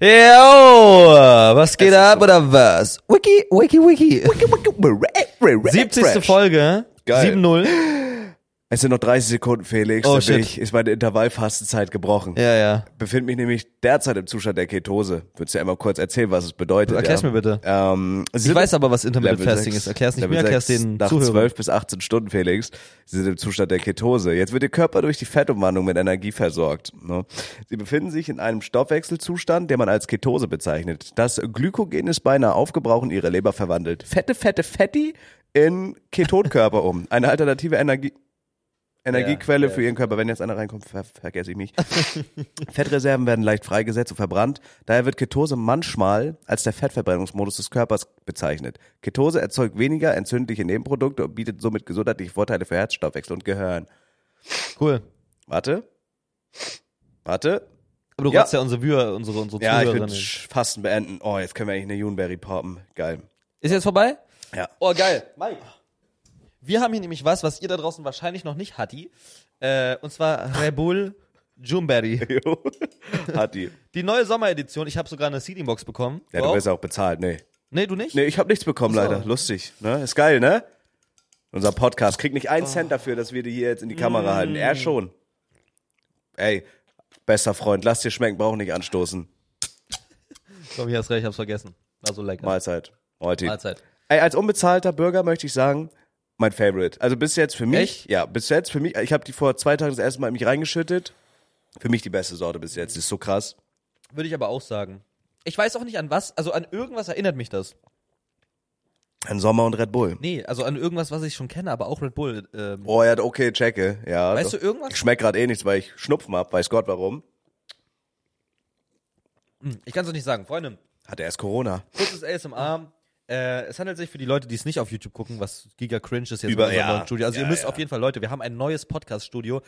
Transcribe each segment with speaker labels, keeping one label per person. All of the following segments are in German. Speaker 1: Yo, was geht
Speaker 2: ist
Speaker 1: ab
Speaker 2: so.
Speaker 1: oder was? Wiki, wiki, wiki. 70.
Speaker 2: 70.
Speaker 1: Folge.
Speaker 2: Geil.
Speaker 1: 7-0.
Speaker 2: Es sind noch 30 Sekunden, Felix.
Speaker 1: Oh,
Speaker 2: dann bin
Speaker 1: shit.
Speaker 2: ich, ist meine Intervallfastenzeit gebrochen.
Speaker 1: Ja, ja.
Speaker 2: Befinde mich nämlich derzeit im Zustand der Ketose. Würdest du ja einmal kurz erzählen, was es bedeutet?
Speaker 1: Erklär's
Speaker 2: ja.
Speaker 1: mir bitte.
Speaker 2: Ähm,
Speaker 1: Ich weiß aber, was Intermittent
Speaker 2: Level
Speaker 1: Fasting
Speaker 2: 6,
Speaker 1: ist. Erklär's nicht
Speaker 2: Level
Speaker 1: mir, erklär's
Speaker 2: 6,
Speaker 1: den
Speaker 2: Nach
Speaker 1: Zuhörern.
Speaker 2: 12 bis 18 Stunden, Felix, Sie sind im Zustand der Ketose. Jetzt wird Ihr Körper durch die Fettumwandlung mit Energie versorgt. Ne? Sie befinden sich in einem Stoffwechselzustand, den man als Ketose bezeichnet. Das Glykogen ist beinahe aufgebraucht und Ihre Leber verwandelt. Fette, fette, fetti in Ketonkörper um. Eine alternative Energie... Energiequelle für ihren Körper. Wenn jetzt einer reinkommt, ver vergesse ich mich. Fettreserven werden leicht freigesetzt und verbrannt. Daher wird Ketose manchmal als der Fettverbrennungsmodus des Körpers bezeichnet. Ketose erzeugt weniger entzündliche Nebenprodukte und bietet somit gesundheitliche Vorteile für Herzstoffwechsel und Gehirn.
Speaker 1: Cool.
Speaker 2: Warte. Warte.
Speaker 1: Aber du
Speaker 2: Ja.
Speaker 1: ratzt ja unsere Viewer, unsere, unsere
Speaker 2: Ja, ich
Speaker 1: Zuhörer
Speaker 2: will
Speaker 1: nicht.
Speaker 2: Sch- Fasten beenden. Oh, jetzt können wir eigentlich eine Juneberry poppen. Geil.
Speaker 1: Ist jetzt vorbei?
Speaker 2: Ja.
Speaker 1: Oh, geil. Mike. Wir haben hier nämlich was, was ihr da draußen wahrscheinlich noch nicht hattet. Äh, und zwar Rebul Jumberry.
Speaker 2: Jo. Hat die.
Speaker 1: Die neue Sommeredition. Ich habe sogar eine Seedingbox bekommen.
Speaker 2: Ja,
Speaker 1: Wow.
Speaker 2: du wirst auch bezahlt. Nee.
Speaker 1: Nee, du nicht?
Speaker 2: Nee, ich habe nichts bekommen,
Speaker 1: Ach so.
Speaker 2: leider. Lustig. Ne? Ist geil, ne? Unser Podcast kriegt nicht einen
Speaker 1: Oh.
Speaker 2: Cent dafür, dass wir die hier jetzt in die
Speaker 1: Mm.
Speaker 2: Kamera halten. Er schon. Ey, bester Freund, lass dir schmecken, brauch nicht anstoßen.
Speaker 1: Komm, hier hast recht, ich hab's vergessen. War so lecker.
Speaker 2: Mahlzeit. Heute.
Speaker 1: Mahlzeit.
Speaker 2: Ey, als unbezahlter Bürger möchte ich sagen, mein Favorite. Also bis jetzt für mich,
Speaker 1: Echt?
Speaker 2: ja, bis jetzt für mich, ich habe die vor zwei Tagen das erste Mal in mich reingeschüttet. Für mich die beste Sorte bis jetzt. Ist so krass.
Speaker 1: Würde ich aber auch sagen. Ich weiß auch nicht an was, also an irgendwas erinnert mich das.
Speaker 2: Ein Sommer und Red Bull.
Speaker 1: Nee, also an irgendwas, was ich schon kenne, aber auch Red Bull. Ähm,
Speaker 2: Oh ja, okay, checke. Ja.
Speaker 1: weißt
Speaker 2: doch.
Speaker 1: du irgendwas?
Speaker 2: Ich schmeck gerade eh nichts, weil ich Schnupfen hab, weiß Gott warum.
Speaker 1: Hm, Ich kann es nicht sagen. Freunde,
Speaker 2: Hatte erst Corona.
Speaker 1: kurzes ASMR. Äh, es handelt sich für die Leute, die es nicht auf YouTube gucken, was Giga Cringe ist jetzt
Speaker 2: Über-
Speaker 1: unserem
Speaker 2: ja.
Speaker 1: neuen Studio. Also ihr
Speaker 2: Ja,
Speaker 1: müsst
Speaker 2: ja.
Speaker 1: auf jeden Fall, Leute, wir haben ein neues Podcast-Studio.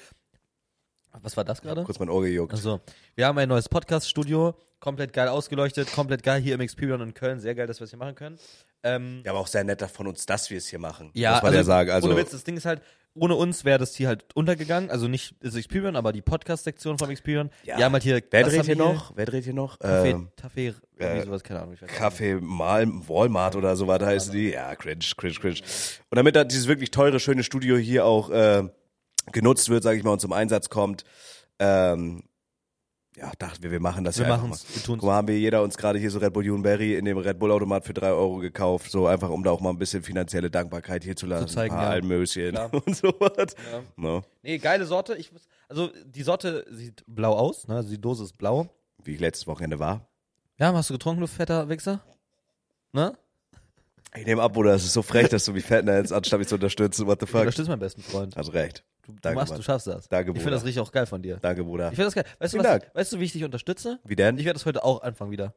Speaker 1: Was war das gerade?
Speaker 2: Kurz mein Ohr gejuckt.
Speaker 1: Also, wir haben ein neues Podcast-Studio, komplett geil ausgeleuchtet, komplett geil hier im Experion in Köln. Sehr geil, dass wir es hier machen können. Ähm,
Speaker 2: Ja, aber auch sehr nett von uns, dass wir es hier machen.
Speaker 1: Ja,
Speaker 2: muss man
Speaker 1: also,
Speaker 2: ja sagen. Also,
Speaker 1: ohne Witz, das Ding ist halt, ohne uns wäre das hier halt untergegangen. Also nicht das Experion, aber die Podcast-Sektion vom Experion.
Speaker 2: Ja.
Speaker 1: Wir haben halt hier,
Speaker 2: wer
Speaker 1: was
Speaker 2: dreht
Speaker 1: haben
Speaker 2: hier
Speaker 1: wir
Speaker 2: noch? Wer dreht hier noch?
Speaker 1: Kaffee,
Speaker 2: Ähm,
Speaker 1: Kaffee, irgendwie sowas, keine Ahnung. Ich weiß nicht.
Speaker 2: Kaffee Mal, Walmart oder so was heißen die. Ja, cringe, cringe, cringe. Und damit da dieses wirklich teure, schöne Studio hier auch äh, genutzt wird, sage ich mal, und zum Einsatz kommt, ähm, ja, dachten wir, wir machen das
Speaker 1: Wir
Speaker 2: ja einfach
Speaker 1: machen's,
Speaker 2: mal.
Speaker 1: wir tun's.
Speaker 2: Guck mal, haben wir jeder uns gerade hier so Red Bull Juneberry in dem Red Bull Automat für drei Euro gekauft, so einfach, um da auch mal ein bisschen finanzielle Dankbarkeit hier zu lassen.
Speaker 1: zeigen,
Speaker 2: ein paar
Speaker 1: ja.
Speaker 2: Almöschen
Speaker 1: Klar.
Speaker 2: und sowas. Ne?
Speaker 1: Ja.
Speaker 2: No,
Speaker 1: Nee, geile Sorte. Ich, muss- also die Sorte sieht blau aus, ne? Also die Dose ist blau.
Speaker 2: wie ich letztes Wochenende war.
Speaker 1: Ja, hast du getrunken, du fetter Wichser? Ne?
Speaker 2: Ich nehme ab, Bruder, das ist so frech, dass du mich fett nennst, anstatt mich zu unterstützen. What the
Speaker 1: Du
Speaker 2: fuck?
Speaker 1: unterstützt meinen besten Freund.
Speaker 2: Hast recht.
Speaker 1: Du, du
Speaker 2: Danke,
Speaker 1: machst,
Speaker 2: Mann.
Speaker 1: du schaffst das.
Speaker 2: Danke,
Speaker 1: ich
Speaker 2: Bruder.
Speaker 1: finde das richtig auch geil von dir.
Speaker 2: Danke, Bruder.
Speaker 1: Ich finde das geil. Weißt du,
Speaker 2: Vielen
Speaker 1: was,
Speaker 2: Dank.
Speaker 1: weißt du, wie ich dich unterstütze?
Speaker 2: Wie denn?
Speaker 1: Ich werde das heute auch anfangen wieder.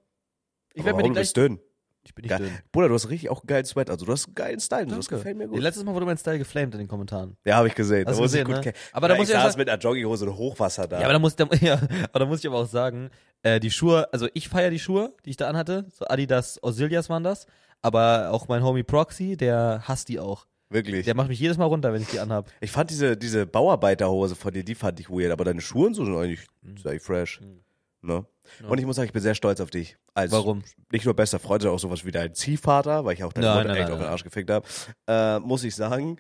Speaker 1: Ich
Speaker 2: Aber
Speaker 1: werde mir die
Speaker 2: warum? Du
Speaker 1: gleich.
Speaker 2: bist dünn.
Speaker 1: Ich bin nicht
Speaker 2: Geil.
Speaker 1: dünn.
Speaker 2: Bruder, du hast richtig auch einen geilen Sweat. Also du hast einen geilen Style. Das
Speaker 1: Danke.
Speaker 2: gefällt mir
Speaker 1: Nee,
Speaker 2: gut.
Speaker 1: Letztes Mal wurde mein Style geflamed in den Kommentaren.
Speaker 2: Ja, habe ich gesehen.
Speaker 1: Hast
Speaker 2: da
Speaker 1: du
Speaker 2: muss ich
Speaker 1: gesehen,
Speaker 2: gut
Speaker 1: ne?
Speaker 2: kennen.
Speaker 1: Aber da
Speaker 2: Ja,
Speaker 1: muss
Speaker 2: ich
Speaker 1: ich auch
Speaker 2: saß
Speaker 1: sagen-
Speaker 2: mit einer Jogginghose und Hochwasser da.
Speaker 1: Ja, aber da muss, da, ja, aber da muss ich aber auch sagen, äh, die Schuhe, also ich feiere die Schuhe, die ich da anhatte. So Adidas Auxilias waren das. Aber auch mein Homie Proxy, der hasst die auch.
Speaker 2: Wirklich.
Speaker 1: Der macht mich jedes Mal runter, wenn ich die anhab.
Speaker 2: Ich fand diese, diese Bauarbeiterhose von dir, die fand ich weird. Aber deine Schuhe und so sind eigentlich,
Speaker 1: Mhm.
Speaker 2: sind eigentlich fresh. Ne? Und ich muss sagen, ich bin sehr stolz auf dich. Als
Speaker 1: Warum?
Speaker 2: Nicht nur bester Freund, sondern auch sowas wie dein Ziehvater, weil ich auch deine
Speaker 1: Nein,
Speaker 2: Mutter
Speaker 1: nein,
Speaker 2: echt
Speaker 1: nein,
Speaker 2: auf den
Speaker 1: nein.
Speaker 2: Arsch gefickt habe. Äh, muss ich sagen,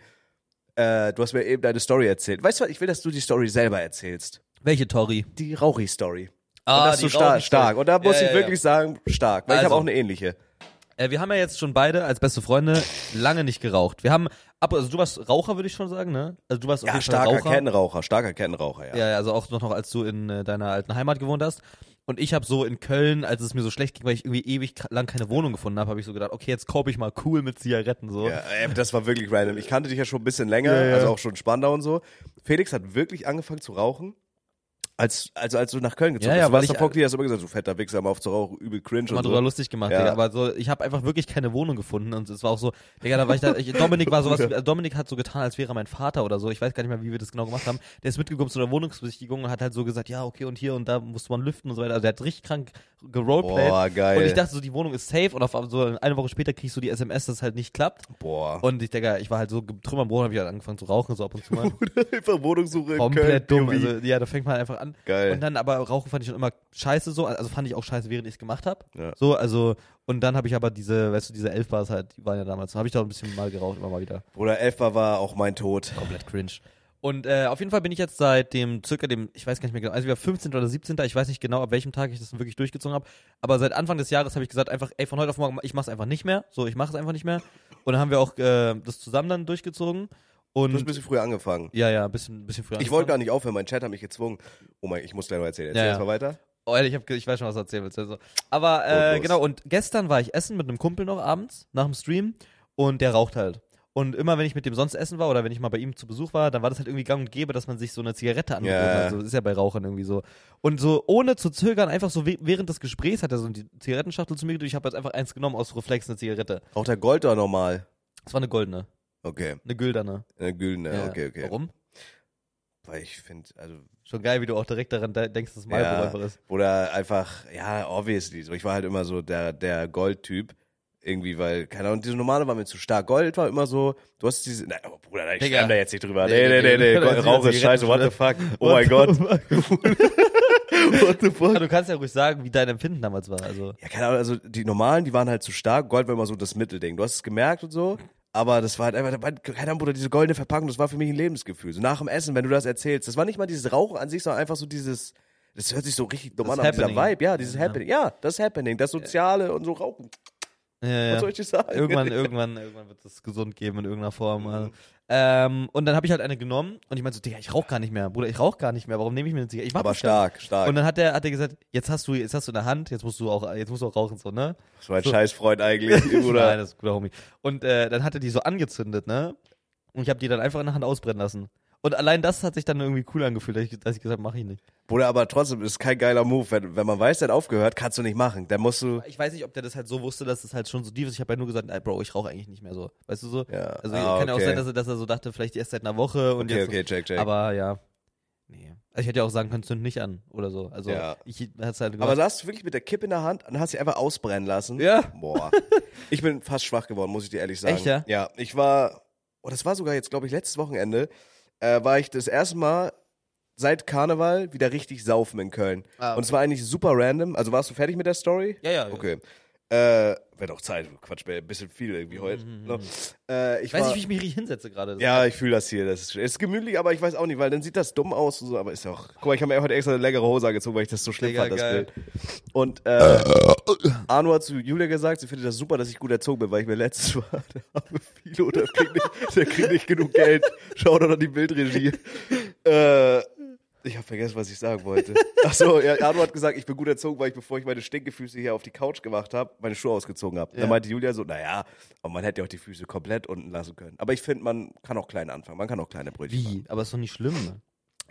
Speaker 2: äh, du hast mir eben deine Story erzählt. Weißt du was, ich will, dass du die Story selber erzählst.
Speaker 1: Welche Tori?
Speaker 2: Die Rauchi-Story.
Speaker 1: Ah,
Speaker 2: und das
Speaker 1: die
Speaker 2: ist so star
Speaker 1: Rauchi-Story.
Speaker 2: stark. Und da muss
Speaker 1: Ja, ja,
Speaker 2: ich wirklich sagen, stark. Weil ich
Speaker 1: Also.
Speaker 2: habe auch eine ähnliche.
Speaker 1: Äh, wir haben ja jetzt schon beide als beste Freunde lange nicht geraucht. Wir haben, ab, also du warst Raucher, würde ich schon sagen, ne? Also du warst auf
Speaker 2: Ja,
Speaker 1: jeden Fall
Speaker 2: starker
Speaker 1: Raucher.
Speaker 2: Kettenraucher, starker Kettenraucher, ja.
Speaker 1: Ja, ja, also auch noch, noch als du in äh, deiner alten Heimat gewohnt hast. Und ich habe so in Köln, als es mir so schlecht ging, weil ich irgendwie ewig k- lang keine Wohnung gefunden habe, habe ich so gedacht, okay, jetzt kaufe ich mal cool mit Zigaretten so.
Speaker 2: Ja, ey, das war wirklich random. Ich kannte dich ja schon ein bisschen länger,
Speaker 1: Ja, ja.
Speaker 2: also auch schon Spandau und so. Felix hat wirklich angefangen zu rauchen, als, also als du nach Köln gezogen
Speaker 1: Ja, ja,
Speaker 2: bist.
Speaker 1: weil
Speaker 2: Master
Speaker 1: ich-
Speaker 2: Fock, die hast immer gesagt, du fetter Wichser, mal auf zu rauchen, übel cringe
Speaker 1: Mal
Speaker 2: und
Speaker 1: drüber
Speaker 2: so.
Speaker 1: lustig gemacht,
Speaker 2: Ja.
Speaker 1: Digga. Aber so, ich habe einfach wirklich keine Wohnung gefunden und es war auch so, Digga, da war ich da, ich, Dominik war sowas, also Dominik hat so getan, als wäre er mein Vater oder so. Ich weiß gar nicht mehr, wie wir das genau gemacht haben. Der ist mitgekommen zu einer Wohnungsbesichtigung und hat halt so gesagt, ja, okay, und hier und da musste man lüften und so weiter. Also der hat richtig krank geroleplayed.
Speaker 2: Boah, geil.
Speaker 1: Und ich dachte so, die Wohnung ist safe und auf so eine Woche später kriegst du die SMS, dass es halt nicht klappt.
Speaker 2: Boah.
Speaker 1: Und ich denke, ich war halt so getrümmert am Boden, hab ich halt angefangen zu rauchen, so ab und zu mal.
Speaker 2: Einfach Wohnungssuche in Köln.
Speaker 1: Komplett dumm.
Speaker 2: Junge.
Speaker 1: Also, ja, da fängt man einfach an.
Speaker 2: Geil.
Speaker 1: Und dann aber Rauchen fand ich schon immer scheiße so, also fand ich auch scheiße, während ich es gemacht habe.
Speaker 2: Ja.
Speaker 1: So, also und dann habe ich aber diese, weißt du, diese Elfbars halt, die waren ja damals, habe ich da ein bisschen mal geraucht, immer mal wieder.
Speaker 2: Bruder, Elfer war auch mein Tod.
Speaker 1: Komplett cringe. Und äh, auf jeden Fall bin ich jetzt seit dem circa dem, ich weiß gar nicht mehr genau, also wir 15. oder 17. Ich weiß nicht genau, ab welchem Tag ich das wirklich durchgezogen habe. Aber seit Anfang des Jahres habe ich gesagt, einfach, ey, von heute auf morgen, ich mach's einfach nicht mehr. So, ich mach's einfach nicht mehr. Und dann haben wir auch äh, das zusammen dann durchgezogen.
Speaker 2: Du hast ein
Speaker 1: Und
Speaker 2: bisschen früher
Speaker 1: Hm.
Speaker 2: angefangen.
Speaker 1: ja, ja, ein bisschen, bisschen früher.
Speaker 2: Ich wollte
Speaker 1: angefangen.
Speaker 2: gar nicht aufhören, mein Chat hat mich gezwungen. Oh mein, ich muss gleich noch erzählen. Erzähl
Speaker 1: Ja, ja.
Speaker 2: erst mal weiter.
Speaker 1: Oh, ehrlich, ich, hab, ge- ich weiß schon, was du erzählen willst. Also. Aber äh,
Speaker 2: Oh, los.
Speaker 1: genau, und gestern war ich essen mit einem Kumpel noch abends nach dem Stream und der raucht halt. Und immer wenn ich mit dem sonst essen war oder wenn ich mal bei ihm zu Besuch war, dann war das halt irgendwie gang und gäbe, dass man sich so eine Zigarette angeboten
Speaker 2: Ja.
Speaker 1: hat. So, das ist ja bei Rauchern irgendwie so. Und so ohne zu zögern, einfach so we- während des Gesprächs hat er so die Zigarettenschachtel zu mir gedrückt. Ich habe jetzt einfach eins genommen aus Reflex, eine Zigarette.
Speaker 2: Auch der Gold war normal.
Speaker 1: Das war eine goldene,
Speaker 2: Okay,
Speaker 1: eine güldene.
Speaker 2: eine güldene,
Speaker 1: Ja.
Speaker 2: okay, okay.
Speaker 1: Warum?
Speaker 2: Weil ich finde, also,
Speaker 1: Schon geil, wie du auch direkt daran de denkst, dass Marlboro
Speaker 2: ja,
Speaker 1: einfach ist.
Speaker 2: oder einfach, ja, obviously. So, ich war halt immer so der, der Gold-Typ. Irgendwie, weil, keine Ahnung, diese normale war mir zu stark. Gold war immer so, du hast diese, nein, aber Bruder, nein, ich
Speaker 1: Digga.
Speaker 2: sterbe da jetzt nicht drüber.
Speaker 1: Nee,
Speaker 2: Nee, nee,
Speaker 1: nee,
Speaker 2: nee, nee,
Speaker 1: nee.
Speaker 2: Gold- Rauch ist scheiße, what the fuck. Oh mein Gott. What the fuck.
Speaker 1: Aber du kannst ja ruhig sagen, wie dein Empfinden damals war. Also.
Speaker 2: Ja, keine Ahnung, also die normalen, die waren halt zu stark. Gold war immer so das Mittelding. Du hast es gemerkt und so. Aber das war halt einfach, da war- keine Ahnung, Bruder, diese goldene Verpackung, das war für mich ein Lebensgefühl. So nach dem Essen, wenn du das erzählst. Das war nicht mal dieses Rauchen an sich, sondern einfach so dieses, das hört sich so richtig dumm
Speaker 1: Das
Speaker 2: an, aber dieser
Speaker 1: Happening. genau.
Speaker 2: Vibe, ja, dieses Happening. Ja, das Happening, das Soziale und so Rauchen.
Speaker 1: Ja, ja.
Speaker 2: Was soll ich dir sagen?
Speaker 1: Irgendwann, irgendwann, irgendwann wird es gesund geben in irgendeiner Form. Also. Ähm, und dann habe ich halt eine genommen und ich meinte so, Digga, ich rauche gar nicht mehr, Bruder, ich rauche gar nicht mehr. Warum nehme ich mir eine Zigarette? Ich mach
Speaker 2: aber
Speaker 1: das gar
Speaker 2: stark,
Speaker 1: nicht.
Speaker 2: stark.
Speaker 1: Und dann hat er hat er gesagt, jetzt hast du jetzt hast du in der Hand, jetzt musst du auch jetzt musst du auch rauchen so, ne?
Speaker 2: das war ein scheiß Freund eigentlich, Bruder.
Speaker 1: Nein, das ist ein guter Homie. Und äh, dann hat er die so angezündet, ne? Und ich habe die dann einfach in der Hand ausbrennen lassen. Und allein das hat sich dann irgendwie cool angefühlt, dass ich, dass ich gesagt mache ich nicht.
Speaker 2: Bruder, aber trotzdem ist kein geiler Move. Wenn, wenn man weiß, der hat aufgehört, kannst du nicht machen. Dann musst du,
Speaker 1: Ich weiß nicht, ob der das halt so wusste, dass das halt schon so tief ist. Ich habe ja nur gesagt, ey, Bro, ich rauche eigentlich nicht mehr so. Weißt du so?
Speaker 2: ja.
Speaker 1: Also
Speaker 2: ah,
Speaker 1: kann ja auch
Speaker 2: okay.
Speaker 1: sein, dass er, dass er so dachte, vielleicht erst seit einer Woche und
Speaker 2: Okay,
Speaker 1: jetzt.
Speaker 2: okay, check, check.
Speaker 1: Aber ja. Nee. Also ich hätte ja auch sagen können, zünd nicht an oder so. Also
Speaker 2: Ja.
Speaker 1: ich hat's halt
Speaker 2: Aber
Speaker 1: gemacht.
Speaker 2: saß du wirklich mit der Kippe in der Hand und hast sie einfach ausbrennen lassen?
Speaker 1: Ja.
Speaker 2: Boah. Ich bin fast schwach geworden, muss ich dir ehrlich sagen.
Speaker 1: Echt, ja?
Speaker 2: Ja, ich war, oh, das war sogar jetzt, glaube ich, letztes Wochenende, äh, war ich das erste Mal seit Karneval wieder richtig saufen in Köln.
Speaker 1: Ah,
Speaker 2: Und es war eigentlich super random. Also warst du fertig mit der Story?
Speaker 1: ja, ja. ja.
Speaker 2: Okay. Äh, wird auch Zeit, Quatsch, wär ein bisschen viel irgendwie heute. ne? Äh, ich
Speaker 1: Ich Mhm, weiß
Speaker 2: war,
Speaker 1: nicht, wie ich mich hier hinsetze gerade.
Speaker 2: ja, ich fühle das hier. Das ist, ist gemütlich, aber ich weiß auch nicht, weil dann sieht das dumm aus und so, aber ist ja auch. Guck mal, ich habe mir heute extra eine längere Hose angezogen, weil ich das so schlimm
Speaker 1: Mega
Speaker 2: fand, das
Speaker 1: geil.
Speaker 2: Bild. Und äh, Arno hat zu Julia gesagt, sie findet das super, dass ich gut erzogen bin, weil ich mir letztes Mal der arme Philo, der kriegt nicht, der kriegt nicht genug Geld. Schau doch an die Bildregie. Äh, ich habe vergessen, was ich sagen wollte. Ach so, ja, Arno hat gesagt, ich bin gut erzogen, weil ich, bevor ich meine Stinkefüße hier auf die Couch gemacht habe, meine Schuhe ausgezogen habe.
Speaker 1: Ja.
Speaker 2: Dann meinte Julia so, naja, aber man hätte ja auch die Füße komplett unten lassen können. Aber ich finde, man kann auch klein anfangen. Man kann auch kleine Brötchen machen.
Speaker 1: Wie? Aber ist doch nicht schlimm.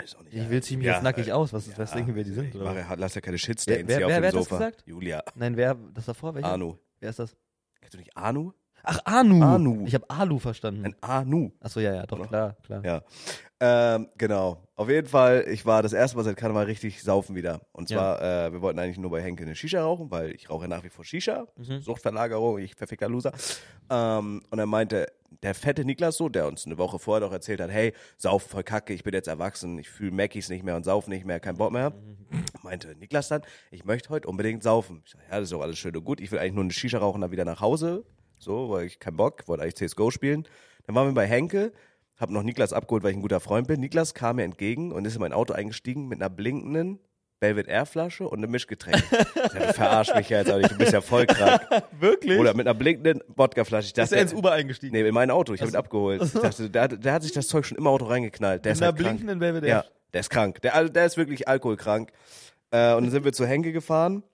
Speaker 2: Ist auch nicht
Speaker 1: Ich
Speaker 2: geil.
Speaker 1: will zieh mich
Speaker 2: Ja,
Speaker 1: jetzt nackig
Speaker 2: äh,
Speaker 1: aus. Was, was
Speaker 2: ja,
Speaker 1: denken wir, die sind?
Speaker 2: Ich
Speaker 1: Oder?
Speaker 2: mache, lass ja keine Shitstains
Speaker 1: Wer- wer-
Speaker 2: hier auf
Speaker 1: wer
Speaker 2: dem
Speaker 1: hat das
Speaker 2: Sofa.
Speaker 1: gesagt?
Speaker 2: Julia.
Speaker 1: Nein, wer? Das war vor welcher?
Speaker 2: Anu.
Speaker 1: Wer ist das?
Speaker 2: Kennst du nicht Anu?
Speaker 1: Ach, Anu.
Speaker 2: Anu.
Speaker 1: Ich habe Alu verstanden.
Speaker 2: Ein Anu.
Speaker 1: Achso, ja, ja, doch,
Speaker 2: Oder?
Speaker 1: klar, klar.
Speaker 2: Ja. Ähm, genau. Auf jeden Fall, ich war das erste Mal seit Karneval richtig saufen wieder. Und
Speaker 1: Ja.
Speaker 2: zwar, äh, wir wollten eigentlich nur bei Henke eine Shisha rauchen, weil ich rauche ja nach wie vor Shisha. Suchtverlagerung, ich perfekter Loser. Ähm, und er meinte, der fette Niklas so, der uns eine Woche vorher doch erzählt hat, hey, saufen voll kacke, ich bin jetzt erwachsen, ich fühle Mackies nicht mehr und saufen nicht mehr, kein Bock mehr. Meinte Niklas dann, ich möchte heute unbedingt saufen. Ich sag, ja, das ist doch alles schön und gut, ich will eigentlich nur eine Shisha rauchen, dann wieder nach Hause. So, weil ich keinen Bock, wollte eigentlich CSGO spielen. Dann waren wir bei Henke, hab noch Niklas abgeholt, weil ich ein guter Freund bin. Niklas kam mir entgegen und ist in mein Auto eingestiegen mit einer blinkenden Velvet Air Flasche und einem Mischgetränk. Ich sag, du verarsch mich ja jetzt auch nicht, du bist ja voll krank.
Speaker 1: Wirklich?
Speaker 2: Oder mit einer blinkenden Wodkaflasche. Ich
Speaker 1: ist
Speaker 2: dachte,
Speaker 1: er ins Uber eingestiegen?
Speaker 2: Nee, in mein Auto. Ich habe ihn abgeholt. Ich dachte, der, hat- der hat sich das Zeug schon im Auto reingeknallt. Der ist
Speaker 1: In einer
Speaker 2: halt krank.
Speaker 1: blinkenden Baby
Speaker 2: Ja, der ist krank. Der, also der ist wirklich alkoholkrank. Äh, und dann sind wir zu Henke gefahren.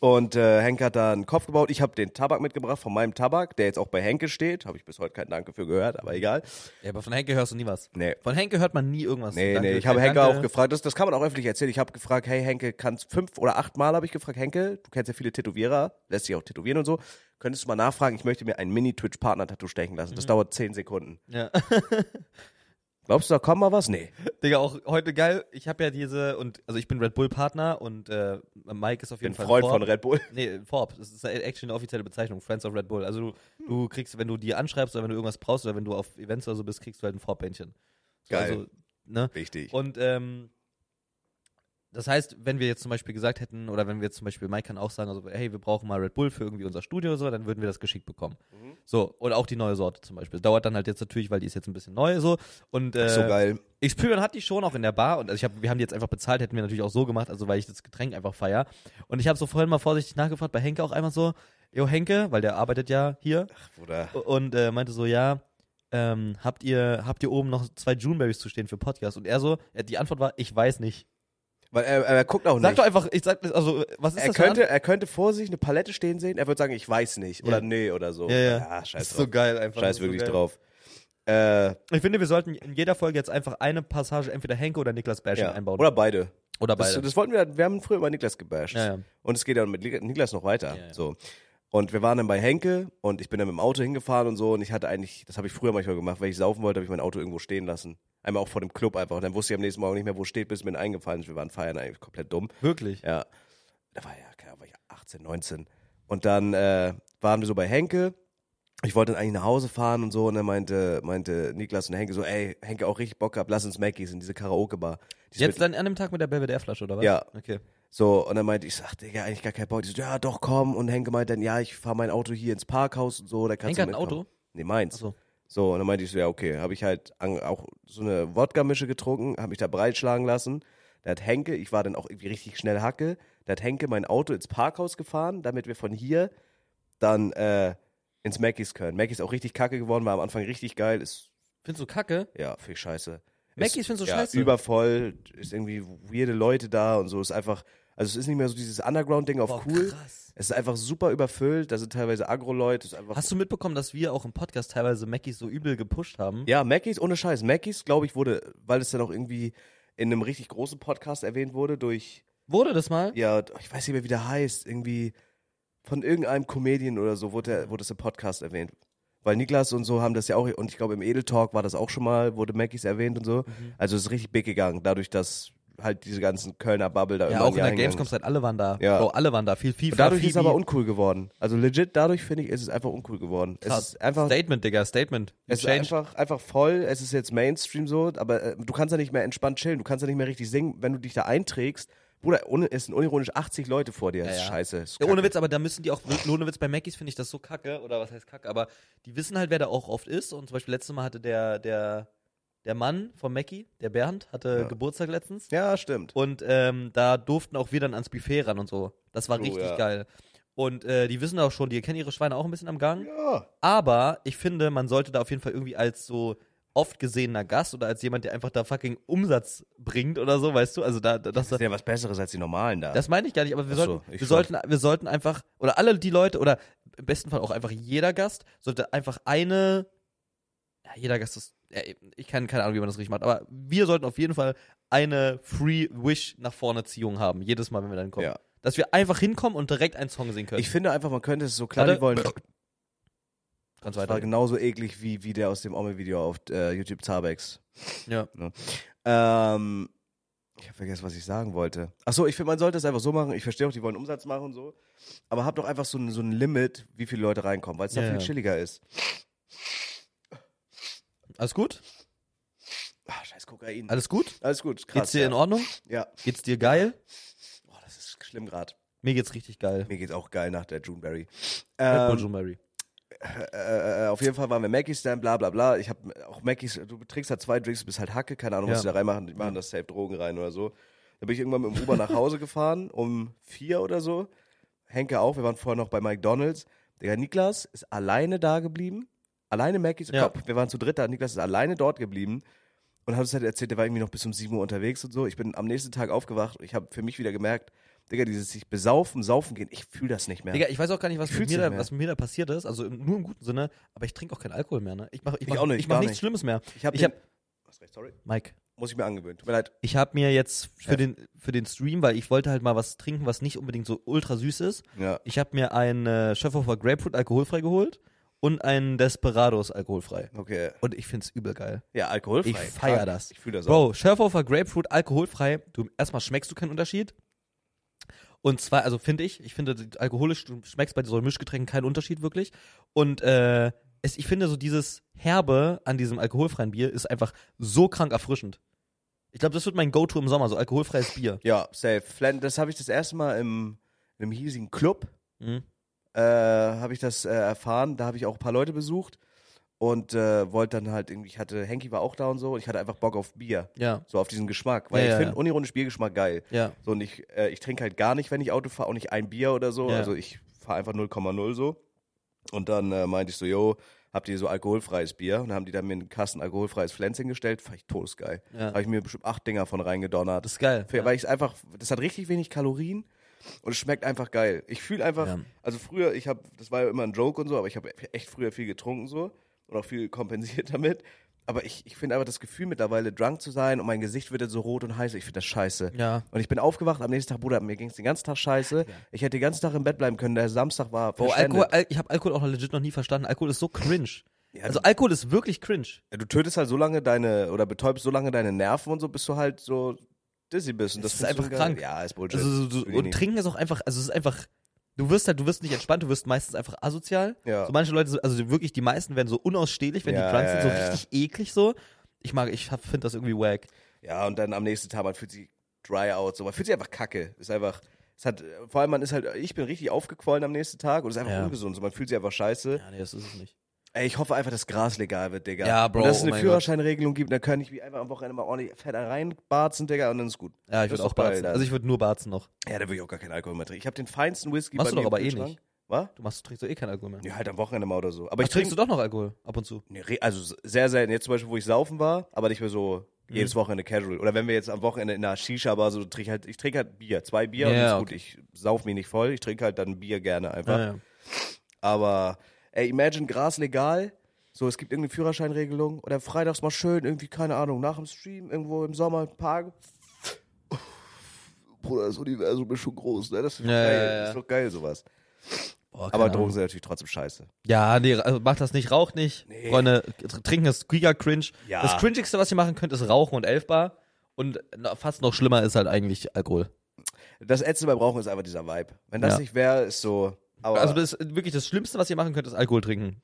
Speaker 2: Und äh, Henke hat da einen Kopf gebaut. Ich habe den Tabak mitgebracht von meinem Tabak, der jetzt auch bei Henke steht. Habe ich bis heute keinen Danke für gehört, aber egal.
Speaker 1: ja, aber von Henke hörst du nie was.
Speaker 2: Nee.
Speaker 1: Von Henke hört man nie irgendwas.
Speaker 2: Nee,
Speaker 1: Danke, äh,
Speaker 2: nee, ich habe Henke
Speaker 1: danke.
Speaker 2: auch gefragt, das, das kann man auch öffentlich erzählen. Ich habe gefragt, hey Henke, kannst fünf oder acht Mal habe ich gefragt, Henke, du kennst ja viele Tätowierer, lässt sich auch tätowieren und so. Könntest du mal nachfragen, ich möchte mir ein Mini-Twitch-Partner-Tattoo stechen lassen.
Speaker 1: Mhm.
Speaker 2: Das dauert zehn Sekunden.
Speaker 1: Ja.
Speaker 2: Glaubst du, da kommt mal was? Nee.
Speaker 1: Digga, auch heute geil. Ich habe ja diese und also ich bin Red Bull Partner und äh, Mike ist auf jeden
Speaker 2: Bin
Speaker 1: Fall
Speaker 2: Freund
Speaker 1: Vorb.
Speaker 2: von Red Bull.
Speaker 1: Nee, Vorb. Das ist actually eine offizielle Bezeichnung. Friends of Red Bull. Also du, du kriegst, wenn du die anschreibst oder wenn du irgendwas brauchst oder wenn du auf Events oder so bist, kriegst du halt ein Vorb-Bändchen. So,
Speaker 2: Geil.
Speaker 1: Also, ne?
Speaker 2: Wichtig.
Speaker 1: Und ähm, das heißt, wenn wir jetzt zum Beispiel gesagt hätten, oder wenn wir jetzt zum Beispiel, Mike kann auch sagen, also, hey, wir brauchen mal Red Bull für irgendwie unser Studio oder so, dann würden wir das geschickt bekommen.
Speaker 2: Mhm.
Speaker 1: So, oder auch die neue Sorte zum Beispiel. Dauert dann halt jetzt natürlich, weil die ist jetzt ein bisschen neu so. Und, äh,
Speaker 2: Ist so geil.
Speaker 1: Experian hat die schon auch in der Bar und also ich hab, wir haben die jetzt einfach bezahlt, hätten wir natürlich auch so gemacht, also weil ich das Getränk einfach feier. Und ich habe so vorhin mal vorsichtig nachgefragt bei Henke auch einmal so, jo Henke, weil der arbeitet ja hier
Speaker 2: Bruder.
Speaker 1: und äh, meinte so, ja, ähm, habt ihr habt ihr oben noch zwei Juneberries zu stehen für Podcast? Und er so, äh, die Antwort war, ich weiß nicht.
Speaker 2: Weil er, er guckt auch
Speaker 1: Sag
Speaker 2: nicht.
Speaker 1: doch einfach, ich sag also was ist
Speaker 2: Er
Speaker 1: das? für eine
Speaker 2: könnte, er könnte vor sich eine Palette stehen sehen, er würde sagen, ich weiß nicht.
Speaker 1: Ja.
Speaker 2: Oder nee oder so. Ah,
Speaker 1: Ja, ja.
Speaker 2: scheiß
Speaker 1: Ist
Speaker 2: drauf.
Speaker 1: so geil einfach. Ist
Speaker 2: scheiß
Speaker 1: so
Speaker 2: wirklich
Speaker 1: geil.
Speaker 2: drauf. Äh,
Speaker 1: Ich finde, wir sollten in jeder Folge jetzt einfach eine Passage entweder Henke oder Niklas Bashing
Speaker 2: ja.
Speaker 1: einbauen.
Speaker 2: Oder beide.
Speaker 1: oder
Speaker 2: Das, das wollten wir, wir haben früher über Niklas gebasht.
Speaker 1: Ja, ja.
Speaker 2: Und es geht ja mit Niklas noch weiter.
Speaker 1: Ja, ja.
Speaker 2: So. Und wir waren dann bei Henke und ich bin dann mit dem Auto hingefahren und so und ich hatte eigentlich, das habe ich früher manchmal gemacht, weil ich saufen wollte, habe ich mein Auto irgendwo stehen lassen. Einmal auch vor dem Club einfach. Und dann wusste ich am nächsten Morgen nicht mehr, wo es steht, bis mir dann eingefallen ist. Wir waren feiern eigentlich komplett dumm.
Speaker 1: Wirklich.
Speaker 2: Ja. Da war ja, keine Ahnung, war ich 18, 19. Und dann äh, waren wir so bei Henke. Ich wollte dann eigentlich nach Hause fahren und so. Und dann meinte, meinte Niklas und Henke so, ey, Henke auch richtig Bock gehabt, lass uns Mackies in diese Karaoke-Bar. Die ist
Speaker 1: Jetzt dann an dem Tag mit der Belvedere-Flasche, oder was?
Speaker 2: Ja.
Speaker 1: Okay.
Speaker 2: So, und dann meinte ich, ich sag, Digga, eigentlich gar keinen Bock. Die so, ja, doch, komm. Und Henke meinte dann, ja, ich fahr mein Auto hier ins Parkhaus und so. Da kannst
Speaker 1: Henke
Speaker 2: du
Speaker 1: hat ein
Speaker 2: mitkommen.
Speaker 1: Auto?
Speaker 2: Nee, meins.
Speaker 1: Achso.
Speaker 2: So, und dann meinte ich so, ja, okay. Habe ich halt an, auch so eine Wodka-Mische getrunken, habe mich da breitschlagen lassen. Da hat Henke, ich war dann auch irgendwie richtig schnell Hacke, da hat Henke mein Auto ins Parkhaus gefahren, damit wir von hier dann äh, ins Mackies können. Mackies auch richtig kacke geworden, war am Anfang richtig geil, ist,
Speaker 1: Findest du kacke?
Speaker 2: ja, viel scheiße.
Speaker 1: Mackies
Speaker 2: Ist-
Speaker 1: findest du
Speaker 2: ja,
Speaker 1: scheiße?
Speaker 2: Übervoll, ist irgendwie weirde Leute da und so, ist einfach, also es ist nicht mehr so dieses Underground-Ding auf
Speaker 1: Boah,
Speaker 2: cool.
Speaker 1: krass.
Speaker 2: Es ist einfach super überfüllt, da sind teilweise Agro-Leute, ist einfach
Speaker 1: Hast du mitbekommen, dass wir auch im Podcast teilweise Mackies so übel gepusht haben?
Speaker 2: Ja, Mackies, ohne Scheiß. Mackies, glaube ich, wurde, weil es dann auch irgendwie in einem richtig großen Podcast erwähnt wurde, durch,
Speaker 1: Wurde das mal?
Speaker 2: ja, ich weiß nicht mehr, wie der heißt, irgendwie von irgendeinem Comedian oder so wurde, der, wurde das im Podcast erwähnt. Weil Niklas und so haben das ja auch, und ich glaube, im Edel Talk war das auch schon mal, wurde Mackies erwähnt und so.
Speaker 1: Mhm.
Speaker 2: Also es ist richtig big gegangen, dadurch, dass halt diese ganzen Kölner Bubble da
Speaker 1: Ja,
Speaker 2: irgendwann
Speaker 1: auch in der
Speaker 2: hingegangen ist.
Speaker 1: Gamescom-Zeit, alle waren da.
Speaker 2: Ja.
Speaker 1: Bro, alle waren da. Viel, viel,
Speaker 2: Und dadurch ist es aber uncool geworden. Also legit, dadurch finde ich, ist es einfach uncool geworden. Es ist einfach
Speaker 1: Statement, Digga, Statement.
Speaker 2: Es ist
Speaker 1: Change.
Speaker 2: einfach, einfach voll, es ist jetzt Mainstream so, aber äh, du kannst ja nicht mehr entspannt chillen, du kannst ja nicht mehr richtig singen, wenn du dich da einträgst. Bruder, ohne, es sind unironisch 80 Leute vor dir, das ist
Speaker 1: ja.
Speaker 2: scheiße. das Ist
Speaker 1: ja, ohne
Speaker 2: kacke.
Speaker 1: Witz, aber da müssen die auch, wirklich- ohne Witz, bei Mackies finde ich das so kacke, oder was heißt kacke, aber die wissen halt, wer da auch oft ist. Und zum Beispiel letztes Mal hatte der, der, der Mann von Mackie, der Bernd, hatte
Speaker 2: Ja.
Speaker 1: Geburtstag letztens.
Speaker 2: Ja, stimmt.
Speaker 1: Und ähm, da durften auch wir dann ans Buffet ran und so. Das war
Speaker 2: Oh,
Speaker 1: richtig
Speaker 2: ja.
Speaker 1: geil. Und äh, die wissen auch schon, die kennen ihre Schweine auch ein bisschen am Gang.
Speaker 2: Ja.
Speaker 1: Aber ich finde, man sollte da auf jeden Fall irgendwie als so oft gesehener Gast oder als jemand, der einfach da fucking Umsatz bringt oder so, weißt du? Also da, da das,
Speaker 2: Das ist ja was Besseres als die normalen da.
Speaker 1: das meine ich gar nicht, aber wir,
Speaker 2: Ach so,
Speaker 1: sollten,
Speaker 2: ich
Speaker 1: wir,
Speaker 2: schon.
Speaker 1: sollten, wir sollten einfach, oder alle die Leute, oder im besten Fall auch einfach jeder Gast, sollte einfach eine, ja, jeder Gast ist, ja, ich kann keine Ahnung, wie man das richtig macht, aber wir sollten auf jeden Fall eine Free Wish nach vorne Ziehung haben, jedes Mal, wenn wir dann kommen.
Speaker 2: Ja.
Speaker 1: Dass wir einfach hinkommen und direkt einen Song singen können.
Speaker 2: ich finde einfach, man könnte es so klar,
Speaker 1: Warte.
Speaker 2: die wollen.
Speaker 1: Ganz
Speaker 2: Das war genauso eklig wie, wie der aus dem Omme-Video auf äh, YouTube Zabex. Ne?
Speaker 1: Ja.
Speaker 2: Ähm, ich habe vergessen, was ich sagen wollte. Achso, ich finde, man sollte es einfach so machen. Ich verstehe auch, die wollen Umsatz machen und so. Aber habt doch einfach so ein, so ein Limit, wie viele Leute reinkommen, weil es
Speaker 1: Ja,
Speaker 2: da viel
Speaker 1: ja.
Speaker 2: chilliger ist.
Speaker 1: Alles gut?
Speaker 2: Ah, scheiß Kokain.
Speaker 1: Alles gut?
Speaker 2: Alles gut, krass.
Speaker 1: Also, Geht's dir
Speaker 2: ja.
Speaker 1: in Ordnung?
Speaker 2: Ja.
Speaker 1: Geht's dir geil?
Speaker 2: Boah, das ist schlimm gerade.
Speaker 1: Mir geht's richtig geil.
Speaker 2: Mir geht's auch geil nach der Juneberry.
Speaker 1: Red Bull
Speaker 2: Ähm,
Speaker 1: June Mary.
Speaker 2: äh, äh, auf jeden Fall waren wir Mackies dann, bla bla bla. Ich habe auch Mackies, du trinkst halt zwei Drinks, du bist halt Hacke, keine Ahnung, was
Speaker 1: Ja.
Speaker 2: die da reinmachen. Die machen das safe Drogen rein oder so. Da bin ich irgendwann mit dem Uber nach Hause gefahren, um vier oder so. Henke auch, wir waren vorher noch bei McDonalds. Digga, Niklas ist alleine da geblieben. Alleine Mackies,
Speaker 1: Ja.
Speaker 2: Komm, wir waren zu dritt da, Niklas ist alleine dort geblieben. Und hat uns halt erzählt, der war irgendwie noch bis um 7 Uhr unterwegs und so. Ich bin am nächsten Tag aufgewacht und ich habe für mich wieder gemerkt, Digga, dieses sich besaufen, saufen gehen, ich fühle das nicht mehr.
Speaker 1: Digga, ich weiß auch gar nicht, was,
Speaker 2: Ich
Speaker 1: mit
Speaker 2: fühl's
Speaker 1: mir,
Speaker 2: nicht
Speaker 1: da,
Speaker 2: mehr.
Speaker 1: was mit mir da passiert ist. Also im, nur im guten Sinne. Aber ich trinke auch keinen Alkohol mehr. Ne? Ich mache ich
Speaker 2: Ich
Speaker 1: mach,
Speaker 2: auch nicht,
Speaker 1: ich mach
Speaker 2: gar
Speaker 1: nichts
Speaker 2: nicht.
Speaker 1: Schlimmes mehr.
Speaker 2: ich habe
Speaker 1: ich hab-
Speaker 2: Was recht, sorry.
Speaker 1: Mike,
Speaker 2: Muss ich mir angewöhnen. Tut mir leid.
Speaker 1: ich habe mir jetzt für,
Speaker 2: Ja.
Speaker 1: den, für den Stream, weil ich wollte halt mal was trinken, was nicht unbedingt so ultra süß ist.
Speaker 2: Ja.
Speaker 1: Ich habe mir einen äh, Schöpfhofer Grapefruit alkoholfrei geholt und einen Desperados alkoholfrei.
Speaker 2: Okay.
Speaker 1: Und ich find's übel geil.
Speaker 2: Ja, alkoholfrei.
Speaker 1: Ich feier
Speaker 2: Krank.
Speaker 1: das.
Speaker 2: Ich fühle das auch.
Speaker 1: Bro, Schöpfhofer Grapefruit alkoholfrei. Du, erstmal schmeckst du keinen Unterschied. Und zwar, also finde ich, ich finde die- alkoholisch, du schmeckst bei so Mischgetränken keinen Unterschied wirklich. Und äh, es, ich finde so dieses Herbe an diesem alkoholfreien Bier ist einfach so krank erfrischend. Ich glaube, das wird mein Go-To im Sommer, so alkoholfreies Bier.
Speaker 2: Ja, safe. Flan- Das habe ich das erste Mal im, im hiesigen Club,
Speaker 1: Mhm.
Speaker 2: äh, habe ich das äh, erfahren. Da habe ich auch ein paar Leute besucht und äh, wollte dann halt irgendwie, ich hatte, Henki war auch da und so und ich hatte einfach Bock auf Bier.
Speaker 1: Ja,
Speaker 2: So auf diesen Geschmack. Weil
Speaker 1: Ja,
Speaker 2: ich
Speaker 1: ja,
Speaker 2: finde
Speaker 1: ja.
Speaker 2: unironisch Biergeschmack geil.
Speaker 1: ja.
Speaker 2: So und ich, äh, ich trinke halt gar nicht, wenn ich Auto fahre, auch nicht ein Bier oder so.
Speaker 1: Ja.
Speaker 2: Also ich fahre einfach 0,0 so. Und dann äh, meinte ich so, yo, habt ihr so alkoholfreies Bier? Und dann haben die dann mir einen Kasten alkoholfreies Pflänzchen gestellt. Fand ich todesgeil.
Speaker 1: Ja.
Speaker 2: Habe ich mir bestimmt acht Dinger von reingedonnert.
Speaker 1: Das ist geil.
Speaker 2: Für- Weil ich es einfach, das hat richtig wenig Kalorien und es schmeckt einfach geil. Ich fühle einfach,
Speaker 1: Ja.
Speaker 2: also früher, ich habe, das war ja immer ein Joke und so, aber ich habe echt früher viel getrunken so und auch viel kompensiert damit. Aber ich, ich finde einfach das Gefühl mittlerweile, drunk zu sein und mein Gesicht wird dann so rot und heiß, ich finde das scheiße.
Speaker 1: Ja.
Speaker 2: Und ich bin aufgewacht, am nächsten Tag, Bruder, mir ging es den ganzen Tag scheiße. Ich hätte den ganzen Tag im Bett bleiben können, der Samstag war
Speaker 1: Boah,
Speaker 2: verschwendet.
Speaker 1: Alkohol, Al ich habe Alkohol auch legit noch nie verstanden. Alkohol ist so cringe.
Speaker 2: Ja,
Speaker 1: Also Alkohol ist wirklich cringe.
Speaker 2: du, du tötest halt so lange deine, oder betäubst so lange deine Nerven und so, bis du halt so dizzy bist. Und
Speaker 1: Es
Speaker 2: das
Speaker 1: ist
Speaker 2: findest du
Speaker 1: einfach
Speaker 2: geil.
Speaker 1: krank.
Speaker 2: Ja, ist Bullshit.
Speaker 1: Also, so, so,
Speaker 2: Will ich
Speaker 1: und
Speaker 2: nicht.
Speaker 1: trinken ist auch einfach, also es ist einfach, du wirst halt, du wirst nicht entspannt, du wirst meistens einfach asozial.
Speaker 2: Ja.
Speaker 1: So manche Leute, so- also wirklich, die meisten werden so unausstehlich, wenn
Speaker 2: Ja,
Speaker 1: die drunk sind, so
Speaker 2: ja, ja, ja.
Speaker 1: richtig eklig so. Ich mag, ich finde das irgendwie wack.
Speaker 2: Ja, und dann am nächsten Tag, man fühlt sich dry out, so. Man fühlt sich einfach kacke. Ist einfach, es hat, vor allem man ist halt, ich bin richtig aufgequollen am nächsten Tag und es ist einfach
Speaker 1: Ja.
Speaker 2: ungesund, so. Man fühlt sich einfach scheiße.
Speaker 1: Ja, nee, das ist es nicht.
Speaker 2: Ey, ich hoffe einfach, dass Gras legal wird, Digga.
Speaker 1: Ja, Bro,
Speaker 2: Und dass es
Speaker 1: oh
Speaker 2: eine
Speaker 1: mein
Speaker 2: Führerscheinregelung gibt, dann kann ich mich einfach am Wochenende mal ordentlich fett reinbarzen, Digga, und dann ist gut.
Speaker 1: Ja, ich
Speaker 2: Das
Speaker 1: würde
Speaker 2: ist doch
Speaker 1: auch
Speaker 2: geil,
Speaker 1: barzen.
Speaker 2: dann.
Speaker 1: Also ich würde nur barzen noch.
Speaker 2: Ja, da will ich auch gar keinen Alkohol mehr trinken. Ich habe den feinsten Whisky
Speaker 1: Machst
Speaker 2: bei
Speaker 1: du
Speaker 2: mir
Speaker 1: doch aber eh
Speaker 2: im Kühlschrank.
Speaker 1: nicht.
Speaker 2: Was?
Speaker 1: Du machst, trinkst doch eh keinen Alkohol mehr.
Speaker 2: Ja, halt am Wochenende mal oder so. Aber
Speaker 1: Aber
Speaker 2: ich
Speaker 1: trinkst
Speaker 2: trinke,
Speaker 1: du doch noch Alkohol, ab und zu.
Speaker 2: nee, re- also sehr selten. Jetzt zum Beispiel, wo ich saufen war, aber nicht mehr so
Speaker 1: Mhm.
Speaker 2: jedes Wochenende casual. Oder wenn wir jetzt am Wochenende in einer Shisha-Bar so, trinke ich halt, ich trinke halt Bier, zwei Bier und
Speaker 1: Ja,
Speaker 2: ist
Speaker 1: ja,
Speaker 2: gut. Ich sauf mich nicht voll, ich trinke halt dann Bier gerne einfach.
Speaker 1: ja.
Speaker 2: Aber, ey, imagine Gras legal. So, es gibt irgendeine Führerscheinregelung oder freitags mal schön, irgendwie, keine Ahnung, nach dem Stream, irgendwo im Sommer, im Park. Bruder, das Universum ist schon groß, ne? Das ist doch
Speaker 1: Ja,
Speaker 2: geil,
Speaker 1: ja, ja.
Speaker 2: Das ist doch geil, sowas.
Speaker 1: Boah, keine
Speaker 2: Aber
Speaker 1: Ahnung.
Speaker 2: Drogen sind natürlich trotzdem scheiße.
Speaker 1: Ja, nee, also macht das nicht, raucht nicht.
Speaker 2: Nee.
Speaker 1: Freunde, tr- trinken ist giga cringe.
Speaker 2: Ja.
Speaker 1: Das cringigste, was ihr machen könnt, ist rauchen und elfbar. Und na, fast noch schlimmer ist halt eigentlich Alkohol.
Speaker 2: Das Ätzende beim Rauchen ist einfach dieser Vibe. Wenn das
Speaker 1: Ja.
Speaker 2: nicht wäre, ist so. Aber
Speaker 1: also das ist wirklich das Schlimmste, was ihr machen könnt, ist Alkohol trinken.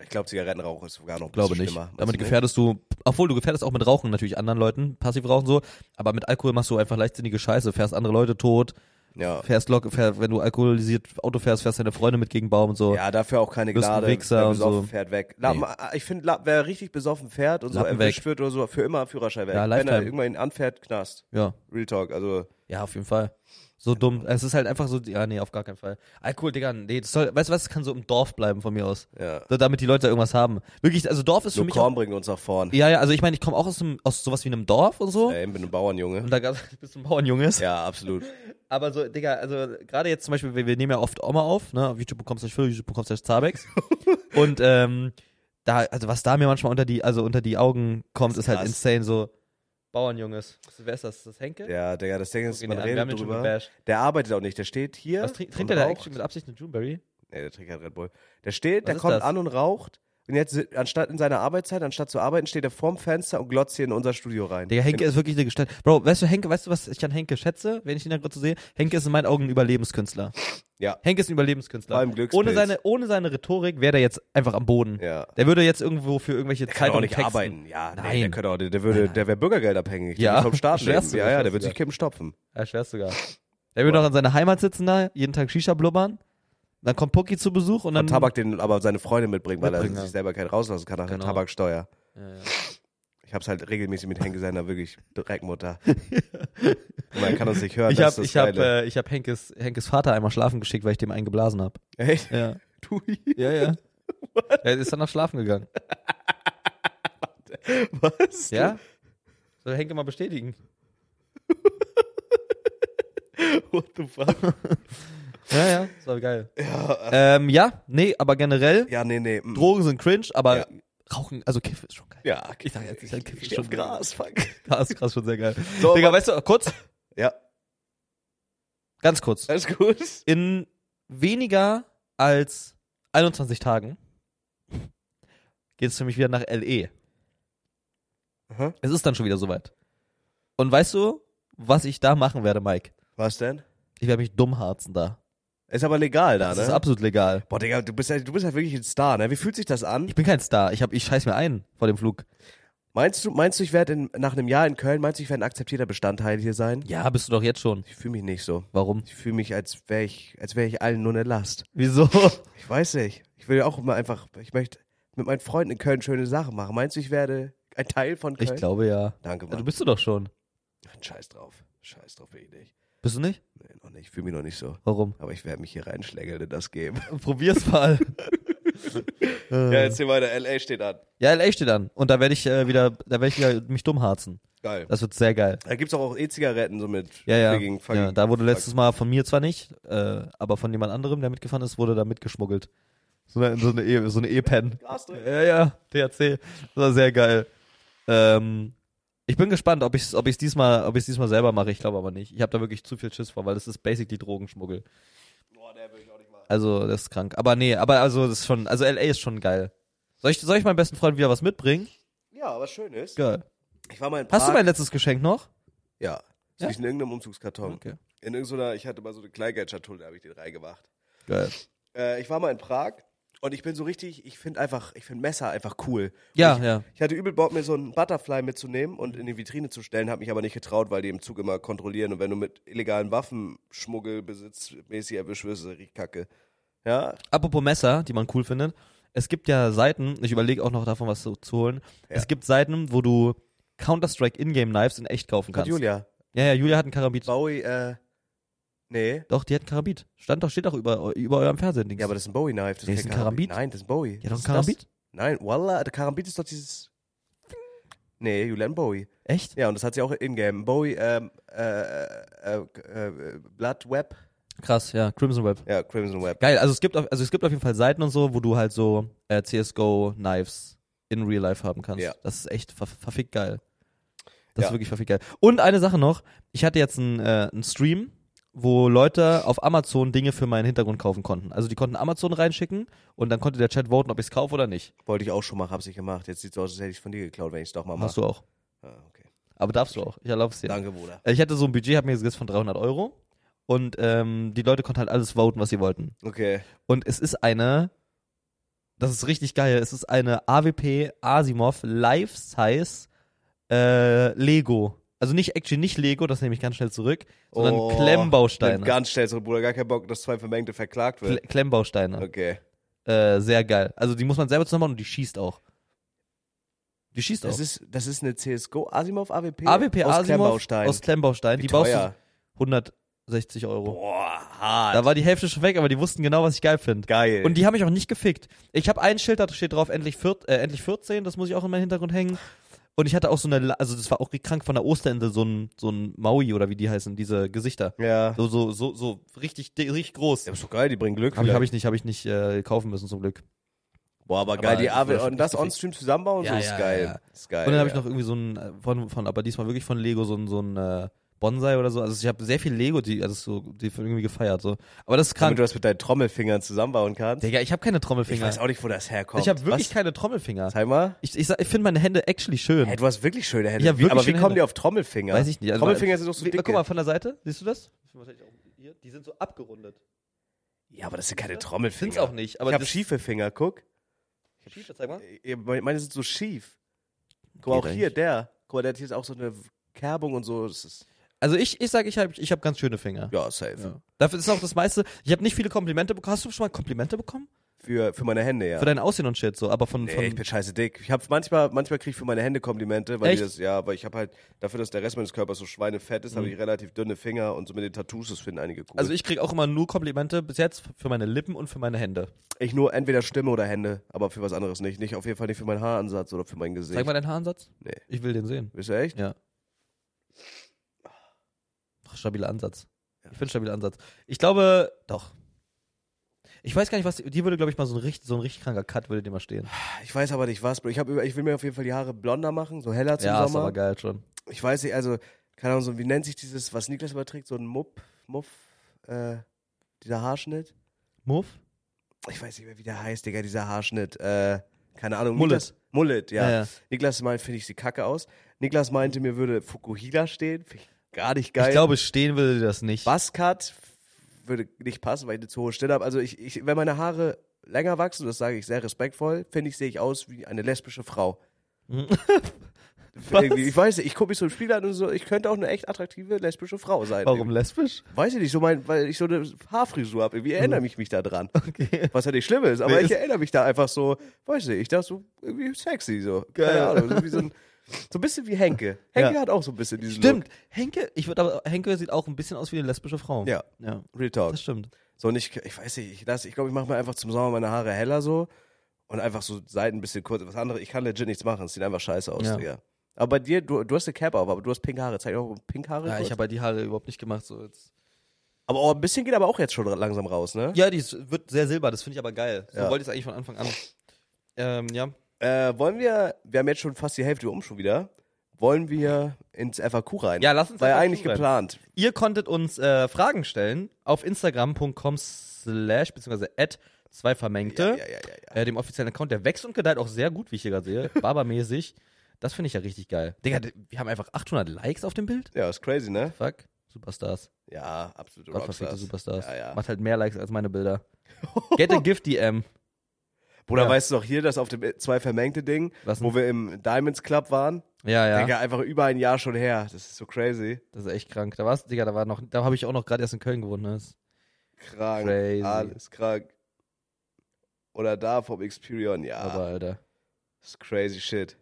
Speaker 2: ich glaube, Zigarettenrauchen ist sogar noch ein
Speaker 1: Glaube
Speaker 2: bisschen
Speaker 1: nicht.
Speaker 2: schlimmer. Meinst
Speaker 1: Damit
Speaker 2: du nicht?
Speaker 1: gefährdest du, obwohl du gefährdest auch mit Rauchen natürlich anderen Leuten, Passivrauchen so, aber mit Alkohol machst du einfach leichtsinnige Scheiße, fährst andere Leute tot,
Speaker 2: Ja.
Speaker 1: fährst lock, fähr, wenn du alkoholisiert Auto fährst, fährst deine Freunde mit gegen Baum und so.
Speaker 2: Ja, dafür auch keine
Speaker 1: Bist ein
Speaker 2: Gnade.
Speaker 1: Wichser
Speaker 2: wer
Speaker 1: und
Speaker 2: besoffen
Speaker 1: so.
Speaker 2: fährt weg. Lappen, Ich finde, Lappen- wer richtig besoffen fährt und so
Speaker 1: Lappen
Speaker 2: erwischt
Speaker 1: weg.
Speaker 2: wird oder so, für immer Führerschein weg.
Speaker 1: Ja,
Speaker 2: Wenn er
Speaker 1: Lifetime.
Speaker 2: irgendwann anfährt, Knast.
Speaker 1: ja.
Speaker 2: Real Talk. Also
Speaker 1: Ja, auf jeden Fall. So dumm. Es ist halt einfach so, ja, nee, auf gar keinen Fall. Alkohol, Digga, nee, das soll, weißt du was, das kann so im Dorf bleiben von mir aus.
Speaker 2: Ja.
Speaker 1: So, damit die Leute da irgendwas haben. Wirklich, also Dorf ist für
Speaker 2: Nur
Speaker 1: mich
Speaker 2: Korn bringt uns nach vorn.
Speaker 1: auch, Ja, ja, also ich meine, ich komme auch aus, einem, aus sowas wie einem Dorf und so.
Speaker 2: Ey, ich bin ein Bauernjunge.
Speaker 1: Und da gab's, bist du ein Bauernjunges.
Speaker 2: Ja, absolut.
Speaker 1: Aber so, Digga, also gerade jetzt zum Beispiel, wir, wir nehmen ja oft Oma auf, ne? Auf youtube.com slash Phil, youtube.com slash Zabex. Und ähm, da, also was da mir manchmal unter die, also unter die Augen kommt, ist halt
Speaker 2: krass.
Speaker 1: insane, so Bauernjunges. Wer ist das? Ist das Henke?
Speaker 2: Ja, Digga, das Ding ist,
Speaker 1: Okay,
Speaker 2: man
Speaker 1: nee, wir haben
Speaker 2: redet
Speaker 1: ihn schon
Speaker 2: drüber.
Speaker 1: gebasht.
Speaker 2: Der arbeitet auch nicht. Der steht hier.
Speaker 1: Was trinkt,
Speaker 2: und
Speaker 1: trinkt er da
Speaker 2: raucht.
Speaker 1: eigentlich mit Absicht eine Juneberry?
Speaker 2: Nee, der trinkt halt Red Bull. Der steht,
Speaker 1: Was
Speaker 2: der
Speaker 1: ist
Speaker 2: kommt
Speaker 1: das?
Speaker 2: an und raucht. Und jetzt, si- anstatt in seiner Arbeitszeit, anstatt zu arbeiten, steht er vorm Fenster und glotzt hier in unser Studio rein.
Speaker 1: Digga, Henke ist wirklich eine Gestalt. Bro, weißt du, Henke, weißt du, was ich an Henke schätze, wenn ich ihn da gerade so sehe? Henke ist in meinen Augen ein Überlebenskünstler.
Speaker 2: Ja.
Speaker 1: Henke ist ein Überlebenskünstler.
Speaker 2: Vor allem Glückspilz.
Speaker 1: ohne seine, ohne seine Rhetorik wäre der jetzt einfach am Boden.
Speaker 2: Ja.
Speaker 1: Der würde jetzt irgendwo für irgendwelche
Speaker 2: kann
Speaker 1: Zeitungen
Speaker 2: auch nicht
Speaker 1: texten.
Speaker 2: arbeiten. Ja, Nee,
Speaker 1: Nein.
Speaker 2: der könnte auch, der, der würde, der wäre bürgergeldabhängig. Der
Speaker 1: Ja,
Speaker 2: würde vom Staat leben.
Speaker 1: schwerst du,
Speaker 2: Ja, ja, der
Speaker 1: schwerst
Speaker 2: würde
Speaker 1: du.
Speaker 2: sich Kippen stopfen.
Speaker 1: Ja, schwer sogar. Der würde noch an seiner Heimat sitzen da, jeden Tag Shisha blubbern. Dann kommt Poki zu Besuch und dann.
Speaker 2: Und Tabak, den aber seine Freunde mitbringen, weil
Speaker 1: Mitbringen,
Speaker 2: er
Speaker 1: ja.
Speaker 2: sich selber keinen rauslassen kann nach der
Speaker 1: Genau.
Speaker 2: Tabaksteuer.
Speaker 1: Ja, ja.
Speaker 2: Ich hab's halt regelmäßig mit Henke seiner wirklich Dreckmutter. Man kann uns nicht hören.
Speaker 1: Ich
Speaker 2: das
Speaker 1: habe
Speaker 2: ist
Speaker 1: ich hab,
Speaker 2: Geile.
Speaker 1: äh, ich hab Henkes, Henkes Vater einmal schlafen geschickt, weil ich dem einen geblasen hab.
Speaker 2: Echt?
Speaker 1: Ja.
Speaker 2: Tui.
Speaker 1: Ja, ja. Er ist dann noch schlafen gegangen.
Speaker 2: Was?
Speaker 1: Ja? Soll Henke mal bestätigen.
Speaker 2: What the fuck?
Speaker 1: Ja, ja, das war geil. Ja, ähm, ja nee, aber generell,
Speaker 2: Ja, nee, nee. mm.
Speaker 1: Drogen sind cringe, aber
Speaker 2: Ja.
Speaker 1: Rauchen, also Kiff ist schon geil.
Speaker 2: Ja,
Speaker 1: Ich sag jetzt, ich sag, Kiff ist
Speaker 2: steh auf
Speaker 1: schon
Speaker 2: Gras, fuck.
Speaker 1: Krass, krass, schon sehr geil.
Speaker 2: So,
Speaker 1: Digga, weißt du, kurz,
Speaker 2: Ja,
Speaker 1: ganz kurz.
Speaker 2: alles gut.
Speaker 1: In weniger als 21 Tagen geht es für mich wieder nach LE.
Speaker 2: Aha.
Speaker 1: Es ist dann schon wieder soweit. Und weißt du, was ich da machen werde, Mike?
Speaker 2: Was denn?
Speaker 1: Ich werde mich dummharzen da.
Speaker 2: Ist aber legal da,
Speaker 1: Das
Speaker 2: ne?
Speaker 1: ist absolut legal.
Speaker 2: Boah, Digga, du bist, ja, du bist ja wirklich ein Star, ne? Wie fühlt sich das an?
Speaker 1: Ich bin kein Star. Ich, hab, ich scheiß mir ein vor dem Flug.
Speaker 2: Meinst du, meinst du, ich werde in- nach einem Jahr in Köln, meinst du, ich werde ein akzeptierter Bestandteil hier sein?
Speaker 1: Ja, bist du doch jetzt schon.
Speaker 2: Ich fühle mich nicht so.
Speaker 1: Warum?
Speaker 2: Ich fühle mich, als wäre ich, als wäre ich allen nur eine Last.
Speaker 1: Wieso?
Speaker 2: Ich weiß nicht. Ich will ja auch immer einfach, ich möchte mit meinen Freunden in Köln schöne Sachen machen. Meinst du, ich werde ein Teil von Köln?
Speaker 1: Ich glaube ja.
Speaker 2: Danke,
Speaker 1: ja. Du
Speaker 2: Mann.
Speaker 1: bist du doch schon.
Speaker 2: Scheiß drauf. Scheiß drauf, bin ich nicht.
Speaker 1: Bist du nicht?
Speaker 2: Nee, noch nicht. Ich fühle mich noch nicht so.
Speaker 1: Warum?
Speaker 2: Aber ich werde mich hier reinschlägeln in das Game.
Speaker 1: Probier's mal.
Speaker 2: Ja, erzähl weiter. LA steht an.
Speaker 1: ja, LA steht an. Und da werde ich äh, wieder, da werde ich wieder mich dumm harzen.
Speaker 2: Geil.
Speaker 1: Das wird sehr geil.
Speaker 2: Da gibt's auch, auch E-Zigaretten so mit
Speaker 1: Ja, ja.
Speaker 2: fucking- fucking-
Speaker 1: ja da wurde letztes Mal von mir zwar nicht, äh, aber von jemand anderem, der mitgefahren ist, wurde da mitgeschmuggelt. So eine so eine E- so eine E-Pen.
Speaker 2: Glas drin.
Speaker 1: ja, ja, THC. Das war sehr geil. Ähm, ich bin gespannt, ob ich es ob ich's diesmal, ob ich's diesmal selber mache. Ich glaube aber nicht. Ich habe da wirklich zu viel Schiss vor, weil das ist basically Drogenschmuggel.
Speaker 2: Boah, der will ich auch nicht machen.
Speaker 1: Also, das ist krank. Aber nee, aber also, das ist schon, also LA ist schon geil. Soll ich, soll ich meinem besten Freund wieder was mitbringen?
Speaker 2: Ja, aber schön ist.
Speaker 1: Geil.
Speaker 2: Ich war mal in Prag.
Speaker 1: Hast du mein letztes Geschenk noch?
Speaker 2: Ja. Das
Speaker 1: Ja?
Speaker 2: liegt in irgendeinem Umzugskarton.
Speaker 1: Okay.
Speaker 2: In irgendeiner, ich hatte mal so eine Kleingeldschatulle, da habe ich den reingemacht.
Speaker 1: Geil.
Speaker 2: Äh, ich war mal in Prag und ich bin so richtig, ich finde einfach, ich finde Messer einfach cool. Und
Speaker 1: Ja,
Speaker 2: ich,
Speaker 1: ja.
Speaker 2: Ich hatte übel Bock, mir so einen Butterfly mitzunehmen und in die Vitrine zu stellen, habe mich aber nicht getraut, weil die im Zug immer kontrollieren. Und wenn du mit illegalen Waffenschmuggelbesitz mäßig erwischt wirst, ist das richtig kacke. Ja,
Speaker 1: Apropos Messer, die man cool findet. Es gibt ja Seiten, ich überlege auch noch davon was zu, zu holen.
Speaker 2: Ja.
Speaker 1: Es gibt Seiten, wo du Counter-Strike Ingame-Knives in echt kaufen
Speaker 2: und
Speaker 1: kannst.
Speaker 2: Julia.
Speaker 1: Ja, ja, Julia hat einen Karabit.
Speaker 2: Bowie, äh, nee.
Speaker 1: Doch, die hat einen Karabit. Stand doch, steht doch über, über eurem Fernsehding.
Speaker 2: Ja, aber das ist ein Bowie-Knife. Das
Speaker 1: Nee,
Speaker 2: ist
Speaker 1: ist
Speaker 2: kein
Speaker 1: ein
Speaker 2: Karambit.
Speaker 1: Karambit.
Speaker 2: Nein, das ist ein Bowie.
Speaker 1: ja, doch ein
Speaker 2: Was ist das?
Speaker 1: Karabit?
Speaker 2: Nein, Wallah, der Karambit ist doch dieses... Nee, Julian Bowie.
Speaker 1: Echt?
Speaker 2: Ja, und das hat sie auch in-game. Bowie, ähm, äh, äh, äh, äh, Blood Web.
Speaker 1: Krass, ja, Crimson Web.
Speaker 2: Ja, Crimson Web.
Speaker 1: Geil, also es gibt auf, also es gibt auf jeden Fall Seiten und so, wo du halt so äh, CS:GO Knives in Real Life haben kannst.
Speaker 2: Ja.
Speaker 1: Das ist echt ver verfickt geil. Das
Speaker 2: Ja.
Speaker 1: ist wirklich verfickt geil. Und eine Sache noch, ich hatte jetzt einen, äh, einen Stream, wo Leute auf Amazon Dinge für meinen Hintergrund kaufen konnten. Also die konnten Amazon reinschicken und dann konnte der Chat voten, ob ich es kaufe oder nicht.
Speaker 2: Wollte ich auch schon machen, hab's nicht gemacht. Jetzt sieht's aus, als hätte ich von dir geklaut, wenn ich es doch mal mache.
Speaker 1: Hast du auch.
Speaker 2: Ah, okay.
Speaker 1: Aber darfst du auch. Ich erlaube es dir. Äh,
Speaker 2: Danke, Bruder.
Speaker 1: Ich hatte so ein Budget, habe mir gesetzt von 300 Euro und ähm, die Leute konnten halt alles voten, was sie wollten.
Speaker 2: Okay.
Speaker 1: Und es ist eine, das ist richtig geil, es ist eine AWP Asimov Life-Size äh, Lego. Also nicht actually nicht Lego, das nehme ich ganz schnell zurück, sondern
Speaker 2: Oh, nimm
Speaker 1: Klemmbausteine.
Speaker 2: Ganz schnell zurück, Bruder. Gar kein Bock, dass zwei Vermengte verklagt
Speaker 1: ne? Kle
Speaker 2: wird.
Speaker 1: Klemmbausteine.
Speaker 2: Okay.
Speaker 1: Äh, sehr geil. Also die muss man selber zusammenbauen und die schießt auch. Die schießt
Speaker 2: Das
Speaker 1: auch.
Speaker 2: ist, das ist eine CSGO Asimov AWP?
Speaker 1: AWP
Speaker 2: aus
Speaker 1: Asimov
Speaker 2: Klemmbaustein.
Speaker 1: aus Klemmbaustein.
Speaker 2: Wie
Speaker 1: die
Speaker 2: teuer?
Speaker 1: baust du 160 Euro.
Speaker 2: Boah, hart.
Speaker 1: Da war die Hälfte schon weg, aber die wussten genau, was ich geil finde.
Speaker 2: Geil.
Speaker 1: Und die haben mich auch nicht gefickt. Ich habe ein Schild, da steht drauf, endlich, vier, äh, endlich 14, das muss ich auch in meinen Hintergrund hängen. Und ich hatte auch so eine, La- also das war auch krank von der Osterinsel, so ein, so ein Maui oder wie die heißen, diese Gesichter.
Speaker 2: ja.
Speaker 1: So, so, so, so richtig, di- richtig groß.
Speaker 2: Ja, ist doch geil, die bringen Glück.
Speaker 1: Habe ich, hab
Speaker 2: vielleicht.
Speaker 1: ich nicht, habe ich nicht äh, kaufen müssen zum Glück.
Speaker 2: Boah, aber geil, die
Speaker 1: das war
Speaker 2: AWP.
Speaker 1: schon
Speaker 2: Und das
Speaker 1: richtig
Speaker 2: on-stream zusammenbauen,
Speaker 1: Ja,
Speaker 2: so ist
Speaker 1: ja,
Speaker 2: geil.
Speaker 1: ja, ja.
Speaker 2: Ist geil.
Speaker 1: Und dann habe ich
Speaker 2: ja.
Speaker 1: noch irgendwie so ein äh, von, von, aber diesmal wirklich von Lego so ein, so ein äh, Bonsai oder so. Also ich habe sehr viel Lego, die, also so, die irgendwie gefeiert so. Aber das ist
Speaker 2: Damit du
Speaker 1: krank.
Speaker 2: das mit deinen Trommelfingern zusammenbauen kannst.
Speaker 1: Digga, ich habe keine
Speaker 2: ich
Speaker 1: Trommelfinger.
Speaker 2: weiß auch nicht, wo das herkommt.
Speaker 1: Ich, hab habe wirklich
Speaker 2: Was?
Speaker 1: keine Trommelfinger.
Speaker 2: Zeig mal.
Speaker 1: Ich, ich, sag- ich finde meine Hände actually schön.
Speaker 2: Hey, du hast wirklich schöne Hände.
Speaker 1: Ich hab
Speaker 2: Wie-
Speaker 1: wirklich
Speaker 2: aber wie
Speaker 1: schöne
Speaker 2: kommen die
Speaker 1: Hände.
Speaker 2: auf Trommelfinger?
Speaker 1: Weiß ich nicht. Also,
Speaker 2: Trommelfinger sind doch so
Speaker 1: wie-
Speaker 2: dicke.
Speaker 1: Guck mal, von der Seite, siehst du das? Die sind so abgerundet.
Speaker 2: ja, aber das sind keine
Speaker 1: Sind's
Speaker 2: Trommelfinger.
Speaker 1: Sind's auch nicht, aber
Speaker 2: ich habe
Speaker 1: das-
Speaker 2: schiefe Finger, guck.
Speaker 1: Schief, zeig mal.
Speaker 2: Äh, Meine meine sind so schief. Guck mal, auch
Speaker 1: Geht
Speaker 2: hier,
Speaker 1: eigentlich.
Speaker 2: der. Guck mal, der hat hier auch so eine Kerbung und so. Das ist,
Speaker 1: Also ich, ich sage, ich habe ich hab ganz schöne Finger.
Speaker 2: ja, safe.
Speaker 1: Ja. Dafür ist auch das meiste. Ich habe nicht viele Komplimente bekommen. Hast du schon mal Komplimente bekommen?
Speaker 2: Für, für meine Hände, ja.
Speaker 1: Für dein Aussehen und Shit so, aber von,
Speaker 2: Nee,
Speaker 1: von
Speaker 2: ich bin scheiße dick. Ich hab manchmal, manchmal kriege ich für meine Hände Komplimente, weil die
Speaker 1: Echt?
Speaker 2: das, ja, weil ich habe halt dafür, dass der Rest meines Körpers so schweinefett ist, habe ich relativ dünne Finger und so mit den Tattoos, das finden einige cool.
Speaker 1: Mhm. Also ich krieg auch immer nur Komplimente bis jetzt für meine Lippen und für meine Hände.
Speaker 2: ich nur entweder Stimme oder Hände, aber für was anderes nicht. Nicht auf jeden Fall nicht für meinen Haaransatz oder für mein Gesicht.
Speaker 1: Zeig mal deinen Haaransatz.
Speaker 2: Nee.
Speaker 1: Ich will den sehen.
Speaker 2: Bist du echt?
Speaker 1: Ja. Ach, stabiler Ansatz. Ich finde stabiler Ansatz. Ich glaube, doch. Ich weiß gar nicht, was die, die würde, glaube ich, mal so ein richtig, so ein richtig kranker Cut würde dir mal stehen.
Speaker 2: Ich weiß aber nicht was, Bro. Ich, hab, über- ich will mir auf jeden Fall die Haare blonder machen, so heller zum
Speaker 1: ja, ist
Speaker 2: Sommer.
Speaker 1: aber geil schon.
Speaker 2: Ich weiß nicht, also, keine Ahnung, so, wie nennt sich dieses, was Niklas überträgt, so ein Mupp, Muff, äh, dieser Haarschnitt?
Speaker 1: Muff?
Speaker 2: Ich weiß nicht mehr, wie der heißt, Digga, dieser Haarschnitt. Äh, keine Ahnung.
Speaker 1: Mullet.
Speaker 2: Niklas, Mullet, ja.
Speaker 1: Ja, ja.
Speaker 2: Niklas meint, finde ich sie kacke aus. Niklas meinte, mir würde Fukuhila stehen. Finde ich gar nicht geil.
Speaker 1: Ich glaube, stehen würde dir das nicht.
Speaker 2: Baskat würde nicht passen, weil ich eine zu hohe Stelle habe. Also, ich, ich, wenn meine Haare
Speaker 1: Hm.
Speaker 2: länger wachsen, das sage ich sehr respektvoll, finde ich, sehe ich aus wie eine lesbische Frau. Irgendwie. Ich weiß nicht, ich gucke mich so im Spiel an und so, ich könnte auch eine echt attraktive lesbische Frau sein.
Speaker 1: Warum lesbisch?
Speaker 2: Weiß ich nicht, so mein, weil ich so eine Haarfrisur habe. Irgendwie
Speaker 1: Mhm.
Speaker 2: erinnere ich mich da dran.
Speaker 1: Okay.
Speaker 2: Was ja nicht schlimm ist, aber
Speaker 1: Nee, ist-
Speaker 2: ich erinnere mich da einfach so, weiß nicht, ich dachte so irgendwie sexy so. Keine
Speaker 1: Geil.
Speaker 2: Ahnung, so, wie so, ein, so ein bisschen wie Henke. Henke
Speaker 1: Ja.
Speaker 2: hat auch so ein bisschen diesen
Speaker 1: Stimmt. Henke, ich würde aber Henke sieht auch ein bisschen aus wie eine lesbische Frau.
Speaker 2: Ja.
Speaker 1: Ja.
Speaker 2: Look. Real Talk.
Speaker 1: Das stimmt.
Speaker 2: So und ich, ich weiß nicht, ich lasse, ich glaube, ich mache mir einfach zum Sommer meine Haare heller so und einfach so Seiten ein bisschen kurz. Was anderes, ich kann legit nichts machen, es sieht einfach scheiße aus,
Speaker 1: Ja.
Speaker 2: Digga. Aber bei dir, du, du hast eine Cap auf, aber du hast pinke Haare. Zeig auch pinke Haare.
Speaker 1: Ja,
Speaker 2: kurz.
Speaker 1: ich habe halt die Haare überhaupt nicht gemacht. So jetzt.
Speaker 2: aber oh, ein bisschen geht aber auch jetzt schon langsam raus, ne?
Speaker 1: Ja, die ist, wird sehr silber, das finde ich aber geil. So
Speaker 2: Ja.
Speaker 1: wollte ich es eigentlich von Anfang an. Ähm, ja.
Speaker 2: Äh, wollen wir, wir haben jetzt schon fast die Hälfte um schon wieder. Wollen wir ins FAQ rein?
Speaker 1: Ja, lass uns
Speaker 2: War ja
Speaker 1: FAQ
Speaker 2: eigentlich
Speaker 1: rein.
Speaker 2: geplant.
Speaker 1: Ihr konntet uns äh, Fragen stellen auf instagram.com slash beziehungsweise at zwei vermengte.
Speaker 2: ja, ja, ja.
Speaker 1: äh, dem offiziellen Account. Der wächst und gedeiht auch sehr gut, wie ich hier gerade sehe. Barbermäßig. Das finde ich ja richtig geil. Digga, d- wir haben einfach 800 Likes auf dem Bild.
Speaker 2: Ja, ist crazy, ne?
Speaker 1: Fuck. Superstars.
Speaker 2: Ja, absolute
Speaker 1: Gottverfickte
Speaker 2: Rockstars.
Speaker 1: Superstars.
Speaker 2: Ja, ja.
Speaker 1: Macht halt mehr Likes als meine Bilder. Get a Gift DM.
Speaker 2: Bruder,
Speaker 1: Ja.
Speaker 2: weißt du noch hier das auf dem äh, zwei vermengte Ding,
Speaker 1: Was denn?
Speaker 2: wo wir im Diamonds Club waren?
Speaker 1: Ja, ja.
Speaker 2: Digga, einfach über ein Jahr schon her. Das ist so crazy.
Speaker 1: Das ist echt krank. Da war's, Digga, da war noch, da habe ich auch noch gerade erst in Köln gewohnt, ne? Das-
Speaker 2: Krank.
Speaker 1: Crazy.
Speaker 2: Alles krank. Oder da vom Experion, ja.
Speaker 1: Aber, Alter.
Speaker 2: das ist crazy shit.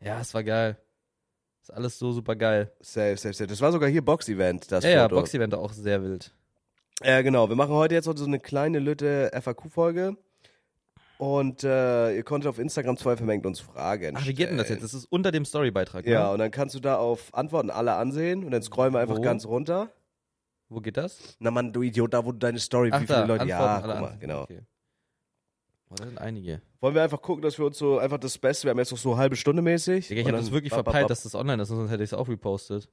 Speaker 1: Ja, es war geil. Ist alles so super geil.
Speaker 2: Safe, safe, safe. Das war sogar hier Box-Event, das
Speaker 1: Ja, ja,
Speaker 2: Foto.
Speaker 1: Box-Event auch sehr wild.
Speaker 2: Ja, genau. Wir machen heute jetzt heute so eine kleine Lütte FAQ-Folge. Und äh, ihr konntet auf Instagram zwei vermengt uns Fragen.
Speaker 1: Ach, wie geht denn das
Speaker 2: stellen.
Speaker 1: jetzt? Das ist unter dem Storybeitrag, ne?
Speaker 2: Ja, und dann kannst du da auf Antworten alle ansehen und dann scrollen wir einfach
Speaker 1: Wo?
Speaker 2: ganz runter.
Speaker 1: Wo geht das?
Speaker 2: Na Mann, du Idiot, da wo du deine Story, wie viele Leute. Ja, guck mal, genau.
Speaker 1: Okay. Boah, das sind einige.
Speaker 2: Wollen wir einfach gucken, dass wir uns so einfach das Beste, wir haben jetzt noch so eine halbe Stunde mäßig.
Speaker 1: Digga, ich
Speaker 2: Und
Speaker 1: habe
Speaker 2: dann
Speaker 1: das wirklich
Speaker 2: bap, bap,
Speaker 1: verpeilt,
Speaker 2: bap.
Speaker 1: dass das online ist, sonst hätte ich es auch repostet.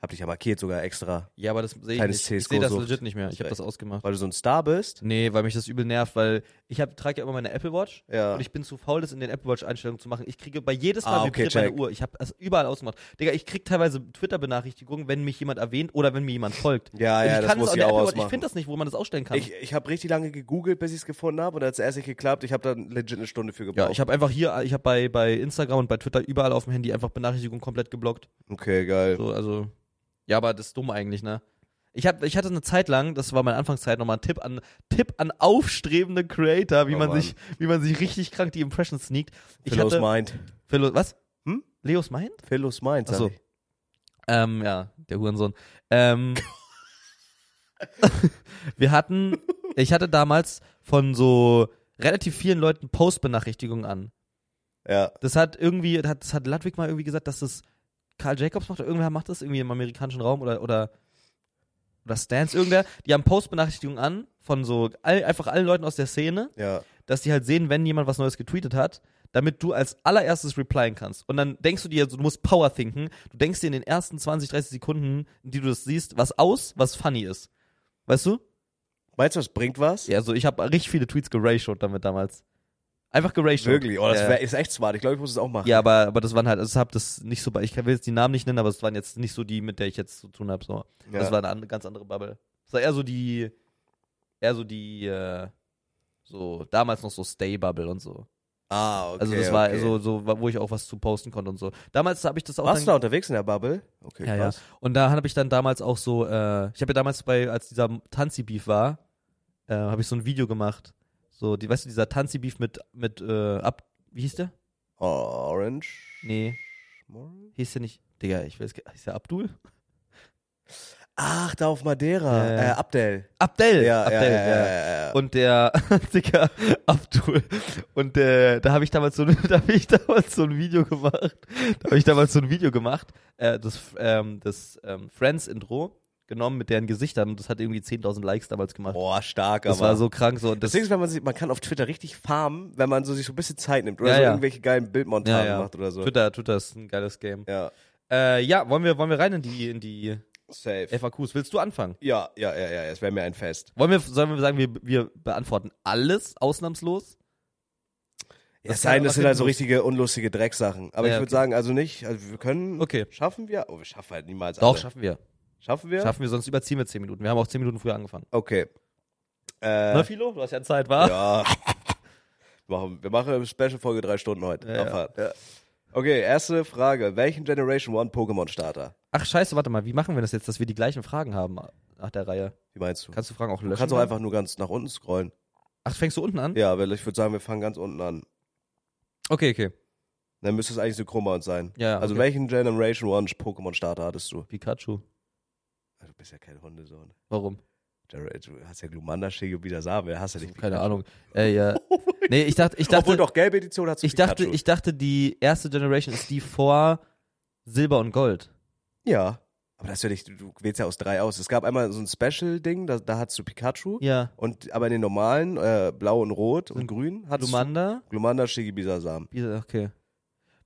Speaker 2: Hab dich ja markiert sogar extra,
Speaker 1: Ja, aber das sehe ich
Speaker 2: Kleines
Speaker 1: nicht. Ich sehe das
Speaker 2: CS:GO-Sucht.
Speaker 1: legit nicht mehr. Ich habe
Speaker 2: Direkt.
Speaker 1: das ausgemacht.
Speaker 2: weil du so ein Star bist.
Speaker 1: Nee, weil mich das übel nervt, weil ich hab, trage ja immer meine Apple Watch
Speaker 2: Ja.
Speaker 1: und ich bin zu faul, das in den Apple Watch-Einstellungen zu machen. Ich kriege bei jedes Mal
Speaker 2: Ah, okay,
Speaker 1: vibriert
Speaker 2: check.
Speaker 1: meine Uhr. Ich habe es überall ausgemacht. Digga, ich kriege teilweise Twitter-Benachrichtigungen, wenn mich jemand erwähnt oder wenn mir jemand folgt.
Speaker 2: Ja,
Speaker 1: Und
Speaker 2: ja,
Speaker 1: ich
Speaker 2: das
Speaker 1: kann es
Speaker 2: muss
Speaker 1: auf
Speaker 2: ich
Speaker 1: der
Speaker 2: auch
Speaker 1: Apple Watch. Ich
Speaker 2: ausmachen.
Speaker 1: finde das nicht, wo man das ausstellen kann.
Speaker 2: Ich, ich habe richtig lange gegoogelt, bis ich es gefunden habe und dann hat es erst nicht geklappt. Ich habe dann legit eine Stunde für gebraucht.
Speaker 1: ja, ich habe einfach hier, ich habe bei, bei Instagram und bei Twitter überall auf dem Handy einfach Benachrichtigungen komplett geblockt.
Speaker 2: okay, geil.
Speaker 1: So, also. Ja, aber das ist dumm eigentlich, ne? Ich, hab, ich hatte eine Zeit lang, das war meine Anfangszeit, nochmal ein Tipp an, Tipp an aufstrebende Creator, wie,
Speaker 2: Oh,
Speaker 1: man
Speaker 2: Mann.
Speaker 1: sich, wie man sich richtig krank die Impressions sneakt. Ich
Speaker 2: Philos
Speaker 1: hatte,
Speaker 2: Mind.
Speaker 1: Philo, was?
Speaker 2: Hm?
Speaker 1: Leos Mind?
Speaker 2: Philos Mind, sag
Speaker 1: Achso.
Speaker 2: ich.
Speaker 1: Ähm, ja, der Hurensohn. Ähm, wir hatten, ich hatte damals von so relativ vielen Leuten Postbenachrichtigungen an.
Speaker 2: Ja.
Speaker 1: Das hat irgendwie, das hat, das hat Ludwig mal irgendwie gesagt, dass das Karl Jacobs macht, oder irgendwer macht das irgendwie im amerikanischen Raum oder oder oder Stans, irgendwer, die haben Postbenachrichtigungen an von so all, einfach allen Leuten aus der Szene,
Speaker 2: Ja.
Speaker 1: dass die halt sehen, wenn jemand was Neues getweetet hat, damit du als allererstes replyen kannst. Und dann denkst du dir, du musst Power thinken, du denkst dir in den ersten 20, 30 Sekunden, in die du das siehst, was aus, was funny ist. Weißt du?
Speaker 2: Meinst du, das bringt was?
Speaker 1: Ja, also ich habe richtig viele Tweets geratiot damit damals. Einfach geratiot.
Speaker 2: Wirklich. Oh, das
Speaker 1: ja.
Speaker 2: wär, ist echt smart. Ich glaube, ich muss es auch machen.
Speaker 1: Ja, aber, aber das waren halt, also ich hab das nicht so, bei- ich will jetzt die Namen nicht nennen, aber es waren jetzt nicht so die, mit der ich jetzt zu tun habe. So.
Speaker 2: Ja.
Speaker 1: Das war eine an- ganz andere Bubble. Das war eher so die, eher so die, äh, so damals noch so Stay-Bubble und so.
Speaker 2: ah, okay.
Speaker 1: also das war
Speaker 2: okay.
Speaker 1: so, so, wo ich auch was zu posten konnte und so. Damals habe ich das auch
Speaker 2: Warst du da
Speaker 1: dann,
Speaker 2: unterwegs in der Bubble? Okay,
Speaker 1: ja, ja.
Speaker 2: krass.
Speaker 1: Und da habe ich dann damals auch so, äh, ich habe ja damals bei, als dieser Tanzi-Beef war, äh, habe ich so ein Video gemacht. So, die, weißt du, dieser Tanzi-Beef mit, mit, äh, ab, wie hieß der?
Speaker 2: Orange.
Speaker 1: Nee.
Speaker 2: Morange?
Speaker 1: Hieß der nicht? Digga, ich weiß, hieß der Abdul?
Speaker 2: Ach, da auf Madeira.
Speaker 1: Ja,
Speaker 2: Äh,
Speaker 1: ja.
Speaker 2: Abdel.
Speaker 1: Abdel.
Speaker 2: Ja,
Speaker 1: Abdel,
Speaker 2: ja, ja, ja, ja.
Speaker 1: Und der, Digga, Abdul. Und äh, da habe ich damals so, da habe ich damals so ein Video gemacht. Da habe ich damals so ein Video gemacht, äh, das, ähm, das ähm, Friends-Intro genommen mit deren Gesichtern und das hat irgendwie 10.000 Likes damals gemacht.
Speaker 2: Boah, stark,
Speaker 1: das
Speaker 2: aber.
Speaker 1: war so krank so. Und
Speaker 2: Das
Speaker 1: das,
Speaker 2: Ding ist, wenn man sich, man kann auf Twitter richtig farmen, wenn man so sich so ein bisschen Zeit nimmt oder
Speaker 1: Ja,
Speaker 2: so
Speaker 1: ja.
Speaker 2: irgendwelche geilen Bildmontagen
Speaker 1: ja, ja.
Speaker 2: macht oder so.
Speaker 1: Twitter, Twitter ist ein geiles Game.
Speaker 2: Ja,
Speaker 1: Äh, ja, wollen wir, wollen wir rein in die, in die
Speaker 2: safe.
Speaker 1: FAQs? Willst du anfangen?
Speaker 2: ja, ja, ja, ja, es wäre mir ein Fest.
Speaker 1: Wollen wir, sollen wir sagen, wir, wir beantworten alles ausnahmslos?
Speaker 2: Ja,
Speaker 1: Das
Speaker 2: es sei denn,
Speaker 1: kann
Speaker 2: das
Speaker 1: einfach
Speaker 2: sind halt so
Speaker 1: hinten
Speaker 2: richtige unlustige Drecksachen. Aber
Speaker 1: Ja,
Speaker 2: ich würde
Speaker 1: okay.
Speaker 2: sagen, also nicht, also wir können,
Speaker 1: Okay.
Speaker 2: schaffen wir, oh, wir schaffen halt niemals
Speaker 1: Doch,
Speaker 2: alle.
Speaker 1: schaffen wir.
Speaker 2: Schaffen wir?
Speaker 1: Schaffen wir, sonst überziehen wir 10 Minuten. Wir haben auch 10 Minuten früher angefangen.
Speaker 2: Okay.
Speaker 1: Na,
Speaker 2: Äh,
Speaker 1: Philo, du hast ja Zeit, wa?
Speaker 2: ja. machen, wir machen Special-Folge drei Stunden heute.
Speaker 1: Ja, ja.
Speaker 2: Abfahrt. Okay, erste Frage. Welchen Generation One Pokémon Starter?
Speaker 1: Ach scheiße, warte mal, wie machen wir das jetzt, dass wir die gleichen Fragen haben nach der Reihe?
Speaker 2: Wie meinst du?
Speaker 1: Kannst du Fragen auch
Speaker 2: Du
Speaker 1: löschen?
Speaker 2: kannst auch
Speaker 1: dann?
Speaker 2: einfach nur ganz nach unten scrollen.
Speaker 1: Ach, fängst du unten an?
Speaker 2: Ja, weil ich würde sagen, wir fangen ganz unten an.
Speaker 1: Okay, okay.
Speaker 2: Dann müsste es eigentlich synchron bei uns sein.
Speaker 1: Ja,
Speaker 2: Also
Speaker 1: okay.
Speaker 2: welchen Generation One Pokémon Starter hattest du? Also,
Speaker 1: Pikachu.
Speaker 2: Du bist ja kein Hundesohn.
Speaker 1: Warum?
Speaker 2: Du hast ja Glumanda, Shigobita, Sabe, hast ja nicht
Speaker 1: Keine
Speaker 2: Pikachu. Oh
Speaker 1: Ahnung. Äh, ja. Nee, ich dachte, ich
Speaker 2: Obwohl
Speaker 1: dachte,
Speaker 2: doch gelbe Edition hat
Speaker 1: ich dachte, ich dachte, die erste Generation ist die vor Silber und Gold.
Speaker 2: Ja. Aber das ist ja nicht, du- du wählst ja aus drei aus. Es gab einmal so ein Special-Ding, da, da hattest du Pikachu.
Speaker 1: Ja.
Speaker 2: Und, aber in den normalen, äh, blau und rot und
Speaker 1: Sind
Speaker 2: grün, hattest
Speaker 1: Lumanda.
Speaker 2: du Glumanda, Shigibisa, Samen.
Speaker 1: Wie- Okay.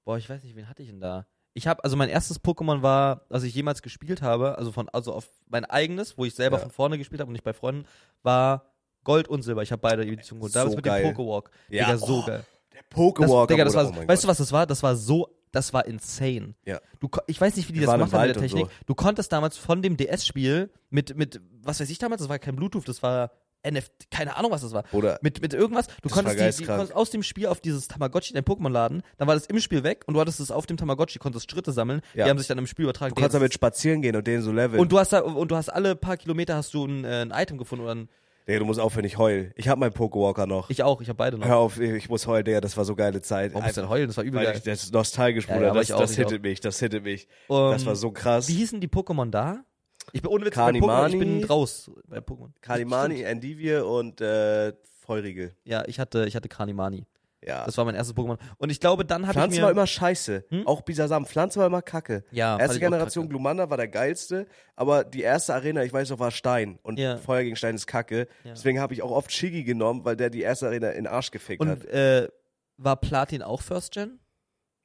Speaker 1: Boah, ich weiß nicht, wen hatte ich denn da? Ich habe, also mein erstes Pokémon war, was ich jemals gespielt habe, also von, also auf mein eigenes, wo ich selber
Speaker 2: Ja.
Speaker 1: von vorne gespielt habe und nicht bei Freunden, war Gold und Silber. Ich habe beide Editionen geholt.
Speaker 2: So
Speaker 1: Damals mit
Speaker 2: geil.
Speaker 1: dem Pokewalk.
Speaker 2: Ja,
Speaker 1: Digga, so
Speaker 2: oh,
Speaker 1: geil.
Speaker 2: Der
Speaker 1: Das,
Speaker 2: Pokewalker.
Speaker 1: Digga, das
Speaker 2: Bruder,
Speaker 1: war,
Speaker 2: oh mein
Speaker 1: weißt du,
Speaker 2: Gott.
Speaker 1: was das war? Das war so, das war insane.
Speaker 2: Ja.
Speaker 1: Du, ko- ich weiß nicht, wie die
Speaker 2: Wir
Speaker 1: das
Speaker 2: waren im
Speaker 1: gemacht haben mit der
Speaker 2: Wald und
Speaker 1: Technik. Du konntest damals von dem DS-Spiel mit, mit, was weiß ich damals, das war kein Bluetooth, das war NFT, keine Ahnung, was das war.
Speaker 2: Bruder,
Speaker 1: Mit, mit irgendwas, du
Speaker 2: Das
Speaker 1: konntest,
Speaker 2: war
Speaker 1: die, die,
Speaker 2: geisteskrank.
Speaker 1: konntest aus dem Spiel auf dieses Tamagotchi in dein Pokémon laden, dann war das im Spiel weg und du hattest es auf dem Tamagotchi, konntest Schritte sammeln,
Speaker 2: Ja.
Speaker 1: die haben sich dann im Spiel übertragen.
Speaker 2: du kannst
Speaker 1: Digga,
Speaker 2: damit spazieren gehen und den so
Speaker 1: das-
Speaker 2: leveln.
Speaker 1: und du hast da, und du hast alle paar Kilometer hast du ein, äh, ein Item gefunden oder ein,
Speaker 2: Digga, du musst aufhören, ich heul. Ich hab meinen Pokewalker noch.
Speaker 1: ich auch, ich habe beide noch.
Speaker 2: Hör auf, ich muss heulen, Digga, das war so geile Zeit.
Speaker 1: Warum musst du denn heulen? Das war übel
Speaker 2: Weil
Speaker 1: geil.
Speaker 2: ich, das ist nostalgisch,
Speaker 1: Ja,
Speaker 2: Bruder.
Speaker 1: ja, aber
Speaker 2: das
Speaker 1: ich auch,
Speaker 2: das
Speaker 1: ich
Speaker 2: hittet mich, das hittet mich.
Speaker 1: Ähm,
Speaker 2: das war so krass.
Speaker 1: Wie hießen die Pokémon da? Ich bin ohne Witz bei Pokémon,
Speaker 2: Kanimani.
Speaker 1: ich bin raus bei Pokémon.
Speaker 2: Kalimani,
Speaker 1: Stimmt.
Speaker 2: Endivie und äh, Feurigel.
Speaker 1: Ja, ich hatte, ich hatte Kanimani.
Speaker 2: Ja.
Speaker 1: Das war mein erstes Pokémon. Und ich glaube, dann habe ich
Speaker 2: Pflanze
Speaker 1: mir...
Speaker 2: war immer scheiße.
Speaker 1: Hm?
Speaker 2: Auch Bisasam. Pflanze war immer kacke.
Speaker 1: Ja, Ah, fand
Speaker 2: erste
Speaker 1: ich auch
Speaker 2: Generation
Speaker 1: kacke.
Speaker 2: Glumanda war der geilste, aber die erste Arena, ich weiß noch, war Stein. Und
Speaker 1: Ja.
Speaker 2: Feuer gegen Stein ist kacke.
Speaker 1: Ja.
Speaker 2: Deswegen habe ich auch oft Shigi genommen, weil der die erste Arena in den Arsch gefickt
Speaker 1: und
Speaker 2: hat.
Speaker 1: äh, war Platin auch First Gen?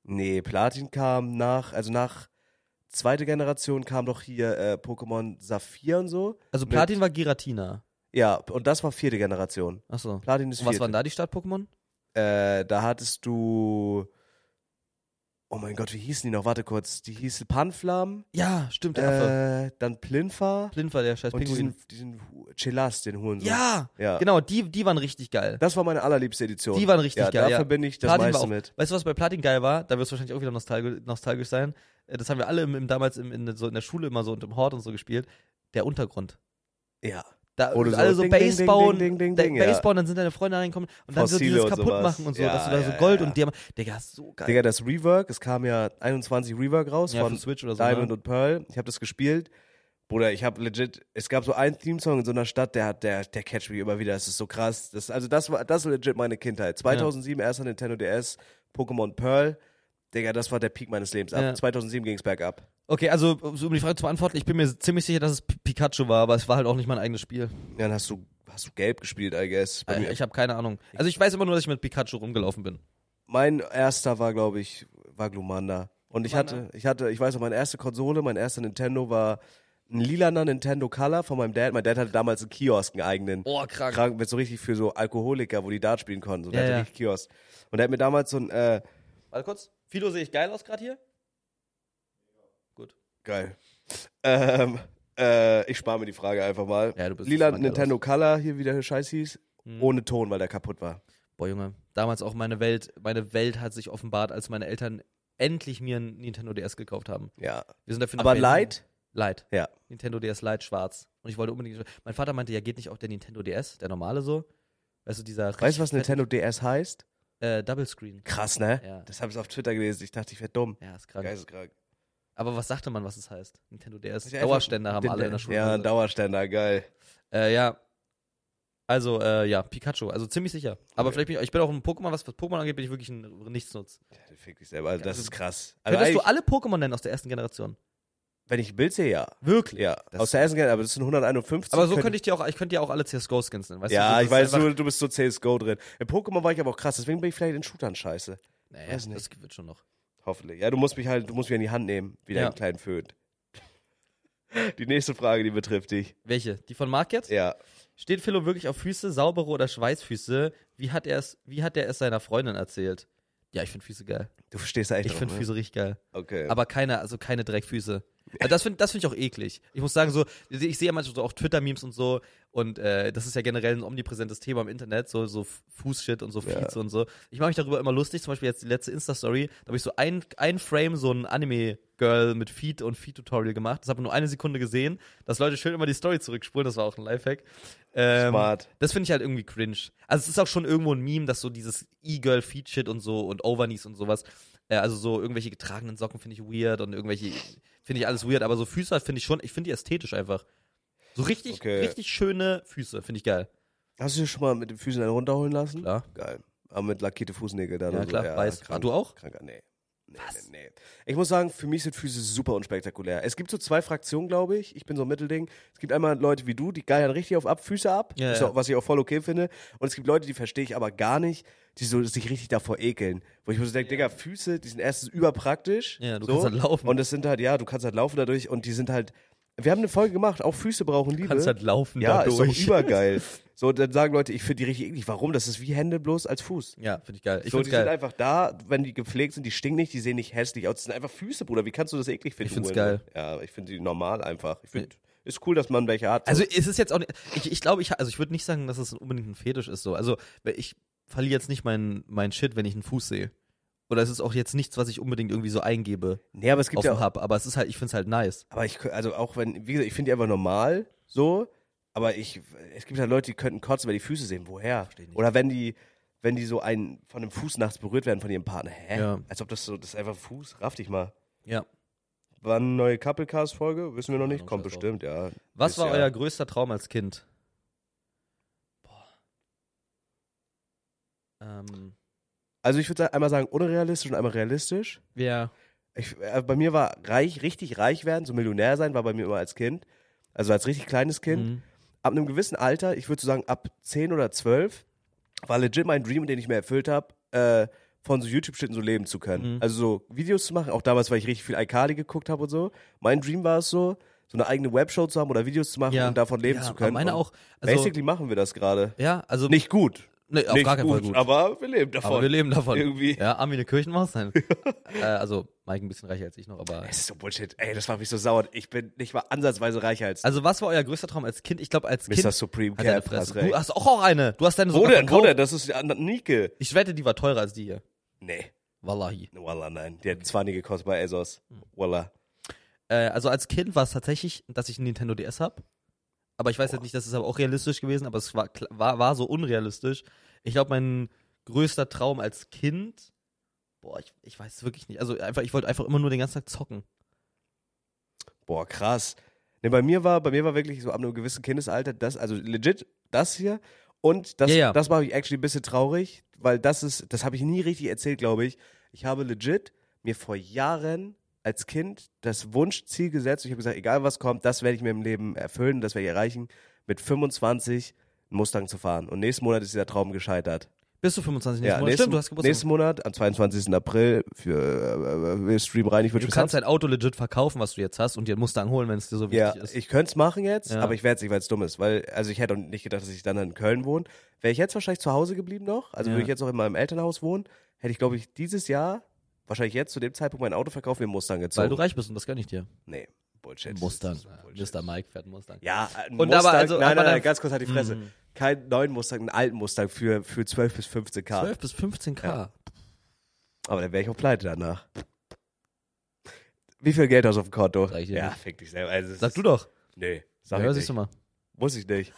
Speaker 2: Nee, Platin kam nach, also nach zweite Generation kam doch hier äh, Pokémon Saphir und so.
Speaker 1: Also
Speaker 2: Mit-
Speaker 1: Platin war Giratina.
Speaker 2: Ja, und das war vierte Generation.
Speaker 1: Achso. Und
Speaker 2: Platin ist vierte.
Speaker 1: was waren da die Start-Pokémon?
Speaker 2: Äh, da hattest du. Oh mein Gott, wie hießen die noch? Warte kurz. Die hießen Panflam,
Speaker 1: Ja, stimmt, der Affe.
Speaker 2: äh, dann Plinfa
Speaker 1: Plin war der scheiß
Speaker 2: und
Speaker 1: Pinguin.
Speaker 2: diesen, diesen Hu- Chelas, den Hurensohn.
Speaker 1: Ja,
Speaker 2: Ja.
Speaker 1: genau, die, die waren richtig geil.
Speaker 2: Das war meine allerliebste Edition.
Speaker 1: Die waren richtig
Speaker 2: ja,
Speaker 1: geil,
Speaker 2: Da
Speaker 1: ja.
Speaker 2: verbinde ich das
Speaker 1: Platin war
Speaker 2: meiste
Speaker 1: auch,
Speaker 2: mit.
Speaker 1: Weißt du, was bei Platin geil war? Da wirst du wahrscheinlich auch wieder nostalgisch, nostalgisch sein. Äh, Das haben wir alle im, im, damals im, in, so in der Schule immer so und im Hort und so gespielt. Der Untergrund.
Speaker 2: Ja.
Speaker 1: Da
Speaker 2: Wo du so
Speaker 1: alle so
Speaker 2: ding, ding,
Speaker 1: Base
Speaker 2: ding,
Speaker 1: bauen,
Speaker 2: ding, ding,
Speaker 1: da-
Speaker 2: ding,
Speaker 1: Base
Speaker 2: ja.
Speaker 1: bauen, dann sind deine Freunde reinkommen und dann
Speaker 2: Fossile
Speaker 1: so
Speaker 2: und
Speaker 1: dieses kaputt
Speaker 2: sowas.
Speaker 1: machen und so,
Speaker 2: Ja,
Speaker 1: dass du da
Speaker 2: ja,
Speaker 1: so Gold
Speaker 2: ja, ja.
Speaker 1: und Diamant. Digga, so geil.
Speaker 2: Digga, das Rework, es kam ja 21 Rework raus
Speaker 1: ja,
Speaker 2: von
Speaker 1: von Switch oder so.
Speaker 2: Diamond
Speaker 1: ne?
Speaker 2: und Pearl. Ich habe das gespielt. Bruder, ich habe legit, es gab so einen Theme-Song in so einer Stadt, der hat, der, der catcht mich immer wieder. Das ist so krass. Das, also das war, das war legit meine Kindheit. 2007 erster Nintendo DS, Pokémon Pearl. Digga, das war der Peak meines Lebens. Ab
Speaker 1: Ja.
Speaker 2: 2007 ging's bergab.
Speaker 1: Okay, also so, um die Frage zu beantworten, ich bin mir ziemlich sicher, dass es P Pikachu war, aber es war halt auch nicht mein eigenes Spiel.
Speaker 2: Dann hast du, hast du gelb gespielt, I guess. Bei
Speaker 1: Äh,
Speaker 2: mir.
Speaker 1: Ich habe keine Ahnung. Also ich weiß immer nur, dass ich mit Pikachu rumgelaufen bin.
Speaker 2: mein erster war, glaube ich, war Glumanda. Und ich
Speaker 1: Glumanda?
Speaker 2: hatte, ich hatte, ich weiß noch, meine erste Konsole, mein erster Nintendo war ein lilaner Nintendo Color von meinem Dad. Mein Dad hatte damals einen Kiosk, einen eigenen.
Speaker 1: Oh, krank.
Speaker 2: krank, mit so richtig für so Alkoholiker, wo die Dart spielen konnten. So, der
Speaker 1: Ja,
Speaker 2: hatte
Speaker 1: ja.
Speaker 2: richtig Kiosk. Und der hat mir damals so ein, äh,
Speaker 1: Warte kurz. Fido, sehe ich geil aus gerade hier? Gut.
Speaker 2: geil. Ähm, äh, ich spare mir die Frage einfach mal.
Speaker 1: Ja, du bist-
Speaker 2: Lila
Speaker 1: sieht mal geil
Speaker 2: Nintendo Color, hier wie der Scheiß hieß,
Speaker 1: Mhm.
Speaker 2: ohne Ton, weil der kaputt war.
Speaker 1: Boah, Junge, damals auch meine Welt, meine Welt hat sich offenbart, als meine Eltern endlich mir ein Nintendo DS gekauft haben.
Speaker 2: Ja.
Speaker 1: Wir sind dafür nach
Speaker 2: Aber
Speaker 1: Berlin.
Speaker 2: Light?
Speaker 1: Light.
Speaker 2: Ja.
Speaker 1: Nintendo DS Lite schwarz. Und ich wollte unbedingt. Mein Vater meinte, ja, geht nicht auch der Nintendo DS, der normale so. Weißt du, dieser.
Speaker 2: Weißt du, was
Speaker 1: richtig
Speaker 2: Nintendo DS heißt?
Speaker 1: fette, Äh, Double Screen.
Speaker 2: Krass, ne?
Speaker 1: Ja.
Speaker 2: Das habe ich auf Twitter gelesen. Ich dachte, ich werde dumm.
Speaker 1: Ja, ist krank.
Speaker 2: Geisteskrank.
Speaker 1: Aber was sagte man, was es heißt? Nintendo DS.
Speaker 2: Ist ja
Speaker 1: Dauerständer
Speaker 2: einfach-
Speaker 1: haben
Speaker 2: den-
Speaker 1: alle in der Schule.
Speaker 2: Ja,
Speaker 1: gesagt.
Speaker 2: Dauerständer, geil.
Speaker 1: äh, ja. Also, äh, ja, Pikachu. Also ziemlich sicher. Aber
Speaker 2: Okay.
Speaker 1: vielleicht bin ich, ich bin auch ein Pokémon, was, was Pokémon angeht, bin ich wirklich ein Nichtsnutz.
Speaker 2: Ja, den Fick dich selber. Also, das ist krass. Also
Speaker 1: Könntest du
Speaker 2: eigentlich,
Speaker 1: alle Pokémon nennen aus der ersten Generation?
Speaker 2: wenn ich ein Bild sehe, ja.
Speaker 1: Wirklich?
Speaker 2: Ja.
Speaker 1: Das-
Speaker 2: Aus der ersten Generation, aber das sind 151.
Speaker 1: Aber so könnte ich dir auch, ich könnte dir auch alle CSGO-Skins nennen, weißt
Speaker 2: ja,
Speaker 1: du?
Speaker 2: ich weiß, du, du bist so CSGO drin. In Pokémon war ich aber auch krass, deswegen bin ich vielleicht in Shootern scheiße.
Speaker 1: Naja,
Speaker 2: weiß nicht.
Speaker 1: das wird schon noch.
Speaker 2: Hoffentlich. Ja, du musst mich halt, du musst mich in die Hand nehmen, wie
Speaker 1: Ja.
Speaker 2: deinen kleinen Föhn. Die nächste Frage, die betrifft dich.
Speaker 1: Welche? Die von Mark jetzt?
Speaker 2: Ja.
Speaker 1: Steht Philo wirklich auf Füße, saubere oder Schweißfüße? Wie hat er es, wie hat er es seiner Freundin erzählt? Ja, ich finde Füße geil.
Speaker 2: Du verstehst eigentlich
Speaker 1: Ich finde Füße richtig geil.
Speaker 2: Okay.
Speaker 1: Aber keine, also keine Dreckfüße. Also das finde das find ich auch eklig. Ich muss sagen, so, ich sehe ja manchmal so auch Twitter-Memes und so, und äh, das ist ja generell ein omnipräsentes Thema im Internet, so, so Fußshit und so
Speaker 2: Ja.
Speaker 1: Feeds und so. Ich mache mich darüber immer lustig, zum Beispiel jetzt die letzte Insta-Story, da habe ich so ein, ein Frame, so ein Anime-Girl mit Feed und Feed-Tutorial gemacht. Das habe ich nur eine Sekunde gesehen, dass Leute schön immer die Story zurückspulen, das war auch ein Lifehack. Ähm,
Speaker 2: Smart.
Speaker 1: Das finde ich halt irgendwie cringe. Also es ist auch schon irgendwo ein Meme, dass so dieses E-Girl-Feed-Shit und so und Overknees und sowas, äh, also so irgendwelche getragenen Socken finde ich weird und irgendwelche, finde ich alles weird, aber so Füße halt finde ich schon, ich finde die ästhetisch einfach. So richtig,
Speaker 2: Okay.
Speaker 1: richtig schöne Füße, finde ich geil.
Speaker 2: Hast du dich schon mal mit den Füßen einen runterholen lassen?
Speaker 1: Klar.
Speaker 2: Geil. Aber mit lackierte Fußnägel dann.
Speaker 1: Ja,
Speaker 2: und so.
Speaker 1: klar, weiß. Ah, du auch?
Speaker 2: also, Krank, nee. Nee, nee, nee. Ich muss sagen, für mich sind Füße super unspektakulär. Es gibt so zwei Fraktionen, glaube ich. Ich bin so ein Mittelding. Es gibt einmal Leute wie du, die geiern richtig auf ab, Füße ab,
Speaker 1: Ja,
Speaker 2: ist
Speaker 1: ja.
Speaker 2: Auch, was ich auch voll okay finde. Und es gibt Leute, die verstehe ich aber gar nicht, die so sich richtig davor ekeln. Wo ich mir so denke, Digga, Füße, die sind erstens überpraktisch.
Speaker 1: Ja, du
Speaker 2: so.
Speaker 1: kannst halt laufen.
Speaker 2: Und es sind halt, ja, du kannst halt laufen dadurch und die sind halt. Wir haben eine Folge gemacht, auch Füße brauchen Liebe.
Speaker 1: Kannst halt laufen
Speaker 2: Ja,
Speaker 1: dadurch.
Speaker 2: ist doch übergeil. So, dann sagen Leute, ich finde die richtig eklig. Warum? Das ist wie Hände bloß als Fuß.
Speaker 1: ja, finde ich geil. Ich
Speaker 2: so,
Speaker 1: finde es
Speaker 2: die sind
Speaker 1: geil.
Speaker 2: einfach da, wenn die gepflegt sind, die stinken nicht, die sehen nicht hässlich aus. Das sind einfach Füße, Bruder. Wie kannst du das eklig finden?
Speaker 1: Ich find's
Speaker 2: Uwe? Ja, ich finde die normal einfach. Ich finde, ist cool, dass man welche hat.
Speaker 1: Also es ist jetzt auch nicht, ich, ich glaube, ich, also ich würde nicht sagen, dass es unbedingt ein Fetisch ist so. Also ich verliere jetzt nicht meinen mein Shit, wenn ich einen Fuß sehe. Oder es ist auch jetzt nichts, was ich unbedingt irgendwie so eingebe
Speaker 2: nee, aber es
Speaker 1: auf
Speaker 2: gibt ja
Speaker 1: dem
Speaker 2: auch,
Speaker 1: Hub, aber es ist halt, ich finde es halt nice.
Speaker 2: aber ich, also auch wenn, wie gesagt, ich finde die einfach normal, so, aber ich, es gibt halt Leute, die könnten kotzen, weil die Füße sehen. Woher?
Speaker 1: Versteh nicht.
Speaker 2: Oder wenn die, wenn die so einen, von einem Fuß nachts berührt werden von ihrem Partner. Hä?
Speaker 1: Ja.
Speaker 2: Als ob das so, das ist einfach Fuß, raff dich mal.
Speaker 1: Ja.
Speaker 2: Wann eine neue Couplecast-Folge? Wissen wir noch nicht.
Speaker 1: Ahnung,
Speaker 2: Kommt
Speaker 1: scheiß drauf.
Speaker 2: bestimmt, ja.
Speaker 1: Was
Speaker 2: Ist
Speaker 1: war
Speaker 2: ja-
Speaker 1: euer größter Traum als Kind? Boah. Ähm,
Speaker 2: Also ich würde einmal sagen, unrealistisch und einmal realistisch.
Speaker 1: ja.
Speaker 2: Ich, äh, bei mir war reich, richtig reich werden, so Millionär sein, war bei mir immer als Kind. Also als richtig kleines Kind.
Speaker 1: Mhm.
Speaker 2: Ab einem gewissen Alter, ich würde so sagen ab 10 oder 12, war legit mein Dream, den ich mir erfüllt habe, äh, von so YouTube-Shitten so leben zu können.
Speaker 1: Mhm.
Speaker 2: Also so Videos zu machen, auch damals, weil ich richtig viel Icardi geguckt habe und so. Mein Dream war es so, so eine eigene Webshow zu haben oder Videos zu machen
Speaker 1: Ja.
Speaker 2: und um davon leben
Speaker 1: ja,
Speaker 2: zu
Speaker 1: aber
Speaker 2: können.
Speaker 1: Meine
Speaker 2: und
Speaker 1: auch. Also,
Speaker 2: basically machen wir das gerade.
Speaker 1: ja, also
Speaker 2: Nicht gut.
Speaker 1: nee, auf
Speaker 2: Nicht
Speaker 1: gar keinen Fall gut.
Speaker 2: Aber wir leben davon.
Speaker 1: Aber wir leben davon.
Speaker 2: Irgendwie.
Speaker 1: Ja, Armin eine Kirchenmaus sein. äh, also Mike ein bisschen reicher als ich noch, aber.
Speaker 2: Das ist so Bullshit. Ey, das macht mich so sauer. Ich bin nicht mal ansatzweise reicher als
Speaker 1: Also was war euer größter Traum als Kind? Ich glaube als Kind.
Speaker 2: Mr. Supreme
Speaker 1: Halt deine
Speaker 2: Cap.
Speaker 1: Fresse.
Speaker 2: Hast
Speaker 1: Du
Speaker 2: recht.
Speaker 1: hast auch, auch eine. Du hast deine
Speaker 2: Wo
Speaker 1: sogar
Speaker 2: denn? Wo
Speaker 1: verkauft.
Speaker 2: denn? Das ist an- Nike.
Speaker 1: Ich wette, die war teurer als die hier.
Speaker 2: Nee.
Speaker 1: Wallahi.
Speaker 2: Wallah, nein. Die hat 20 gekostet bei ASOS.
Speaker 1: Hm.
Speaker 2: Wallah.
Speaker 1: Äh, also als Kind war es tatsächlich, dass ich einen Nintendo DS habe. Aber ich weiß jetzt nicht, das ist aber auch realistisch gewesen, aber es war, kla- war, war so unrealistisch. Ich glaube, mein größter Traum als Kind, boah, ich, ich weiß es wirklich nicht. Also einfach, ich wollte einfach immer nur den ganzen Tag zocken.
Speaker 2: Boah, krass. Nee, bei mir war, bei mir war wirklich so ab einem gewissen Kindesalter das, also legit, das hier. Und das,
Speaker 1: Ja, ja.
Speaker 2: das macht mich actually ein bisschen traurig, weil das ist, das habe ich nie richtig erzählt, glaube ich. Ich habe legit mir vor Jahren als Kind das Wunschziel gesetzt. Ich habe gesagt, egal was kommt, das werde ich mir im Leben erfüllen, das werde ich erreichen, mit 25 einen Mustang zu fahren. Und nächsten Monat ist dieser Traum gescheitert.
Speaker 1: Bist du 25 nächsten
Speaker 2: Ja,
Speaker 1: Monat?
Speaker 2: nächsten,
Speaker 1: Stimmt, du hast Geburtstag.
Speaker 2: nächsten Monat, am 22. April, für äh, wir streamen rein, ich würde
Speaker 1: Du kannst dein Auto legit verkaufen, was du jetzt hast, und dir einen Mustang holen, wenn es dir so
Speaker 2: ja,
Speaker 1: wichtig ist.
Speaker 2: ich könnte es machen jetzt,
Speaker 1: Ja.
Speaker 2: aber ich werde es nicht, weil es dumm ist. Weil, also ich hätte auch nicht gedacht, dass ich dann in Köln wohne. Wäre ich jetzt wahrscheinlich zu Hause geblieben noch, also
Speaker 1: Ja.
Speaker 2: würde ich jetzt noch in meinem Elternhaus wohnen, hätte ich, glaube ich, dieses Jahr, wahrscheinlich jetzt zu dem Zeitpunkt mein Auto verkauft, mir einen Mustang gezogen.
Speaker 1: weil du reich bist und das gönn ich dir.
Speaker 2: nee, Bullshit.
Speaker 1: Mustang.
Speaker 2: Das ist Bullshit.
Speaker 1: Mr. Mike fährt einen Mustang.
Speaker 2: Ja, ein
Speaker 1: Und aber
Speaker 2: Mustang,
Speaker 1: also
Speaker 2: nein,
Speaker 1: einfach
Speaker 2: nein, nein,
Speaker 1: dann-
Speaker 2: ganz kurz halt die Fresse.
Speaker 1: Mhm.
Speaker 2: Kein neuen Mustang, einen alten Mustang für, für 12 bis 15k.
Speaker 1: 12 bis 15k.
Speaker 2: Ja. Aber dann wäre ich auch pleite danach. Wie viel Geld hast du auf dem Konto?
Speaker 1: Sag ich dir
Speaker 2: ja,
Speaker 1: nicht.
Speaker 2: fick dich selber. Also, es
Speaker 1: Sag
Speaker 2: ist-
Speaker 1: du doch.
Speaker 2: Nee, sag
Speaker 1: ja,
Speaker 2: ich
Speaker 1: siehst du
Speaker 2: nicht.
Speaker 1: mal.
Speaker 2: Muss ich nicht.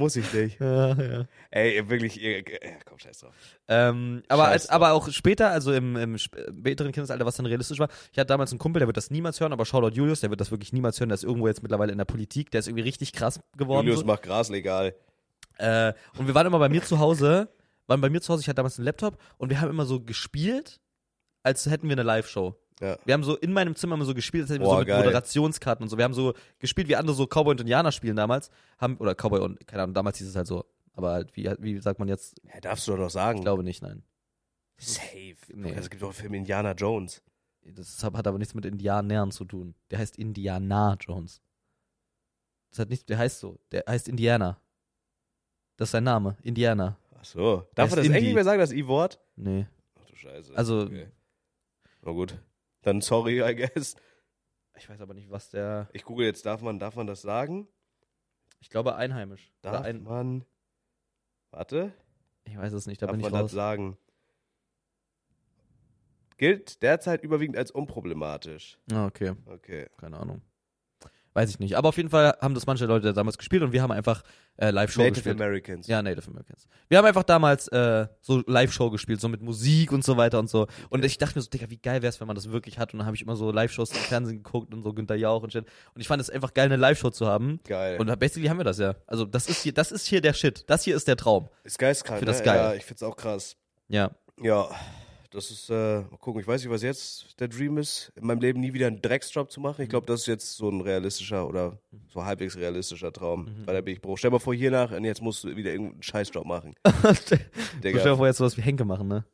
Speaker 2: Muss ich nicht.
Speaker 1: Ja, ja.
Speaker 2: Ey, ihr wirklich, ihr, äh, komm, scheiß drauf.
Speaker 1: Ähm, aber,
Speaker 2: Scheiß
Speaker 1: als,
Speaker 2: drauf.
Speaker 1: aber auch später, also im, im sp- späteren Kindesalter, was dann realistisch war, ich hatte damals einen Kumpel, der wird das niemals hören, aber Shoutout Julius, der wird das wirklich niemals hören, der ist irgendwo jetzt mittlerweile in der Politik, der ist irgendwie richtig krass geworden.
Speaker 2: Julius
Speaker 1: so.
Speaker 2: macht Gras legal.
Speaker 1: Äh, und wir waren immer bei mir zu Hause, waren bei mir zu Hause, ich hatte damals einen Laptop und wir haben immer so gespielt, als hätten wir eine Live-Show.
Speaker 2: Ja.
Speaker 1: Wir haben so in meinem Zimmer immer so gespielt, als hätten wir
Speaker 2: Boah,
Speaker 1: so mit
Speaker 2: geil.
Speaker 1: Moderationskarten und so. Wir haben so gespielt, wie andere so Cowboy und Indianer spielen damals. Haben, oder Cowboy und, keine Ahnung, damals hieß es halt so. Aber halt, wie, wie sagt man jetzt?
Speaker 2: ja darfst du doch noch sagen.
Speaker 1: Ich glaube nicht, nein.
Speaker 2: Safe. Also,
Speaker 1: Nee.
Speaker 2: Es gibt doch einen Film Indiana Jones.
Speaker 1: Das hat hat aber nichts mit Indianern zu tun. Der heißt Indiana Jones. Das hat nichts, der heißt so. Der heißt Indiana. Das ist sein Name, Indiana.
Speaker 2: Ach so.
Speaker 1: ist
Speaker 2: Darf man das eigentlich
Speaker 1: Indie.
Speaker 2: nicht mehr sagen, das I-Wort?
Speaker 1: Nee.
Speaker 2: Ach du Scheiße.
Speaker 1: Also-
Speaker 2: Okay. Na gut. Dann sorry, I guess.
Speaker 1: Ich weiß aber nicht, was der.
Speaker 2: Ich google jetzt, darf man, darf man das sagen?
Speaker 1: Ich glaube einheimisch. Oder
Speaker 2: Darf
Speaker 1: ein,
Speaker 2: man. Warte,
Speaker 1: ich weiß es nicht, da
Speaker 2: darf
Speaker 1: bin ich
Speaker 2: man das
Speaker 1: raus.
Speaker 2: sagen? Gilt derzeit überwiegend als unproblematisch.
Speaker 1: Ah, okay.
Speaker 2: Okay.
Speaker 1: Keine Ahnung. Weiß ich nicht. Aber auf jeden Fall haben das manche Leute damals gespielt und wir haben einfach äh, Live-Show
Speaker 2: Native
Speaker 1: gespielt.
Speaker 2: Americans.
Speaker 1: Ja, Native Americans. Wir haben einfach damals äh, so Live-Show gespielt, so mit Musik und so weiter und so. Und ich dachte mir so, Digga, wie geil wär's, wenn man das wirklich hat. Und dann habe ich immer so Live-Shows im Fernsehen geguckt und so Günter Jauch und shit. Und ich fand es einfach geil, eine Live-Show zu haben.
Speaker 2: Geil.
Speaker 1: Und basically haben wir das ja. Also das ist hier, das ist hier der Shit. Das hier ist der Traum.
Speaker 2: ist geistkrank.
Speaker 1: Für das
Speaker 2: ne?
Speaker 1: geil.
Speaker 2: Ja, ich find's auch krass.
Speaker 1: Ja.
Speaker 2: Ja, das ist, äh, mal gucken, ich weiß nicht, was jetzt der Dream ist, in meinem Leben nie wieder einen Drecksjob zu machen. Ich glaube, das ist jetzt so ein realistischer oder so halbwegs realistischer Traum,
Speaker 1: Mhm.
Speaker 2: weil da bin ich broke. Stell mal vor, hier nach, und jetzt musst du wieder irgendeinen Scheißjob machen.
Speaker 1: Stell dir
Speaker 2: Digga.
Speaker 1: vor, jetzt sowas wie Henke machen, ne?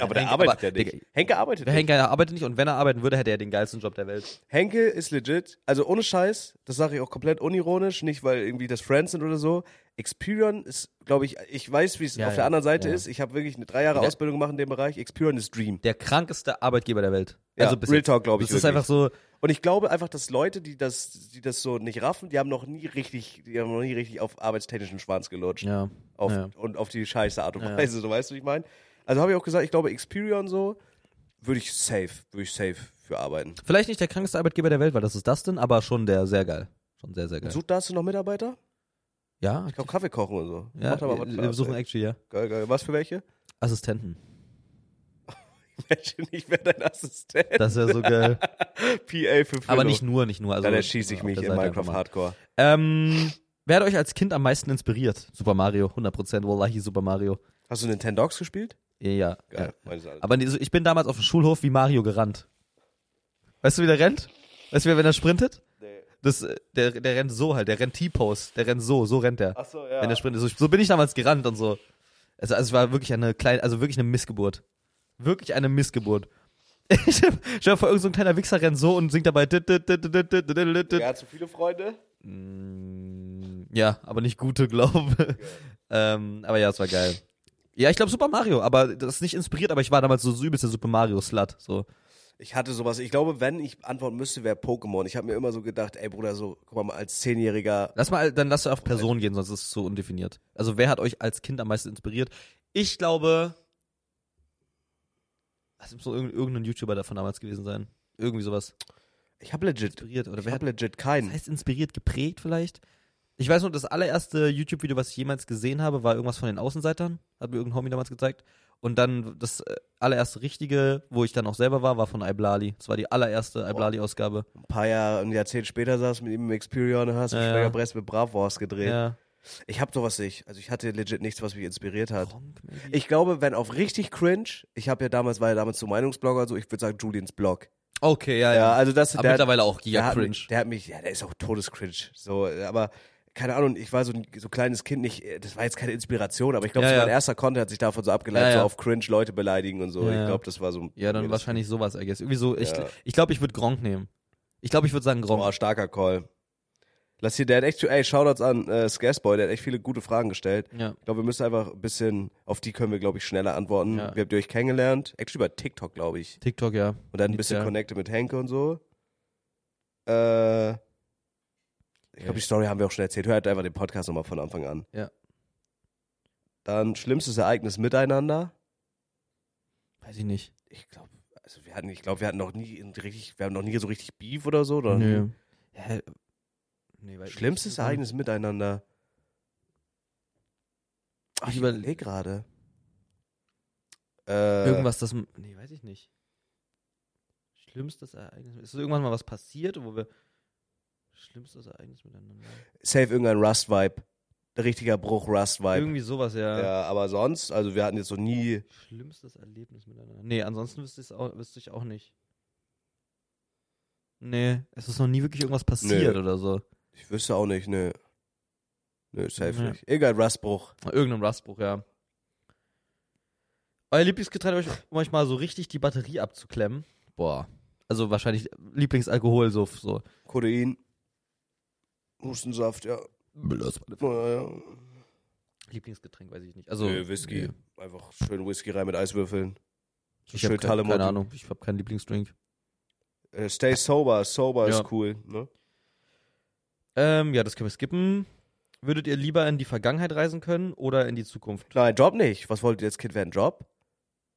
Speaker 2: Aber der
Speaker 1: Henke-
Speaker 2: arbeitet
Speaker 1: aber,
Speaker 2: ja nicht.
Speaker 1: Digga,
Speaker 2: Henke arbeitet
Speaker 1: Der
Speaker 2: nicht.
Speaker 1: Henke arbeitet nicht und wenn er arbeiten würde, hätte er den geilsten Job der Welt.
Speaker 2: Henke ist legit, also ohne Scheiß, das sage ich auch komplett unironisch, nicht weil irgendwie das Friends sind oder so. Experion ist, glaube ich, ich weiß, wie es
Speaker 1: Ja,
Speaker 2: auf
Speaker 1: ja,
Speaker 2: der anderen Seite
Speaker 1: ja.
Speaker 2: ist. Ich habe wirklich eine drei Jahre
Speaker 1: Ja.
Speaker 2: Ausbildung gemacht in dem Bereich. Experion ist Dream.
Speaker 1: Der krankeste Arbeitgeber der Welt.
Speaker 2: Ja,
Speaker 1: also bis
Speaker 2: Real
Speaker 1: jetzt.
Speaker 2: Talk, glaube ich.
Speaker 1: Das ist
Speaker 2: wirklich.
Speaker 1: einfach so,
Speaker 2: Und ich glaube einfach, dass Leute, die das, die das so nicht raffen, die haben noch nie richtig, die haben noch nie richtig auf arbeitstechnischen Schwanz gelutscht.
Speaker 1: ja.
Speaker 2: Auf,
Speaker 1: ja.
Speaker 2: Und auf die scheiße Art und
Speaker 1: Ja.
Speaker 2: Weise, so weißt du, wie ich meine. Also habe ich auch gesagt, ich glaube, Experion so, würde ich safe, würde ich safe für arbeiten.
Speaker 1: Vielleicht nicht der krankeste Arbeitgeber der Welt, weil das ist das denn, aber schon der sehr geil. Schon sehr, sehr geil.
Speaker 2: Sucht da hast du noch Mitarbeiter?
Speaker 1: ja,
Speaker 2: Ich glaube, Kaffee kochen und so.
Speaker 1: ja
Speaker 2: Macht aber was
Speaker 1: wir,
Speaker 2: klar,
Speaker 1: wir suchen
Speaker 2: ey.
Speaker 1: actually, ja.
Speaker 2: geil, geil. Was für welche?
Speaker 1: Assistenten.
Speaker 2: Imagine, ich wäre dein Assistent.
Speaker 1: Das wäre so geil.
Speaker 2: PA für Philo.
Speaker 1: aber nicht nur, nicht nur. Also,
Speaker 2: Also, da schieße ich
Speaker 1: auf
Speaker 2: mich
Speaker 1: der
Speaker 2: in
Speaker 1: Seite
Speaker 2: Minecraft
Speaker 1: einfach mal.
Speaker 2: Hardcore.
Speaker 1: Ähm, wer hat euch als Kind am meisten inspiriert? Super Mario, 100%. Wallahi, Super Mario.
Speaker 2: Hast du Nintendo Dogs gespielt?
Speaker 1: Ja, ja.
Speaker 2: Geil.
Speaker 1: ja.
Speaker 2: meines Erachtens.
Speaker 1: Aber nee, so- ich bin damals auf dem Schulhof wie Mario gerannt. Weißt du, wie der rennt? Weißt du, wie wenn er sprintet?
Speaker 2: Nee.
Speaker 1: Das, äh, der, der rennt so halt, der rennt T-Pose, der rennt so, so rennt der.
Speaker 2: Ach so, ja.
Speaker 1: Wenn der sprintet. So, so bin ich damals gerannt und so. Also, also es war wirklich eine kleine, also wirklich eine Missgeburt. Wirklich eine Missgeburt. Ich hab, stell dir vor, irgend so ein kleiner Wichser rennt so und singt dabei. dit, dit, dit, dit, dit, dit, dit, dit, dit.
Speaker 2: Wer hat zu viele Freunde?
Speaker 1: Mm, Ja, aber nicht gute, glaube ähm, Aber ja, es war geil. Ja, ich glaube Super Mario, aber das ist nicht inspiriert, aber ich war damals so, so übelst der Super Mario-Slut. So.
Speaker 2: Ich hatte sowas. Ich glaube, wenn ich antworten müsste, wäre Pokémon. Ich habe mir immer so gedacht, ey Bruder, so, guck mal, als Zehnjähriger.
Speaker 1: Lass mal, dann lass auf Personen gehen, sonst ist es zu undefiniert. Also wer hat euch als Kind am meisten inspiriert? Ich glaube, es muss so irgend- irgendein YouTuber davon damals gewesen sein. Irgendwie sowas.
Speaker 2: Ich habe legit.
Speaker 1: Inspiriert oder
Speaker 2: Ich
Speaker 1: wer hat,
Speaker 2: habe
Speaker 1: das
Speaker 2: legit keinen.
Speaker 1: heißt inspiriert, geprägt vielleicht? Ich weiß nur, das allererste YouTube-Video, was ich jemals gesehen habe, war irgendwas von den Außenseitern. Hat mir irgendein Homie damals gezeigt. Und dann das äh, allererste richtige, wo ich dann auch selber war, war von Iblali. Das war die allererste Iblali-Ausgabe.
Speaker 2: Ein paar Jahre, ein Jahrzehnt später saß mit ihm im Experion und hast
Speaker 1: Ja,
Speaker 2: ja,
Speaker 1: ja.
Speaker 2: Schlägerbrett mit Brav Wars gedreht.
Speaker 1: Ja.
Speaker 2: Ich habe sowas nicht. Also ich hatte legit nichts, was mich inspiriert hat.
Speaker 1: Gronk, maybe?
Speaker 2: Ich glaube, wenn auf richtig cringe, ich habe ja damals, war ja damals so Meinungsblogger, so ich würde sagen Julians Blog.
Speaker 1: okay, ja, ja.
Speaker 2: Ja, also das
Speaker 1: aber
Speaker 2: der,
Speaker 1: mittlerweile auch
Speaker 2: der
Speaker 1: giga
Speaker 2: hat,
Speaker 1: cringe.
Speaker 2: mich- Der hat mich, ja, der ist auch todescringe. So, äh, aber keine Ahnung, ich war so ein so kleines Kind nicht, äh, das war jetzt keine Inspiration, aber ich glaube,
Speaker 1: Ja,
Speaker 2: so
Speaker 1: ja.
Speaker 2: mein erster Content hat sich davon so abgeleitet,
Speaker 1: Ja, ja.
Speaker 2: so auf cringe Leute beleidigen und so.
Speaker 1: Ja, ja.
Speaker 2: Ich glaube, das war so
Speaker 1: Ja,
Speaker 2: mir
Speaker 1: dann
Speaker 2: das-
Speaker 1: wahrscheinlich sowas, I guess. Irgendwie so, ich
Speaker 2: Ja.
Speaker 1: glaube, ich, glaub, ich würde Gronk nehmen. Ich glaube, ich würde sagen Gronk.
Speaker 2: Boah, starker Call. Lass hier, der hat echt, ey, Shoutouts an äh, Scassboy, der hat echt viele gute Fragen gestellt.
Speaker 1: Ja.
Speaker 2: Ich glaube, wir müssen einfach ein bisschen, auf die können wir, glaube ich, schneller antworten.
Speaker 1: Ja.
Speaker 2: Wie habt ihr euch kennengelernt? Actually über TikTok, glaube ich.
Speaker 1: TikTok, ja.
Speaker 2: Und dann ein bisschen
Speaker 1: Ja.
Speaker 2: connected mit Henke und so. Äh, ich glaube,
Speaker 1: Ja.
Speaker 2: die Story haben wir auch schon erzählt. Hört einfach den Podcast nochmal von Anfang an.
Speaker 1: Ja.
Speaker 2: Dann schlimmstes Ereignis miteinander.
Speaker 1: Weiß ich nicht.
Speaker 2: Ich glaube, also wir hatten, ich glaube, wir hatten noch nie in richtig, wir haben noch nie so richtig Beef oder so. Oder
Speaker 1: Nö. Hä? Nee, weiß ich
Speaker 2: Schlimmstes
Speaker 1: nicht.
Speaker 2: Ereignis miteinander. Ach, ich
Speaker 1: Ich über-
Speaker 2: überlege gerade. Äh,
Speaker 1: Irgendwas, das. m- Nee, weiß ich nicht. Schlimmstes Ereignis. Ist irgendwann mal was passiert, wo wir. Schlimmstes Ereignis miteinander.
Speaker 2: Safe irgendein Rust-Vibe. Ein Richtiger Bruch Rust-Vibe.
Speaker 1: Irgendwie sowas, ja.
Speaker 2: Ja, aber sonst, also wir hatten jetzt so nie
Speaker 1: Schlimmstes Erlebnis miteinander. Nee, ansonsten wüsste, ich's auch, wüsste ich auch nicht. Nee, es ist noch nie wirklich irgendwas passiert oder so.
Speaker 2: Ich wüsste auch nicht, nö. Nö, safe
Speaker 1: Nö.
Speaker 2: nicht. Egal, Rustbruch.
Speaker 1: Irgendein Rustbruch, ja. Euer Lieblingsgetränk, euch, um euch mal so richtig die Batterie abzuklemmen. Boah. Also wahrscheinlich Lieblingsalkohol, so. so.
Speaker 2: Kodein. Hustensaft, ja. Ja, ja.
Speaker 1: Lieblingsgetränk, weiß ich nicht. Also,
Speaker 2: Nö, Whisky.
Speaker 1: nee.
Speaker 2: Einfach schön Whisky rein mit Eiswürfeln. So
Speaker 1: Ich habe
Speaker 2: schön
Speaker 1: keine,
Speaker 2: Talle
Speaker 1: keine Ahnung, ich habe keinen Lieblingsdrink.
Speaker 2: Äh, Stay sober, sober
Speaker 1: Ja.
Speaker 2: ist cool. Ne?
Speaker 1: Ähm, ja, das können wir skippen. Würdet ihr lieber in die Vergangenheit reisen können oder in die Zukunft?
Speaker 2: Nein, Job nicht. Was wollt ihr als Kind werden? Job?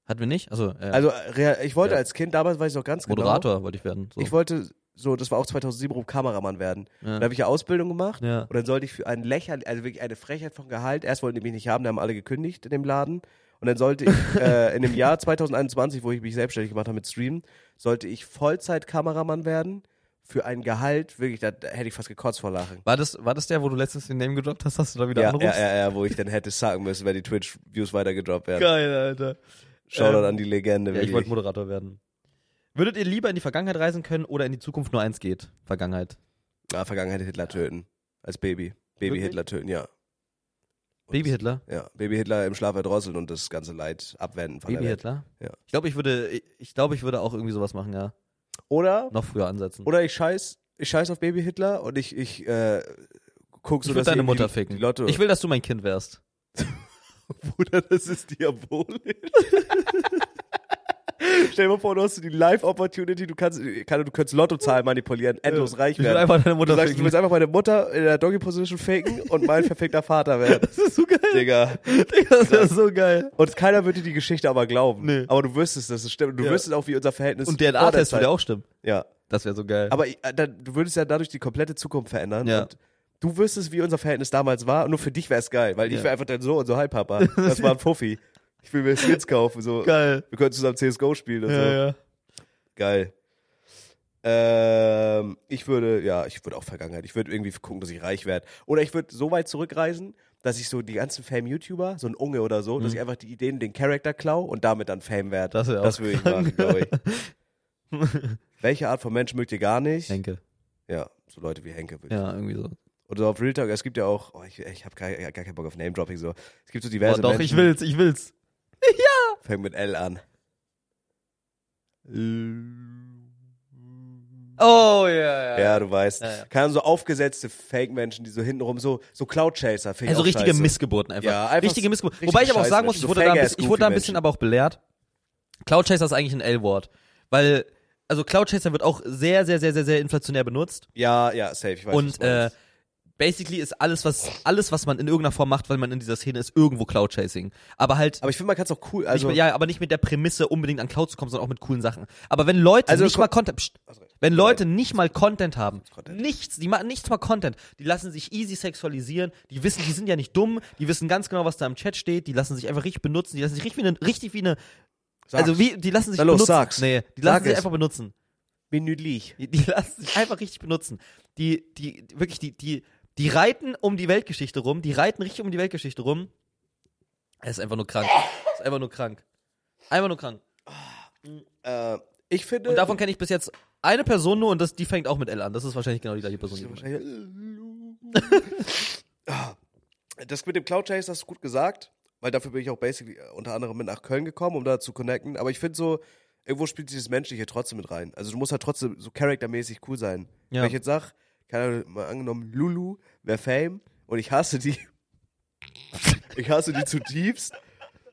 Speaker 1: Hatten wir nicht? Also, äh,
Speaker 2: Also äh, rea- ich wollte
Speaker 1: Ja.
Speaker 2: als Kind, damals weiß ich noch ganz
Speaker 1: Moderator wollte ich werden. So.
Speaker 2: genau. Ich wollte so, das war auch 2007 rum Kameramann werden.
Speaker 1: ja.
Speaker 2: Dann habe ich ja Ausbildung gemacht
Speaker 1: Ja.
Speaker 2: und dann sollte ich für einen lächerlich, also wirklich eine Frechheit von Gehalt. Erst wollten die mich nicht haben, dann haben alle gekündigt in dem Laden. Und dann sollte ich äh, in dem Jahr 2021, wo ich mich selbstständig gemacht habe mit Stream, sollte ich Vollzeit-Kameramann werden für ein Gehalt. Wirklich, da, da hätte ich fast gekotzt vor Lachen.
Speaker 1: War, das, war das der, wo du letztens den Name gedroppt hast, dass du da wieder
Speaker 2: Ja,
Speaker 1: anrufst?
Speaker 2: ja, ja, ja, wo ich dann hätte sagen müssen, wenn die Twitch-Views weitergedroppt werden.
Speaker 1: Geil, Alter.
Speaker 2: Shoutout
Speaker 1: Ähm,
Speaker 2: an die Legende.
Speaker 1: Ja, ich
Speaker 2: wirklich.
Speaker 1: wollte Moderator werden. Würdet ihr lieber in die Vergangenheit reisen können oder in die Zukunft nur eins geht? Vergangenheit.
Speaker 2: Ah, Vergangenheit Hitler töten. Als Baby. Baby
Speaker 1: Wirklich?
Speaker 2: Hitler töten, ja. Und
Speaker 1: Baby Hitler?
Speaker 2: das- Ja, Baby Hitler im Schlaf erdrosseln und das ganze Leid abwenden von
Speaker 1: Baby
Speaker 2: der Welt.
Speaker 1: Hitler?
Speaker 2: Ja.
Speaker 1: Ich glaube, ich würde, ich, ich glaube, ich würde auch irgendwie sowas machen, ja.
Speaker 2: Oder,
Speaker 1: Noch früher ansetzen.
Speaker 2: oder ich scheiß, ich scheiß auf Baby Hitler und ich, ich, äh, guck
Speaker 1: ich
Speaker 2: so,
Speaker 1: würde
Speaker 2: dass
Speaker 1: deine
Speaker 2: irgendwie
Speaker 1: Mutter
Speaker 2: die,
Speaker 1: ficken.
Speaker 2: Die Lotto.
Speaker 1: Ich will, dass du mein Kind wärst.
Speaker 2: Bruder, das ist diabolisch. Stell dir mal vor, du hast so die Live-Opportunity, du kannst, kann, du könntest Lottozahlen manipulieren, endlos reich
Speaker 1: Ich will
Speaker 2: werden.
Speaker 1: einfach deine
Speaker 2: Du
Speaker 1: Mutter
Speaker 2: sagst, du
Speaker 1: ficken.
Speaker 2: willst einfach meine Mutter in der Doggy-Position faken und mein perfekter Vater werden.
Speaker 1: Das ist so geil.
Speaker 2: Digga.
Speaker 1: Digga, das ist so geil.
Speaker 2: Und keiner würde die Geschichte aber glauben.
Speaker 1: Nee.
Speaker 2: Aber du wüsstest, dass es stimmt. Du
Speaker 1: Ja.
Speaker 2: wüsstest auch, wie unser Verhältnis
Speaker 1: Und
Speaker 2: vor der
Speaker 1: DNA-Test
Speaker 2: Zeit-
Speaker 1: würde auch stimmen.
Speaker 2: Ja.
Speaker 1: Das wäre so geil.
Speaker 2: Aber ich- äh, dann, du würdest ja dadurch die komplette Zukunft verändern.
Speaker 1: Ja.
Speaker 2: Und du wüsstest, wie unser Verhältnis damals war. Und nur für dich wäre es geil, weil ich
Speaker 1: Ja.
Speaker 2: wäre einfach dein Sohn, so, hi Papa. Das war ein Puffi. Ich will mir Skins kaufen. So.
Speaker 1: geil.
Speaker 2: Wir können zusammen CSGO spielen und so.
Speaker 1: Ja, ja.
Speaker 2: Geil. Ähm, ich würde, ja, ich würde auch Vergangenheit. Ich würde irgendwie gucken, dass ich reich werde. Oder ich würde so weit zurückreisen, dass ich so die ganzen Fame-YouTuber, so ein Unge oder so, dass ich einfach die Ideen, den Charakter klau und damit dann Fame werde.
Speaker 1: Mhm. Das wär auch
Speaker 2: würde ich machen, glaube ich. Welche Art von Mensch mögt ihr gar nicht?
Speaker 1: Denke.
Speaker 2: Ja, so Leute wie Henke. wirklich.
Speaker 1: Ja, irgendwie so.
Speaker 2: Oder auf Real Talk, es gibt ja auch, oh, ich, ich habe gar, gar keinen Bock auf Name-Dropping, so. Es gibt so
Speaker 1: Boah,
Speaker 2: diverse
Speaker 1: doch,
Speaker 2: Menschen.
Speaker 1: ich will's, ich will's.
Speaker 2: Fängt mit L an. Äh.
Speaker 1: Oh, ja, ja.
Speaker 2: Ja, du weißt.
Speaker 1: Ja, ja.
Speaker 2: Keine Ahnung, so aufgesetzte Fake-Menschen, die so hintenrum so, so Cloud-Chaser. finde ich
Speaker 1: Also
Speaker 2: auch
Speaker 1: richtige
Speaker 2: scheiße.
Speaker 1: Missgeburten einfach.
Speaker 2: Ja, einfach
Speaker 1: richtige Missgeburten.
Speaker 2: richtige
Speaker 1: Wobei ich aber auch sagen muss,
Speaker 2: Scheißmenschen,
Speaker 1: ich
Speaker 2: so
Speaker 1: wurde, da ein
Speaker 2: fake-ass
Speaker 1: bisschen, ich wurde da ein
Speaker 2: goofy
Speaker 1: bisschen
Speaker 2: Menschen.
Speaker 1: aber auch belehrt. Cloud Chaser ist eigentlich ein L-Wort. Weil, also Cloud Chaser wird auch sehr, sehr, sehr, sehr, sehr inflationär benutzt.
Speaker 2: Ja, ja, safe. Ich weiß, was
Speaker 1: Und
Speaker 2: du meinst.
Speaker 1: äh, basically ist alles, was alles, was man in irgendeiner Form macht, weil man in dieser Szene ist, irgendwo Cloud Chasing. Aber halt
Speaker 2: aber ich finde, man kann es auch cool. Also,
Speaker 1: nicht, mit- ja, aber nicht mit der Prämisse unbedingt an Cloud zu kommen, sondern auch mit coolen Sachen. Aber wenn Leute
Speaker 2: Also
Speaker 1: nicht
Speaker 2: komm-
Speaker 1: mal Content, pst,
Speaker 2: Also,
Speaker 1: wenn Leute nicht mal Content haben,
Speaker 2: Content.
Speaker 1: nichts, die machen nichts mal Content, die lassen sich easy sexualisieren, die wissen, die sind ja nicht dumm, die wissen ganz genau, was da im Chat steht, die lassen sich einfach richtig benutzen, die lassen sich richtig wie eine, richtig wie eine,
Speaker 2: sag's.
Speaker 1: also wie, die lassen sich
Speaker 2: Na los,
Speaker 1: benutzen.
Speaker 2: sag's.
Speaker 1: Nee, die
Speaker 2: Sag
Speaker 1: lassen sich
Speaker 2: es.
Speaker 1: einfach benutzen.
Speaker 2: minütlich.
Speaker 1: Die, die lassen sich einfach richtig benutzen. Die, die, die- wirklich, die, die, die reiten um die Weltgeschichte rum, die reiten richtig um die Weltgeschichte rum. Er ist einfach nur krank. ist einfach nur krank. Einfach nur krank.
Speaker 2: Äh, ich finde.
Speaker 1: Und davon kenne ich bis jetzt eine Person nur und das, die fängt auch mit L an. Das ist wahrscheinlich genau die gleiche Person.
Speaker 2: Das
Speaker 1: die
Speaker 2: ist
Speaker 1: du
Speaker 2: ja
Speaker 1: meinst.
Speaker 2: wahrscheinlich- Ah, Das mit dem Cloud Chase hast du gut gesagt, weil dafür bin ich auch basically äh, unter anderem mit nach Köln gekommen, um da zu connecten. Aber ich finde so, irgendwo spielt dieses Menschliche trotzdem mit rein. Also du musst halt trotzdem so charaktermäßig cool sein.
Speaker 1: Ja.
Speaker 2: Wenn ich jetzt sag, keine Ahnung, mal angenommen, Lulu wäre Fame und ich hasse die. ich hasse die zutiefst.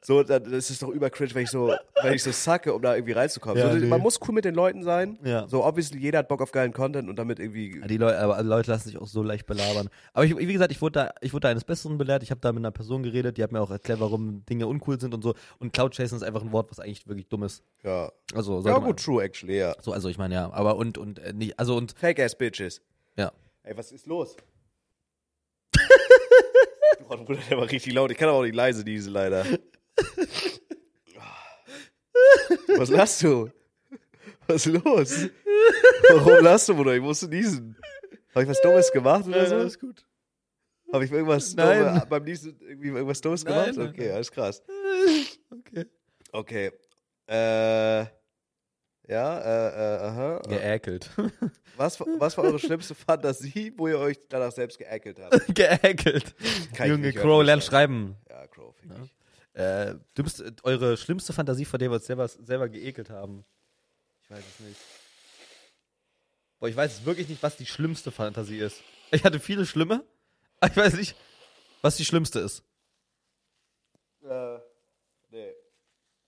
Speaker 2: So, dann- das ist doch übercringe, wenn ich so, wenn ich so sacke, um da irgendwie reinzukommen.
Speaker 1: Ja,
Speaker 2: so,
Speaker 1: nee.
Speaker 2: Man muss cool mit den Leuten sein.
Speaker 1: Ja.
Speaker 2: So, obviously, jeder hat Bock auf geilen Content und damit irgendwie
Speaker 1: Ja, Die Leute, aber Leute lassen sich auch so leicht belabern. Aber ich, wie gesagt, ich wurde da, ich wurde da eines Besseren belehrt. Ich habe da mit einer Person geredet, die hat mir auch erklärt, warum Dinge uncool sind und so. Und Cloud Chasing ist einfach ein Wort, was eigentlich wirklich dumm ist.
Speaker 2: Ja.
Speaker 1: Also, sollte
Speaker 2: Ja,
Speaker 1: man-
Speaker 2: gut, true, actually, ja.
Speaker 1: So, also ich meine ja, aber und und äh, nicht, also und
Speaker 2: Fake ass bitches.
Speaker 1: ja.
Speaker 2: Ey, was ist los? Boah, Bruder, der war richtig laut. Ich kann aber auch nicht leise diesen leider. Was lachst du? Was ist los? Warum lachst du, Bruder? Ich musste niesen. Habe ich was Dummes gemacht oder so?
Speaker 1: gut.
Speaker 2: Habe ich irgendwas
Speaker 1: Nein.
Speaker 2: Dummes, beim Niesen irgendwie irgendwas Dummes
Speaker 1: Nein,
Speaker 2: gemacht?
Speaker 1: nein,
Speaker 2: Okay,
Speaker 1: nein.
Speaker 2: alles krass.
Speaker 1: Okay.
Speaker 2: Okay. Äh. Ja, äh, äh, aha.
Speaker 1: Geäkelt.
Speaker 2: Was, was war eure schlimmste Fantasie, wo ihr euch danach selbst geäckelt habt?
Speaker 1: Geäkelt.
Speaker 2: Kann ich
Speaker 1: Junge
Speaker 2: nicht
Speaker 1: Crow,
Speaker 2: öffnen,
Speaker 1: lernt
Speaker 2: Alter.
Speaker 1: schreiben.
Speaker 2: Ja, Crow, fick
Speaker 1: Ja.
Speaker 2: ich.
Speaker 1: Äh, du bist äh, eure schlimmste Fantasie, vor der wir uns selber, selber geekelt haben. Ich weiß es nicht. Boah, ich weiß wirklich nicht, was die schlimmste Fantasie ist. Ich hatte viele schlimme, aber ich weiß nicht, was die schlimmste ist.
Speaker 2: Äh, nee.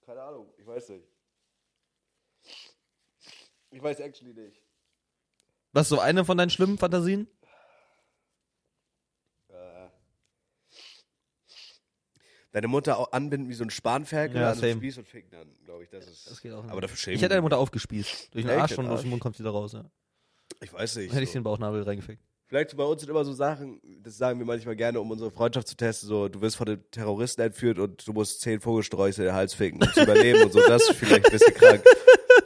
Speaker 2: Keine Ahnung, ich weiß nicht. Ich weiß actually nicht.
Speaker 1: Was so eine von deinen schlimmen Fantasien?
Speaker 2: Deine Mutter auch anbinden wie so ein Spanferkel,
Speaker 1: Ja,
Speaker 2: also
Speaker 1: same.
Speaker 2: Spieß und Ficken dann, glaube ich. Das ist.
Speaker 1: Das geht auch nicht.
Speaker 2: Aber dafür schämen.
Speaker 1: Ich hätte deine Mutter aufgespießt. Durch den
Speaker 2: Echt?
Speaker 1: Arsch und
Speaker 2: Den
Speaker 1: aus
Speaker 2: Arsch?
Speaker 1: dem Mund kommt sie da raus. Ja.
Speaker 2: Ich weiß nicht.
Speaker 1: Dann hätte ich sie
Speaker 2: so.
Speaker 1: in den Bauchnabel reingefickt.
Speaker 2: Vielleicht bei uns sind immer so Sachen, das sagen wir manchmal gerne, um unsere Freundschaft zu testen. So, du wirst von den Terroristen entführt und du musst zehn Vogelsträuße in den Hals ficken, um zu überleben und so. Das ist vielleicht ein bisschen krank.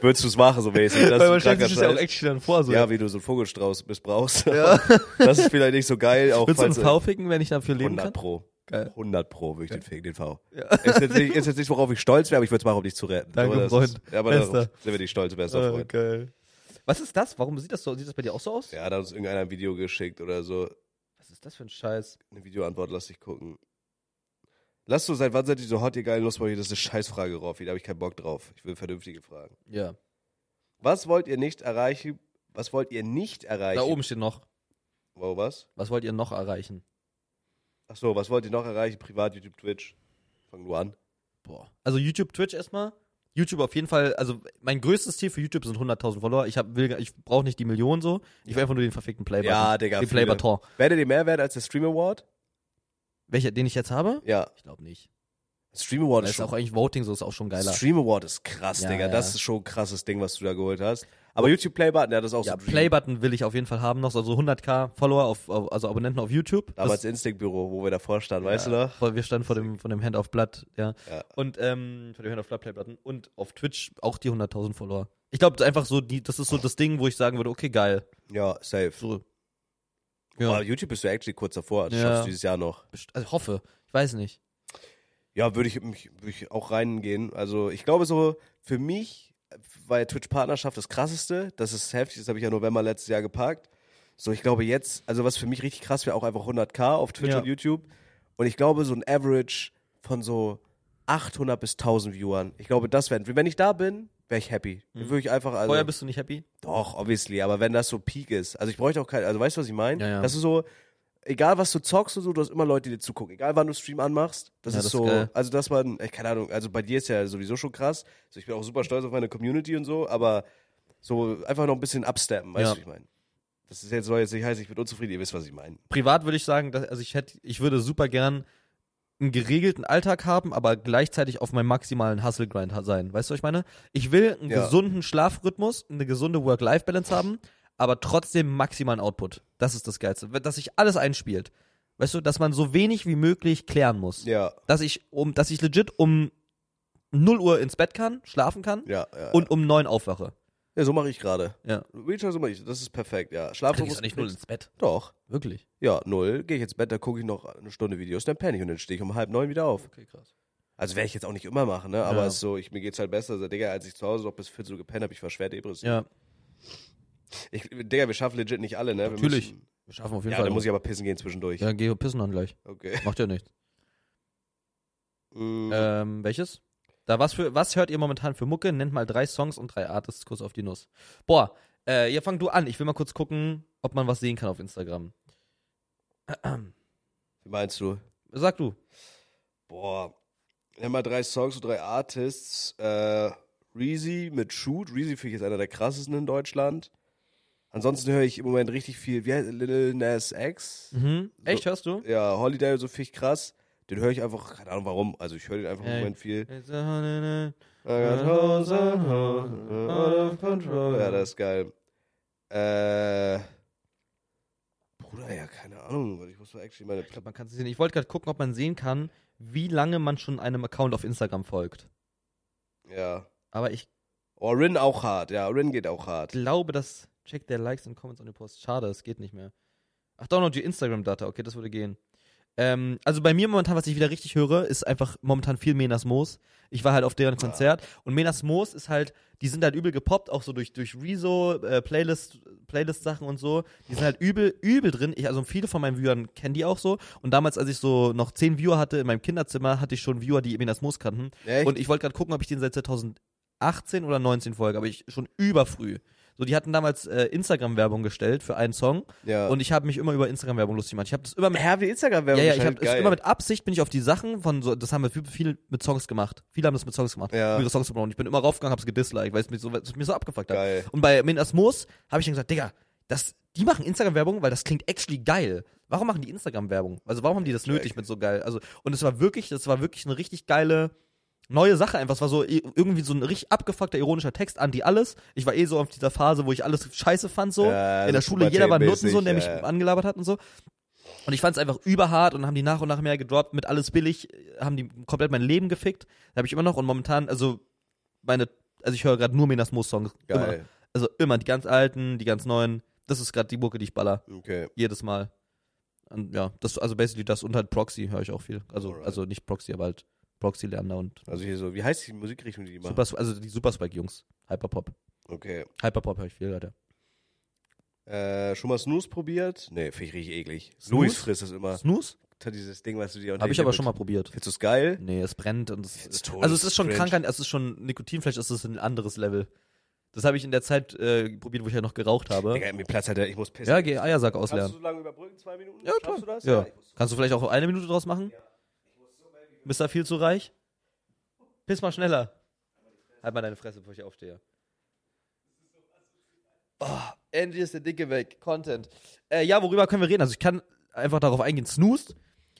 Speaker 2: Würdest du es machen, so mäßig? Das ist ein kranker Scheiß.
Speaker 1: echt dann vor. So.
Speaker 2: ja, wie du so einen Vogelstrauß missbrauchst. Das ist vielleicht nicht so geil. Auch
Speaker 1: Willst du einen
Speaker 2: falls
Speaker 1: V ficken, wenn ich dafür leben
Speaker 2: 100
Speaker 1: kann?
Speaker 2: pro.
Speaker 1: Geil.
Speaker 2: 100 pro würde ich den ficken, den V. Ist, jetzt nicht, ist jetzt nicht, worauf ich stolz wäre, aber ich würde es machen, um dich zu retten.
Speaker 1: Danke,
Speaker 2: aber das
Speaker 1: Freund.
Speaker 2: Ist, aber
Speaker 1: Bester. Äh,
Speaker 2: da sind wir nicht stolz, bester
Speaker 1: Ah,
Speaker 2: Freund.
Speaker 1: geil. Was ist das? Warum sieht das so? Sieht das bei dir auch so aus?
Speaker 2: Ja, da hat uns irgendeiner ein Video geschickt oder so.
Speaker 1: Was ist das für ein Scheiß?
Speaker 2: Eine Videoantwort lass dich gucken. Lass du, seit wann seid ihr so hot, ihr geilen Lustbeutel? Das ist eine Scheißfrage, Roffi. Da habe ich keinen Bock drauf. Ich will vernünftige Fragen.
Speaker 1: Ja.
Speaker 2: Was wollt ihr nicht erreichen? Was wollt ihr nicht erreichen?
Speaker 1: Da oben steht noch.
Speaker 2: Wow, was?
Speaker 1: Was wollt ihr noch erreichen?
Speaker 2: Ach so, was wollt ihr noch erreichen? Privat, YouTube, Twitch. Fang nur an.
Speaker 1: Boah. Also YouTube, Twitch erstmal. YouTube auf jeden Fall, also mein größtes Ziel für YouTube sind 100.000 Follower. Ich, hab, will, gar- ich brauche nicht die Millionen so. Ich will einfach nur den verfickten Playbutton.
Speaker 2: Ja, Digga,
Speaker 1: Den
Speaker 2: viele.
Speaker 1: Playbutton.
Speaker 2: Werdet ihr mehr wert als der Stream Award?
Speaker 1: Welcher, den ich jetzt habe?
Speaker 2: Ja.
Speaker 1: Ich glaube nicht.
Speaker 2: Stream Award
Speaker 1: Das
Speaker 2: ist
Speaker 1: ist
Speaker 2: schon
Speaker 1: auch eigentlich Voting, so ist auch schon geiler.
Speaker 2: Stream Award ist krass,
Speaker 1: Ja, ja.
Speaker 2: Digga. Das ist schon ein krasses Ding, was du da geholt hast. Aber YouTube Playbutton, ja, das ist auch
Speaker 1: Ja,
Speaker 2: so. ein Dream.
Speaker 1: Playbutton will ich auf jeden Fall haben noch, also 100k Follower, auf, auf- also Abonnenten auf YouTube. Das-
Speaker 2: Damals Instinct-Büro, wo wir davor standen, weißt du
Speaker 1: Ja,
Speaker 2: noch?
Speaker 1: Vor, wir standen vor dem, von dem Hand auf Blatt, ja.
Speaker 2: Ja.
Speaker 1: Und ähm, von dem Hand auf Blatt Playbutton und auf Twitch auch die 100.000 Follower. Ich glaube einfach so, die, das ist so das Ding, wo ich sagen würde, okay, geil.
Speaker 2: Ja, safe.
Speaker 1: So.
Speaker 2: Aber
Speaker 1: Ja,
Speaker 2: YouTube bist du actually kurz davor. Das
Speaker 1: Ja.
Speaker 2: schaffst du dieses Jahr noch.
Speaker 1: best- also hoffe, ich weiß nicht.
Speaker 2: Ja, würde ich, mich- würde ich auch reingehen. Also ich glaube so, für mich war ja Twitch-Partnerschaft das krasseste. Das ist heftig, das habe ich ja November letztes Jahr geparkt. So, ich glaube jetzt, also was für mich richtig krass wäre, auch einfach 100k auf Twitch
Speaker 1: Ja.
Speaker 2: und YouTube. Und ich glaube so ein Average von so 800 bis 1000 Viewern. Ich glaube, das wäre, wenn ich da bin, wäre ich happy. Dann Würde ich einfach, also,
Speaker 1: Mhm. Vorher bist du nicht happy?
Speaker 2: doch, obviously, aber wenn das so Peak ist. Also ich bräuchte auch kein, also weißt du, was ich meine?
Speaker 1: Ja, ja.
Speaker 2: Das ist so, egal was du zockst und so, du hast immer Leute, die dir zugucken. Egal wann du Stream anmachst, das
Speaker 1: Ja, das
Speaker 2: ist
Speaker 1: ist
Speaker 2: so,
Speaker 1: geil.
Speaker 2: also dass man, ey, keine Ahnung, also bei dir ist ja sowieso schon krass. Also ich bin auch super stolz auf meine Community und so, aber so einfach noch ein bisschen upsteppen, weißt
Speaker 1: Ja.
Speaker 2: du, was ich meine? Das ist jetzt, soll jetzt nicht heißen, ich bin unzufrieden, ihr wisst, was ich meine.
Speaker 1: Privat würde ich sagen, dass, also ich hätte, ich würde super gern einen geregelten Alltag haben, aber gleichzeitig auf meinem maximalen Hustle-Grind ha- sein. Weißt du, was ich meine? Ich will einen
Speaker 2: Ja.
Speaker 1: gesunden Schlafrhythmus, eine gesunde Work-Life-Balance haben, aber trotzdem maximalen Output. Das ist das Geilste. Dass sich alles einspielt. Weißt du, dass man so wenig wie möglich klären muss.
Speaker 2: Ja,
Speaker 1: Dass ich um, dass ich legit um 0 Uhr ins Bett kann, schlafen kann
Speaker 2: ja, ja.
Speaker 1: und um 9 aufwache.
Speaker 2: ja, so mache ich gerade.
Speaker 1: Ja.
Speaker 2: Retail, so mache ich, das ist perfekt, ja. Schlaf
Speaker 1: Kriegst du nicht null ins Bett.
Speaker 2: Doch.
Speaker 1: Wirklich.
Speaker 2: Ja, null. Gehe ich ins Bett, da gucke ich noch eine Stunde Videos, dann penne ich und dann stehe ich um halb neun wieder auf.
Speaker 1: Okay, krass.
Speaker 2: Also werde ich jetzt auch nicht immer machen, ne? Aber
Speaker 1: Ja.
Speaker 2: es ist so, ich, mir geht's halt besser. Also, Digga, als ich zu Hause noch bis 14 Uhr gepennt habe, ich war schwer depressiv.
Speaker 1: Ja,
Speaker 2: Ich, Digga, wir schaffen legit nicht alle, ne? Wir
Speaker 1: Natürlich.
Speaker 2: Müssen,
Speaker 1: wir schaffen auf jeden
Speaker 2: ja,
Speaker 1: Fall.
Speaker 2: da muss ich aber pissen gehen zwischendurch.
Speaker 1: ja, geh pissen dann gleich.
Speaker 2: Okay.
Speaker 1: Macht ja nichts.
Speaker 2: Mm,
Speaker 1: Ähm, welches? Da was für was hört ihr momentan für Mucke? Nennt mal drei Songs und drei Artists kurz auf die Nuss. Boah, äh, ja, fang du an. Ich will mal kurz gucken, ob man was sehen kann auf Instagram.
Speaker 2: Wie meinst du?
Speaker 1: Sag du.
Speaker 2: Boah. Nimm mal drei Songs und drei Artists. Äh, Reezy mit Shoot. Reezy finde ich ist einer der krassesten in Deutschland. Ansonsten höre ich im Moment richtig viel. Wie heißt Lil Nas X?
Speaker 1: Mhm. Echt, hörst du?
Speaker 2: Ja, Holiday und so finde ich krass. Den höre ich einfach, keine Ahnung warum. Also ich höre den einfach im
Speaker 1: Ey.
Speaker 2: Moment viel.
Speaker 1: Ja,
Speaker 2: I got hoes and hoes and out of control. Ja, das ist geil. Äh. Bruder, ja, keine Ahnung. weil Ich muss mal actually meine.
Speaker 1: Ich glaube, man kann es sehen. Ich wollte gerade gucken, ob man sehen kann, wie lange man schon einem Account auf Instagram folgt.
Speaker 2: Ja.
Speaker 1: Aber ich
Speaker 2: Oh, Rin auch hart. Ja, Rin geht auch hart.
Speaker 1: glaube, das checkt der Likes und Comments on your Post. Schade, es geht nicht mehr. Ach, download your Instagram-Data. Okay, das würde gehen. Ähm, also bei mir momentan, was ich wieder richtig höre, ist einfach momentan viel Menas Moos. Ich war halt auf deren Konzert und Menas Moos ist halt, die sind halt übel gepoppt, auch so durch, durch Rezo, äh, Playlist, Playlist-Sachen und so. Die sind halt übel, übel drin. Ich, also viele von meinen Viewern kennen die auch so. Und damals, als ich so noch zehn Viewer hatte in meinem Kinderzimmer, hatte ich schon Viewer, die Menas Moos kannten.
Speaker 2: Echt?
Speaker 1: Und ich wollte gerade gucken, ob ich den seit 2018 oder 19 folge, aber ich schon überfrüh. So, die hatten damals äh, Instagram-Werbung gestellt für einen Song.
Speaker 2: Ja.
Speaker 1: Und ich habe mich immer über Instagram-Werbung lustig gemacht. Ich habe das immer mit
Speaker 2: Ja, wie
Speaker 1: ja,
Speaker 2: Instagram-Werbung.
Speaker 1: ja, ich
Speaker 2: geschaltet,
Speaker 1: habe
Speaker 2: halt geil.
Speaker 1: immer mit Absicht bin ich auf die Sachen von so, das haben wir viel, viel mit Songs gemacht. Viele haben das mit Songs gemacht,
Speaker 2: Ja.
Speaker 1: um ihre Songs zu bauen. Ich bin immer raufgegangen, hab's gedisliked, weil es mich so, weil es mich so abgefuckt hat.
Speaker 2: Geil.
Speaker 1: Und bei Minasmos habe ich dann gesagt, Digga, das, die machen Instagram-Werbung, weil das klingt actually geil. Warum machen die Instagram-Werbung? Also warum haben die das nötig mit so geil? Also, und es war wirklich, das war wirklich eine richtig geile neue Sache einfach. Es war so i- irgendwie so ein richtig abgefuckter, ironischer Text, anti alles. Ich war eh so auf dieser Phase, wo ich alles scheiße fand, so.
Speaker 2: Ja,
Speaker 1: In der
Speaker 2: so
Speaker 1: Schule, jeder war ein
Speaker 2: Also pubertätmäßig, äh.
Speaker 1: Nuttensohn, der mich
Speaker 2: ja.
Speaker 1: angelabert hat und so. Und ich fand es einfach überhart und dann haben die nach und nach mehr gedroppt mit alles billig, äh, haben die komplett mein Leben gefickt. Da habe ich immer noch und momentan, also meine, also ich höre gerade nur Menasmos-Songs. Immer.
Speaker 2: Geil.
Speaker 1: Also immer die ganz alten, die ganz neuen. Das ist gerade die Burke, die ich baller.
Speaker 2: Okay.
Speaker 1: Jedes Mal. Und ja, das, also basically das und halt Proxy höre ich auch viel. Also,
Speaker 2: Alright.
Speaker 1: also nicht Proxy, aber halt Proxy Lerner und
Speaker 2: Also hier so, wie heißt die Musikrichtung, die die machen?
Speaker 1: Super, also die Superspike-Jungs. Hyperpop.
Speaker 2: Okay.
Speaker 1: Hyperpop höre ich viel, Leute.
Speaker 2: Äh, schon mal Snooze probiert? Nee, finde ich richtig eklig.
Speaker 1: Snooze?
Speaker 2: Louis frisst das immer.
Speaker 1: Snooze?
Speaker 2: Das hat Dieses Ding, was du dir unter
Speaker 1: Habe ich
Speaker 2: die-
Speaker 1: aber schon mal probiert.
Speaker 2: Findest du's geil?
Speaker 1: Nee, es brennt und es.
Speaker 2: Jetzt tot,
Speaker 1: also es ist schon
Speaker 2: cringe.
Speaker 1: krank, an- es ist schon Nikotin, vielleicht ist es ein anderes Level. Das habe ich in der Zeit äh, probiert, wo ich ja noch geraucht habe.
Speaker 2: Digga, mir Platz hat er, ich muss pissen.
Speaker 1: Ne? ja, geh Eiersack
Speaker 2: Kannst
Speaker 1: auslernen.
Speaker 2: du so lange überbrücken? Zwei Minuten?
Speaker 1: Ja, klar.
Speaker 2: Schaffst du das?
Speaker 1: Ja.
Speaker 2: Ja. ich muss-
Speaker 1: Kannst du vielleicht auch eine Minute draus machen? Bist da viel zu reich? Piss mal schneller. Halt mal deine Fresse, bevor ich aufstehe. Oh, endlich ist der Dicke weg. Content. Äh, ja, worüber können wir reden? Also ich kann einfach darauf eingehen. Snooze.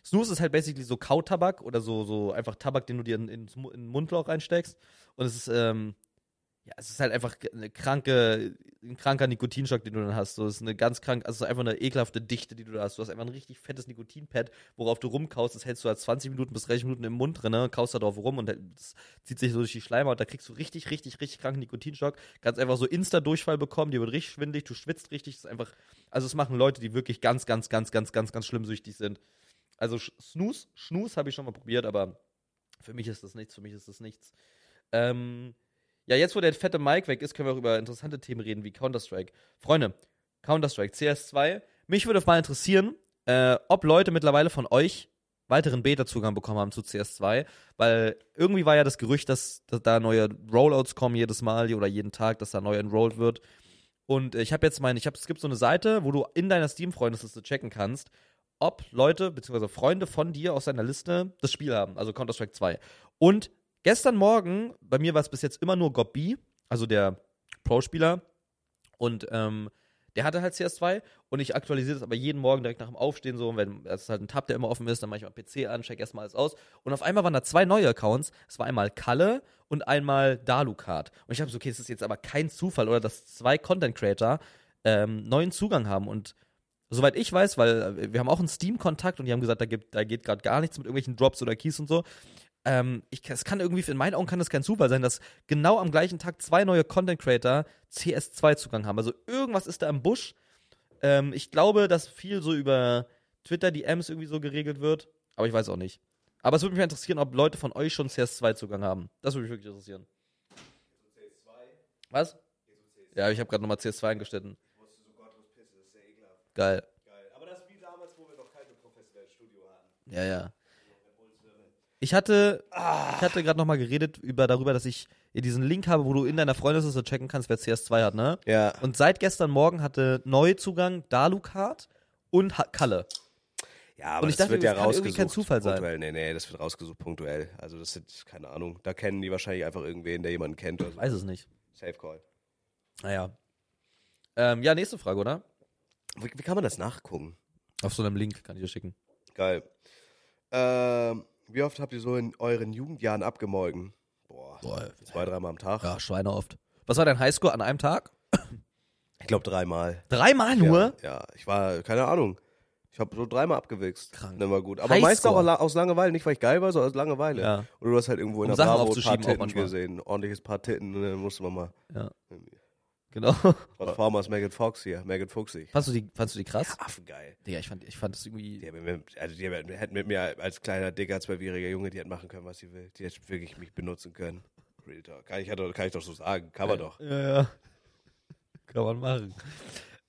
Speaker 1: Snooze ist halt basically so Kautabak oder so, so einfach Tabak, den du dir in, ins Mu- in den Mundloch reinsteckst. Und es ist, ähm, ja, es ist halt einfach eine kranke, ein kranker Nikotinschock, den du dann hast. So, es ist eine ganz krank, also es ist einfach eine ekelhafte Dichte, die du da hast. Du hast einfach ein richtig fettes Nikotinpad, worauf du rumkaust. Das hältst du halt 20 Minuten bis 30 Minuten im Mund drin, ne? kaust da drauf rum und das zieht sich so durch die Schleimhaut. Da kriegst du richtig, richtig, richtig kranken Nikotinschock. Kannst einfach so Insta-Durchfall bekommen, dir wird richtig schwindelig, du schwitzt richtig. Das ist einfach, also es machen Leute, die wirklich ganz, ganz, ganz, ganz, ganz, ganz schlimm süchtig sind. Also Sch- Snooze, Schnus habe ich schon mal probiert, aber für mich ist das nichts, für mich ist das nichts. Ähm, ja, jetzt, wo der fette Mike weg ist, können wir auch über interessante Themen reden, wie Counter-Strike. Freunde, Counter-Strike, CS2. Mich würde mal interessieren, äh, ob Leute mittlerweile von euch weiteren Beta-Zugang bekommen haben zu CS2, weil irgendwie war ja das Gerücht, dass, dass da neue Rollouts kommen jedes Mal oder jeden Tag, dass da neu enrolled wird. Und äh, ich habe jetzt meine, ich habe, es gibt so eine Seite, wo du in deiner Steam-Freundesliste checken kannst, ob Leute bzw. Freunde von dir aus deiner Liste das Spiel haben, also Counter-Strike 2. Und gestern Morgen, bei mir war es bis jetzt immer nur Gobbi, also der Pro-Spieler, und ähm, der hatte halt CS2 und ich aktualisiere das aber jeden Morgen direkt nach dem Aufstehen so. Und wenn das ist halt ein Tab, der immer offen ist, dann mache ich mal PC an, check erstmal alles aus. Und auf einmal waren da zwei neue Accounts. Es war einmal Kalle und einmal Dalukat. Und ich habe so, okay, es ist jetzt aber kein Zufall oder dass zwei Content Creator ähm, neuen Zugang haben. Und soweit ich weiß, weil äh, wir haben auch einen Steam-Kontakt und die haben gesagt, da, gibt, da geht gerade gar nichts mit irgendwelchen Drops oder Keys und so. Ähm, ich, es kann irgendwie, in meinen Augen kann das kein Zufall sein, dass genau am gleichen Tag zwei neue Content Creator CS2-Zugang haben. Also irgendwas ist da im Busch. Ähm, ich glaube, dass viel so über Twitter DMs irgendwie so geregelt wird, aber ich weiß auch nicht. Aber es würde mich mal interessieren, ob Leute von euch schon CS2-Zugang haben. Das würde mich wirklich interessieren. Was? Ja, ich habe gerade nochmal CS2 eingestellt. Geil.
Speaker 2: Aber das ist wie damals, wo wir noch kein professionelles Studio hatten.
Speaker 1: Ja, ja. Ich hatte, ich hatte gerade nochmal geredet über, darüber, dass ich hier diesen Link habe, wo du in deiner Freundesliste checken kannst, wer CS2 hat, ne?
Speaker 2: Ja.
Speaker 1: Und seit gestern Morgen hatte Neuzugang Dalukat und ha Kalle.
Speaker 2: Ja, aber
Speaker 1: Und ich
Speaker 2: das
Speaker 1: dachte,
Speaker 2: wird ja
Speaker 1: das kann irgendwie
Speaker 2: rausgesucht.
Speaker 1: kein Zufall sein.
Speaker 2: Punktuell. Nee, nee, das wird rausgesucht punktuell. Also das sind, keine Ahnung, da kennen die wahrscheinlich einfach irgendwen, der jemanden kennt. Oder so.
Speaker 1: Weiß es nicht.
Speaker 2: Safe Call.
Speaker 1: Naja. Ähm, ja, nächste Frage, oder?
Speaker 2: Wie, wie kann man das nachgucken?
Speaker 1: Auf so einem Link kann ich dir schicken.
Speaker 2: Geil. Ähm, wie oft habt ihr so in euren Jugendjahren abgemolken? Boah,
Speaker 1: Boah.
Speaker 2: zwei, dreimal am Tag?
Speaker 1: Ja, Schweine oft. Was war dein Highscore an einem Tag?
Speaker 2: Ich glaube dreimal.
Speaker 1: Dreimal nur?
Speaker 2: Ja, ja, ich war, keine Ahnung. Ich habe so dreimal abgewichst.
Speaker 1: Krank.
Speaker 2: Dann war gut. Aber
Speaker 1: Highscore.
Speaker 2: meist auch la- aus Langeweile, nicht weil ich geil war, sondern aus Langeweile.
Speaker 1: Ja.
Speaker 2: Oder du hast halt irgendwo in
Speaker 1: Um
Speaker 2: der
Speaker 1: Sachen
Speaker 2: Bravo ein paar
Speaker 1: aufzuschieben auch
Speaker 2: Titten
Speaker 1: manchmal.
Speaker 2: gesehen. Ordentliches paar Titten, und dann musste man mal.
Speaker 1: Ja. Genau.
Speaker 2: Transformers Megan Fox hier, Megan Fuchsig.
Speaker 1: Fandst du die, fandst du die krass?
Speaker 2: Affengeil.
Speaker 1: Digga, ich fand, ich fand das irgendwie.
Speaker 2: Die, haben mir- also die haben- hätten mit mir als kleiner, dicker, zwölfjähriger Junge, die hätten machen können, was sie will. Die hätten wirklich mich benutzen können. Real Talk. Kann ich, ja doch- kann ich doch so sagen. Kann man doch.
Speaker 1: Äh, Ja, ja. Kann man machen.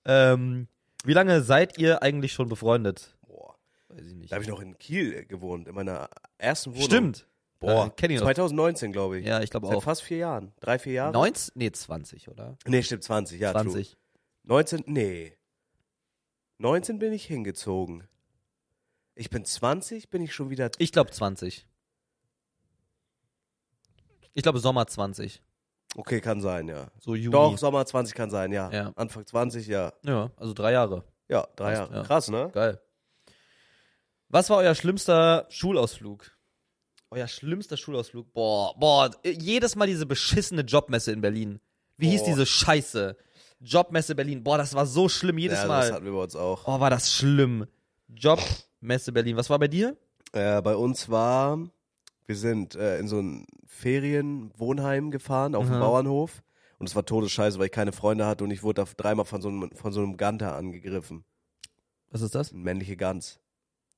Speaker 1: Ähm, wie lange seid ihr eigentlich schon befreundet?
Speaker 2: Boah.
Speaker 1: Weiß ich nicht.
Speaker 2: Da habe ich noch in Kiel gewohnt, in meiner ersten Wohnung.
Speaker 1: Stimmt. Boah, kenn ich noch.
Speaker 2: 2019, glaube ich.
Speaker 1: Ja, ich glaube
Speaker 2: Seit
Speaker 1: auch.
Speaker 2: fast vier Jahren. Drei, vier Jahre?
Speaker 1: 19? Nee, 20, oder?
Speaker 2: Nee, stimmt, 20, ja.
Speaker 1: 20.
Speaker 2: True. 19, nee. 19 bin ich hingezogen. Ich bin 20, bin ich schon wieder.
Speaker 1: Ich glaube 20. Ich glaube Sommer 20.
Speaker 2: Okay, kann sein, ja.
Speaker 1: So Juni.
Speaker 2: Doch, Sommer 20 kann sein, ja.
Speaker 1: Ja.
Speaker 2: Anfang 20, ja.
Speaker 1: Ja, also drei Jahre.
Speaker 2: Ja, drei
Speaker 1: Krass,
Speaker 2: Jahre.
Speaker 1: ja.
Speaker 2: Krass, ne?
Speaker 1: Geil. Was war euer schlimmster Schulausflug? Euer schlimmster Schulausflug? Boah, boah, jedes Mal diese beschissene Jobmesse in Berlin. Wie hieß
Speaker 2: Boah.
Speaker 1: diese Scheiße? Jobmesse Berlin. Boah, das war so schlimm jedes
Speaker 2: ja, Das
Speaker 1: Mal.
Speaker 2: hatten wir bei uns auch.
Speaker 1: Oh, war das schlimm. Jobmesse Berlin. Was war bei dir?
Speaker 2: Äh, bei uns war, wir sind äh, in so ein Ferienwohnheim gefahren, auf dem
Speaker 1: Mhm.
Speaker 2: Bauernhof. Und es war todesscheiße, weil ich keine Freunde hatte und ich wurde da dreimal von so einem, von so einem Ganter angegriffen.
Speaker 1: Was ist das?
Speaker 2: Eine männliche Gans.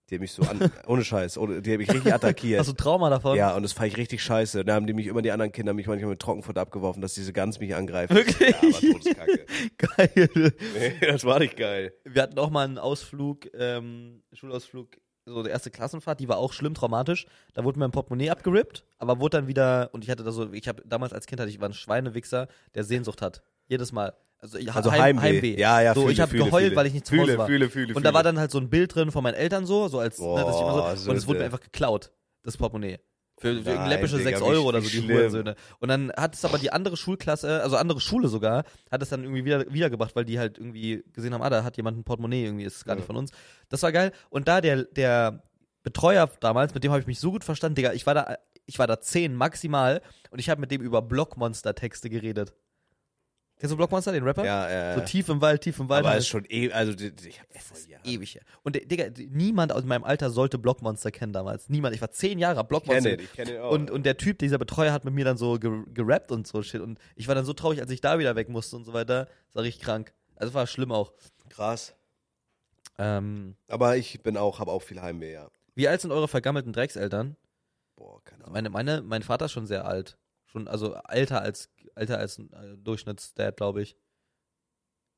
Speaker 2: Die haben mich so an, ohne Scheiß, ohne, die haben mich richtig attackiert.
Speaker 1: Hast du Trauma davon?
Speaker 2: ja, und das fand ich richtig scheiße. Da haben die mich immer, die anderen Kinder, haben mich manchmal mit Trockenfutter abgeworfen, dass diese Gans mich angreift.
Speaker 1: Wirklich?
Speaker 2: Ja, aber Todeskacke.
Speaker 1: Geil.
Speaker 2: Nee, das war nicht geil.
Speaker 1: wir hatten auch mal einen Ausflug, ähm, Schulausflug, so die erste Klassenfahrt, die war auch schlimm traumatisch. Da wurde mir ein Portemonnaie abgerippt, aber wurde dann wieder, und ich hatte da so, ich habe damals als Kind hatte ich war ein Schweinewichser, der Sehnsucht hat. Jedes Mal. Also, ich,
Speaker 2: Also Heimweh. Ja, ja,
Speaker 1: So,
Speaker 2: fühle,
Speaker 1: ich habe
Speaker 2: fühle,
Speaker 1: geheult,
Speaker 2: fühle.
Speaker 1: weil ich nicht zu
Speaker 2: Fühle,
Speaker 1: Hause war.
Speaker 2: fühle, fühle,
Speaker 1: und da
Speaker 2: fühle.
Speaker 1: war dann halt so ein Bild drin von meinen Eltern so, so als, ne, dass ich
Speaker 2: Boah,
Speaker 1: immer so, und es wurde
Speaker 2: Söhne.
Speaker 1: mir einfach geklaut. Das Portemonnaie. Für
Speaker 2: Nein,
Speaker 1: läppische
Speaker 2: Digga,
Speaker 1: 6
Speaker 2: wie-
Speaker 1: Euro oder
Speaker 2: wie
Speaker 1: so, die
Speaker 2: schlimm.
Speaker 1: Hurensöhne. Und dann hat es aber die andere Schulklasse, also andere Schule sogar, hat es dann irgendwie wieder, wiedergebracht, weil die halt irgendwie gesehen haben, ah, da hat jemand ein Portemonnaie, irgendwie ist es gar
Speaker 2: Ja.
Speaker 1: nicht von uns. Das war geil. Und da der, der Betreuer damals, mit dem habe ich mich so gut verstanden, Digga, ich war da, ich war da 10 maximal und ich habe mit dem über Blockmonster-Texte geredet. Kennst du Blockmonster, den Rapper?
Speaker 2: Ja, ja.
Speaker 1: So
Speaker 2: ja.
Speaker 1: tief im Wald, tief im Wald.
Speaker 2: aber
Speaker 1: halt.
Speaker 2: es ist schon eh, also die- die- ich hab
Speaker 1: Es
Speaker 2: voll
Speaker 1: ist
Speaker 2: Jahre.
Speaker 1: ewig her. Und der- Digga, d- niemand aus meinem Alter sollte Blockmonster kennen damals. Niemand. Ich war zehn Jahre
Speaker 2: Ich kenne
Speaker 1: Blockmonster.
Speaker 2: den, ich kenne den auch.
Speaker 1: und, und der Typ, dieser Betreuer, hat mit mir dann so ge gerappt und so Shit. Und ich war dann so traurig, als ich da wieder weg musste und so weiter. Das war richtig krank. Also war schlimm auch.
Speaker 2: Krass.
Speaker 1: Ähm,
Speaker 2: Aber ich bin auch, habe auch viel Heimweh, ja.
Speaker 1: wie alt sind eure vergammelten Dreckseltern?
Speaker 2: Boah, keine Ahnung.
Speaker 1: Meine, meine, mein Vater ist schon sehr alt. Schon, also älter als, älter als ein äh, Durchschnittsdad, glaube ich.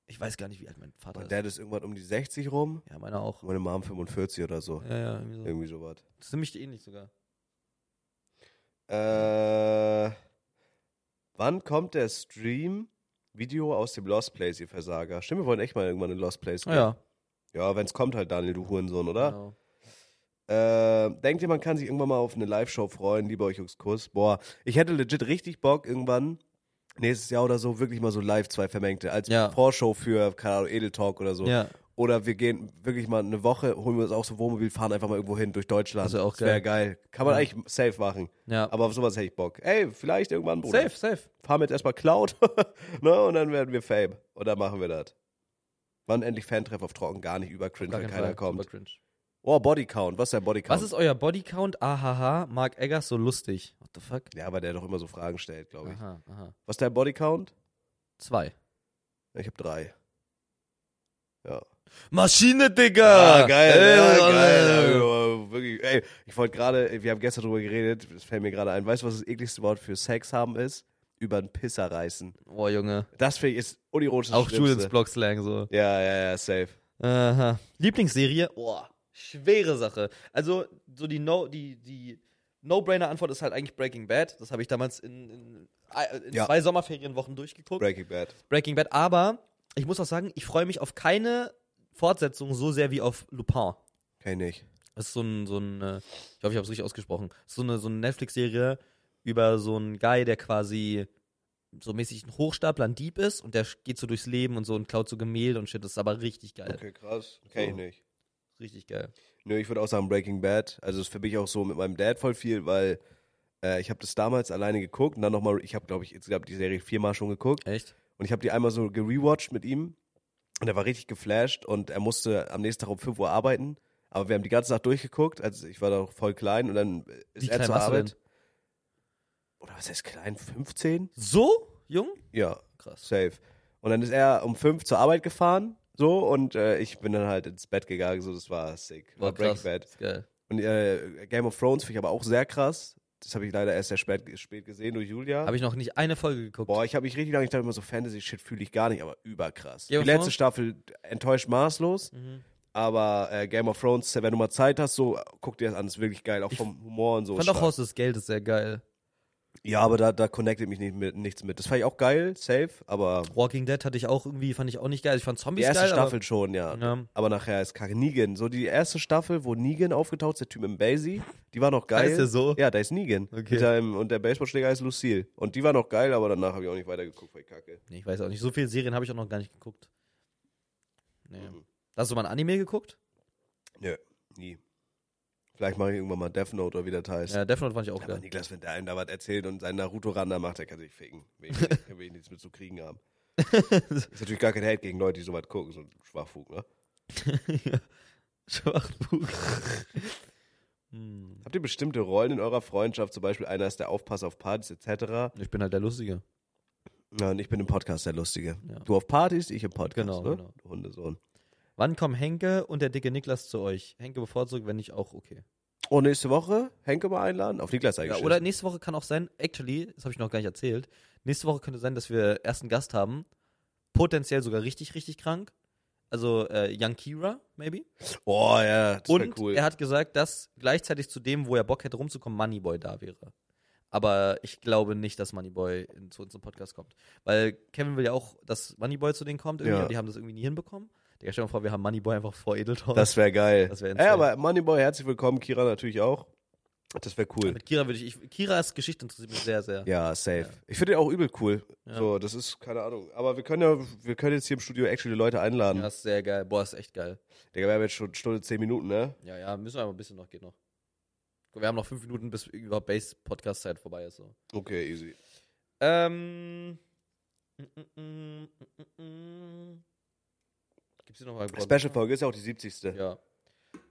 Speaker 1: Ich weiß gar nicht, wie alt mein Vater
Speaker 2: Mein
Speaker 1: ist.
Speaker 2: Dad Oh. ist irgendwann um die 60 rum,
Speaker 1: Ja, meiner auch.
Speaker 2: meine Mom 45 oder so.
Speaker 1: Ja, ja, irgendwie so.
Speaker 2: Irgendwie sowas.
Speaker 1: Ziemlich ähnlich sogar.
Speaker 2: Äh, wann kommt der Stream? Video aus dem Lost Place, ihr Versager. Stimmt, wir wollen echt mal irgendwann in Lost Place
Speaker 1: Ah, ja.
Speaker 2: Ja, wenn's kommt halt, Daniel, du Hurensohn, oder?
Speaker 1: Genau.
Speaker 2: Äh, denkt ihr, man kann sich irgendwann mal auf eine Live-Show freuen? Liebe euch, Jungs, Kuss. Boah, ich hätte legit richtig Bock, irgendwann nächstes Jahr oder so wirklich mal so live zwei Vermengte. Als
Speaker 1: Ja.
Speaker 2: Vorshow für, keine Ahnung, Edel Talk oder so.
Speaker 1: Ja.
Speaker 2: Oder wir gehen wirklich mal eine Woche, holen wir uns auch so Wohnmobil, fahren einfach mal irgendwo hin durch Deutschland.
Speaker 1: Das wär auch
Speaker 2: das wäre geil. Kann man eigentlich safe machen.
Speaker 1: Ja.
Speaker 2: Aber auf sowas hätte ich Bock. Ey, vielleicht irgendwann, Bruder.
Speaker 1: Safe, safe.
Speaker 2: Fahr mit erstmal Cloud. ne? Und dann werden wir Fame. Und dann machen wir das. Wann endlich Fantreff auf Trocken? Gar nicht über Cringe,
Speaker 1: Gar
Speaker 2: wenn
Speaker 1: kein
Speaker 2: keiner
Speaker 1: Fall.
Speaker 2: kommt.
Speaker 1: Super cringe.
Speaker 2: Oh, Bodycount. Was ist der Bodycount?
Speaker 1: Was ist euer Bodycount? Ahaha, Mark Eggers so lustig. What the fuck?
Speaker 2: ja, weil der doch immer so Fragen stellt, glaube ich.
Speaker 1: Aha, aha.
Speaker 2: Was ist der Bodycount?
Speaker 1: Zwei.
Speaker 2: Ich habe drei. Ja.
Speaker 1: Maschine, Digga!
Speaker 2: Ah, geil,
Speaker 1: Äh,
Speaker 2: ja, geil.
Speaker 1: äh, äh.
Speaker 2: ja, wirklich. Ey, ich wollte gerade, wir haben gestern drüber geredet, es fällt mir gerade ein. Weißt du, was das ekligste Wort für Sex haben ist? Über den Pisser reißen.
Speaker 1: Boah, Junge.
Speaker 2: Das finde ich ist unironisch das
Speaker 1: Auch
Speaker 2: Schlimmste.
Speaker 1: Julians Blog-Slang so.
Speaker 2: Ja, ja, ja, safe.
Speaker 1: Aha. Lieblingsserie? Boah, schwere Sache. Also, so die No, die, die No-Brainer-Antwort ist halt eigentlich Breaking Bad. Das habe ich damals in, in, äh, in
Speaker 2: Ja.
Speaker 1: zwei Sommerferienwochen durchgeguckt.
Speaker 2: Breaking Bad.
Speaker 1: Breaking Bad. Aber ich muss auch sagen, ich freue mich auf keine Fortsetzung so sehr wie auf Lupin.
Speaker 2: Kenn ich.
Speaker 1: Das ist so ein, so ein äh, ich hoffe, ich habe es richtig ausgesprochen. Das ist so eine, so eine Netflix-Serie über so einen Guy, der quasi so mäßig ein Hochstapler, ein Dieb ist und der sch- geht so durchs Leben und so und klaut so Gemälde und shit. Das ist aber richtig geil.
Speaker 2: Okay, krass. Kenn ich
Speaker 1: Äh, So.
Speaker 2: nicht.
Speaker 1: Richtig geil.
Speaker 2: Nö, ich würde auch sagen Breaking Bad. Also, das ist für mich auch so mit meinem Dad voll viel, weil äh, ich habe das damals alleine geguckt und dann nochmal, ich habe, glaube ich, insgesamt die Serie viermal schon geguckt.
Speaker 1: Echt?
Speaker 2: Und ich habe die einmal so gerewatcht mit ihm. Und er war richtig geflasht und er musste am nächsten Tag um 5 Uhr arbeiten. Aber wir haben die ganze Nacht durchgeguckt. Also ich war da noch voll klein und dann ist
Speaker 1: Wie
Speaker 2: er
Speaker 1: klein
Speaker 2: zur
Speaker 1: warst du
Speaker 2: Arbeit.
Speaker 1: denn?
Speaker 2: Oder was heißt klein? 15?
Speaker 1: So jung?
Speaker 2: Ja,
Speaker 1: Krass.
Speaker 2: safe. Und dann ist er um 5 zur Arbeit gefahren. So, und äh, ich bin dann halt ins Bett gegangen. So, das war sick. War
Speaker 1: War
Speaker 2: Breaking
Speaker 1: krass.
Speaker 2: Bad.
Speaker 1: Ist geil.
Speaker 2: Und äh, Game of Thrones finde ich aber auch sehr krass. Das habe ich leider erst sehr spät, spät gesehen durch Julia.
Speaker 1: Habe ich noch nicht eine Folge geguckt.
Speaker 2: Boah, ich habe mich richtig lange, ich dachte immer so, Fantasy-Shit fühle ich gar nicht, aber überkrass.
Speaker 1: Game
Speaker 2: die
Speaker 1: of
Speaker 2: letzte
Speaker 1: Thrones?
Speaker 2: Staffel enttäuscht maßlos.
Speaker 1: Mhm.
Speaker 2: Aber äh, Game of Thrones, wenn du mal Zeit hast, so guck dir das an, ist wirklich geil, auch vom Humor und so.
Speaker 1: Fand
Speaker 2: ist
Speaker 1: auch
Speaker 2: stark.
Speaker 1: Haus des Geldes sehr geil.
Speaker 2: ja, aber da, da connectet mich nicht mit, nichts mit. Das fand ich auch geil, safe, aber
Speaker 1: Walking Dead hatte ich auch irgendwie, fand ich auch nicht geil. Ich fand Zombies
Speaker 2: die erste
Speaker 1: geil.
Speaker 2: Staffel schon, ja.
Speaker 1: Ja.
Speaker 2: Aber nachher ist kacke. Negan, so die erste Staffel, wo Negan aufgetaucht ist, der Typ im Basie, die war noch geil.
Speaker 1: Heißt der so?
Speaker 2: Ja, da ist Negan.
Speaker 1: Okay.
Speaker 2: Mit seinem- und der Baseballschläger heißt Lucille. Und die war noch geil, aber danach habe ich auch nicht weitergeguckt, weil kacke.
Speaker 1: Aber, nee, ich weiß auch nicht. So viele Serien habe ich auch noch gar nicht geguckt. Nee.
Speaker 2: Mhm.
Speaker 1: Hast du mal ein Anime geguckt?
Speaker 2: Nö, nie. Vielleicht mache ich irgendwann mal Death Note oder wie das heißt.
Speaker 1: Ja, Death Note fand ich auch
Speaker 2: Aber
Speaker 1: geil.
Speaker 2: Niklas, wenn der einem da was erzählt und seinen Naruto ran da macht, der kann sich ficken. Will ich, will ich nichts mit zu kriegen haben. ist natürlich gar kein Hate gegen Leute, die so was gucken, so ein Schwachfug, ne?
Speaker 1: Schwachbuch. hm.
Speaker 2: Habt ihr bestimmte Rollen in eurer Freundschaft, zum Beispiel einer ist der Aufpasser auf Partys etc.?
Speaker 1: Ich bin halt der Lustige.
Speaker 2: Ja, und ich bin im Podcast der Lustige.
Speaker 1: Ja.
Speaker 2: Du auf Partys, ich im Podcast,
Speaker 1: Genau,
Speaker 2: ne?
Speaker 1: genau.
Speaker 2: Du Hundesohn.
Speaker 1: Wann kommen Henke und der dicke Niklas zu euch? Henke bevorzugt, wenn nicht auch okay.
Speaker 2: Und nächste Woche Henke mal einladen, auf Niklas
Speaker 1: Ja,
Speaker 2: eigentlich.
Speaker 1: oder nächste Woche kann auch sein, actually, das habe ich noch gar nicht erzählt, nächste Woche könnte sein, dass wir erst einen Gast haben, potenziell sogar richtig, richtig krank. Also äh, Young Kira, maybe.
Speaker 2: Oh ja, das wäre
Speaker 1: Und
Speaker 2: cool.
Speaker 1: er hat gesagt, dass gleichzeitig zu dem, wo er Bock hätte rumzukommen, Moneyboy da wäre. Aber ich glaube nicht, dass Moneyboy in, zu uns im Podcast kommt. Weil Kevin will ja auch, dass Moneyboy zu denen kommt. Irgendwie,
Speaker 2: Ja.
Speaker 1: und die haben das irgendwie nie hinbekommen. Digga, stell dir mal vor, wir haben Moneyboy einfach vor Edeltau.
Speaker 2: das wäre geil.
Speaker 1: Das wär
Speaker 2: Ey,
Speaker 1: insane.
Speaker 2: aber Moneyboy, herzlich willkommen, Kira natürlich auch. Das wäre cool.
Speaker 1: Mit Kira würde ich, ich. Kiras Geschichte interessiert mich sehr, sehr.
Speaker 2: Ja, safe. Ich finde den auch übel cool. So, das ist, keine Ahnung. Aber wir können ja, wir können jetzt hier im Studio actually Leute einladen.
Speaker 1: Ja, ist sehr geil. Boah, ist echt geil.
Speaker 2: Digga, wir haben jetzt schon Stunde, zehn Minuten, ne?
Speaker 1: Ja, ja, müssen wir aber ein bisschen noch, geht noch. Guck, Wir haben noch fünf Minuten, bis überhaupt Base-Podcast-Zeit vorbei ist. So.
Speaker 2: Okay, easy.
Speaker 1: Ähm. Mm, mm, mm, mm, mm. Gibt's hier noch mal
Speaker 2: Special-Folge ist ja auch die 70.
Speaker 1: Ja.
Speaker 2: Für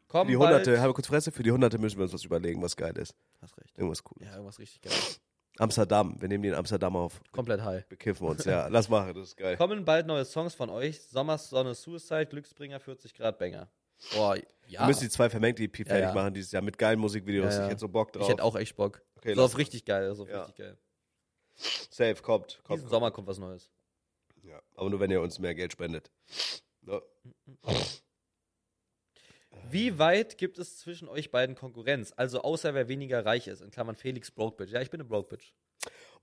Speaker 1: Komm,
Speaker 2: die
Speaker 1: bald.
Speaker 2: 100. Halbe kurz Fresse, für die 100 müssen wir uns was überlegen, was geil ist.
Speaker 1: Hast recht.
Speaker 2: Irgendwas cool.
Speaker 1: Ja, irgendwas richtig geiles.
Speaker 2: Amsterdam, wir nehmen die in Amsterdam auf.
Speaker 1: Komplett high.
Speaker 2: Bekiffen uns, ja. Lass machen, das ist geil.
Speaker 1: Kommen bald neue Songs von euch. Sommersonne Suicide, Glücksbringer, 40 Grad Banger. Boah, ja.
Speaker 2: Wir müssen die zwei vermengte EP fertig
Speaker 1: ja.
Speaker 2: machen dieses Jahr mit geilen Musikvideos.
Speaker 1: Ja, ja.
Speaker 2: Ich hätte so Bock drauf.
Speaker 1: ich hätte auch echt Bock.
Speaker 2: Okay,
Speaker 1: so
Speaker 2: lass
Speaker 1: auf richtig geil, so auf
Speaker 2: Ja.
Speaker 1: richtig geil.
Speaker 2: Safe, kommt. kommt,
Speaker 1: Diesen
Speaker 2: kommt.
Speaker 1: Sommer kommt was Neues.
Speaker 2: Ja. Aber nur wenn ihr uns mehr Geld spendet. Ne? Äh.
Speaker 1: Wie weit gibt es zwischen euch beiden Konkurrenz? Also außer wer weniger reich ist, in Klammern Felix Broke Bitch. Ja, ich bin eine Broke Bitch.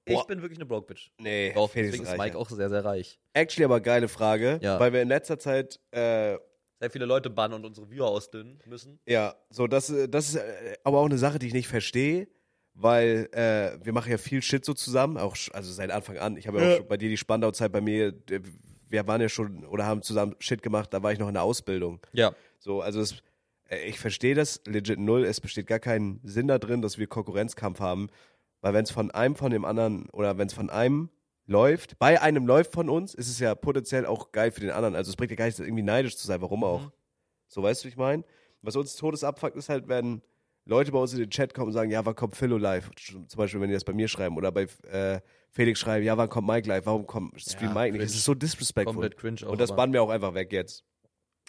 Speaker 1: Ich
Speaker 2: Boah.
Speaker 1: bin wirklich eine Broke Bitch.
Speaker 2: Nee,
Speaker 1: Doch,
Speaker 2: Felix
Speaker 1: deswegen ist
Speaker 2: Reicher.
Speaker 1: Mike auch sehr, sehr reich.
Speaker 2: Actually aber geile Frage,
Speaker 1: Ja.
Speaker 2: weil wir in letzter Zeit, äh,
Speaker 1: Sehr viele Leute bannen und unsere Viewer ausdünnen müssen.
Speaker 2: ja, so das, äh, das ist äh, aber auch eine Sache, die ich nicht verstehe, weil äh, wir machen ja viel Shit so zusammen, auch sch- also seit Anfang an. Ich habe ja,
Speaker 1: Ja.
Speaker 2: auch schon bei dir die Spandau-Zeit, bei mir, äh, wir waren ja schon oder haben zusammen Shit gemacht, da war ich noch in der Ausbildung.
Speaker 1: Ja.
Speaker 2: So, also es, äh, ich verstehe das legit null. Es besteht gar keinen Sinn da drin, dass wir Konkurrenzkampf haben, weil wenn es von einem von dem anderen oder wenn es von einem läuft, bei einem läuft von uns, ist es ja potenziell auch geil für den anderen. Also es bringt ja gar nichts, irgendwie neidisch zu sein. Warum
Speaker 1: Mhm.
Speaker 2: auch? So, weißt du, wie ich meine? Was uns Todes abfuckt, ist halt, wenn Leute bei uns in den Chat kommen und sagen, ja, wann kommt Philo live? Zum Beispiel, wenn die das bei mir schreiben oder bei äh, Felix schreiben, ja, wann kommt Mike live? Warum kommt Stream
Speaker 1: Ja,
Speaker 2: Mike nicht?
Speaker 1: cringe.
Speaker 2: Es ist so disrespectful.
Speaker 1: Komplett cringe auch.
Speaker 2: Und das
Speaker 1: aber-
Speaker 2: bannen wir auch einfach weg jetzt.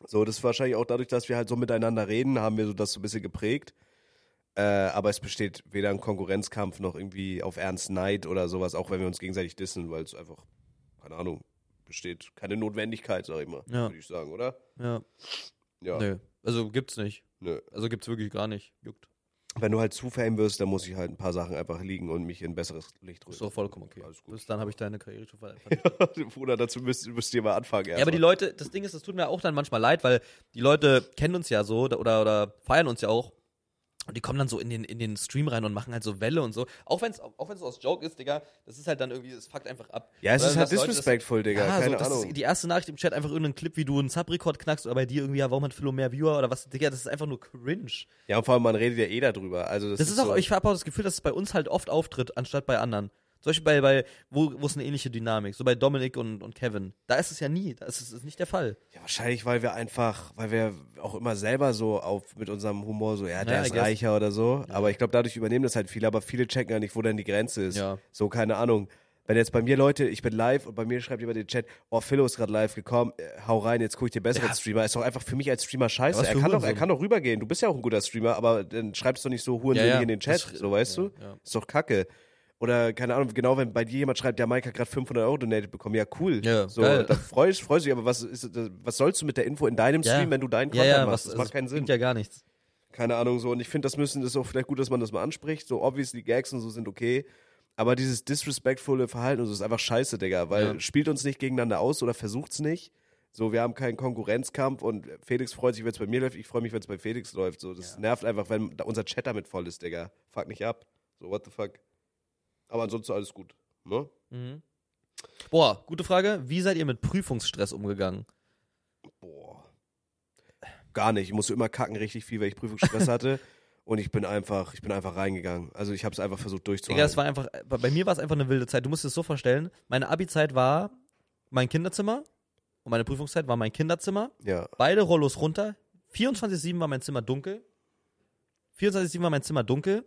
Speaker 2: So, das ist wahrscheinlich auch dadurch, dass wir halt so miteinander reden, haben wir so das so ein bisschen geprägt. Äh, aber es besteht weder ein Konkurrenzkampf noch irgendwie auf Ernst Neid oder sowas, auch wenn wir uns gegenseitig dissen, weil es einfach, keine Ahnung, besteht keine Notwendigkeit, sag ich mal,
Speaker 1: Ja.
Speaker 2: würde ich sagen, oder?
Speaker 1: Ja.
Speaker 2: Ja.
Speaker 1: Nö. Also gibt's nicht.
Speaker 2: Nö.
Speaker 1: Also gibt's wirklich gar nicht. Juckt.
Speaker 2: Wenn du halt zu fame wirst, dann muss ich halt ein paar Sachen einfach liegen und mich in besseres Licht rücken.
Speaker 1: Ist doch vollkommen okay.
Speaker 2: Alles gut.
Speaker 1: Bis dann habe ich deine Karriere schon ver- ver-
Speaker 2: Bruder, dazu müsst, müsst ihr mal anfangen.
Speaker 1: Ja, aber die Leute, das Ding ist, das tut mir auch dann manchmal leid, weil die Leute kennen uns ja so oder, oder, oder feiern uns ja auch. Und die kommen dann so in den, in den Stream rein und machen halt so Welle und so. Auch wenn es auch wenn's so aus Joke ist, Digga, das ist halt dann irgendwie, es fuckt einfach ab.
Speaker 2: Ja, es
Speaker 1: Oder
Speaker 2: ist
Speaker 1: wenn
Speaker 2: halt
Speaker 1: das Leute-
Speaker 2: disrespectful,
Speaker 1: Ja,
Speaker 2: Digga.
Speaker 1: Ah, so,
Speaker 2: Keine
Speaker 1: das
Speaker 2: Ahnung.
Speaker 1: ist die erste Nachricht im Chat einfach irgendein Clip, wie du einen Subrekord knackst oder bei dir irgendwie, ja, warum hat Philo mehr Viewer oder was? Digga, das ist einfach nur cringe.
Speaker 2: Ja, und vor allem, man redet ja eh darüber. Also, das,
Speaker 1: Das ist auch,
Speaker 2: so,
Speaker 1: ich habe auch das Gefühl, dass es bei uns halt oft auftritt, anstatt bei anderen. Zum Beispiel bei, bei wo, wo ist eine ähnliche Dynamik, so bei Dominik und, und Kevin. Da ist es ja nie, da ist es ist nicht der Fall.
Speaker 2: Ja, wahrscheinlich, weil wir einfach, weil wir auch immer selber so auf mit unserem Humor so, ja, der
Speaker 1: Ja, I
Speaker 2: ist
Speaker 1: guess.
Speaker 2: reicher oder so. Aber ich glaube, dadurch übernehmen das halt viele, aber viele checken ja nicht, wo denn die Grenze ist.
Speaker 1: Ja.
Speaker 2: So, keine Ahnung. Wenn jetzt bei mir Leute, ich bin live und bei mir schreibt jemand in den Chat, oh, Philo ist gerade live gekommen, äh, hau rein, jetzt guck ich dir besseren Streamer. Ist doch einfach für mich als Streamer scheiße.
Speaker 1: Ja, was
Speaker 2: er,
Speaker 1: für
Speaker 2: kann doch, er
Speaker 1: Hurensohn.
Speaker 2: kann doch rübergehen. Du bist ja auch ein guter Streamer, aber dann schreibst du nicht so hurensinnig
Speaker 1: Ja, ja.
Speaker 2: in den Chat,
Speaker 1: Das-
Speaker 2: so weißt
Speaker 1: ja,
Speaker 2: du?
Speaker 1: ja.
Speaker 2: Ist doch kacke. Oder keine Ahnung, genau, wenn bei dir jemand schreibt, der Mike hat gerade 500 Euro donated bekommen. Ja, cool.
Speaker 1: Ja,
Speaker 2: so,
Speaker 1: geil.
Speaker 2: da freust freust du dich, aber was, ist, was sollst du mit der Info in deinem Stream, wenn du deinen
Speaker 1: ja,
Speaker 2: Content
Speaker 1: ja,
Speaker 2: machst?
Speaker 1: was,
Speaker 2: das macht keinen Sinn.
Speaker 1: Klingt ja gar nichts.
Speaker 2: keine Ahnung so. Und ich finde, das müssen das ist auch vielleicht gut, dass man das mal anspricht. So obviously Gags und so sind okay. Aber dieses disrespectvolle Verhalten und so ist einfach scheiße, Digga, weil
Speaker 1: Ja.
Speaker 2: spielt uns nicht gegeneinander aus oder versucht's nicht. So, wir haben keinen Konkurrenzkampf und Felix freut sich, wenn es bei mir läuft. Ich freue mich, wenn es bei Felix läuft. So, das nervt einfach, wenn da unser Chat damit voll ist, Digga. Fuck nicht ab. So, what the fuck. Aber ansonsten alles gut. Ne?
Speaker 1: Mhm. Boah, gute Frage. Wie seid ihr mit Prüfungsstress umgegangen?
Speaker 2: Boah. Gar nicht. Ich musste immer kacken richtig viel, weil ich Prüfungsstress hatte. Und ich bin einfach, ich bin einfach reingegangen. Also ich habe es einfach versucht durchzuhalten.
Speaker 1: Digga, das war einfach, äh, bei bei mir war es einfach eine wilde Zeit. Du musst es so vorstellen, meine Abi-Zeit war mein Kinderzimmer und meine Prüfungszeit war mein Kinderzimmer.
Speaker 2: ja.
Speaker 1: Beide Rollos runter. 24-7 war mein Zimmer dunkel. 24-7 war mein Zimmer dunkel.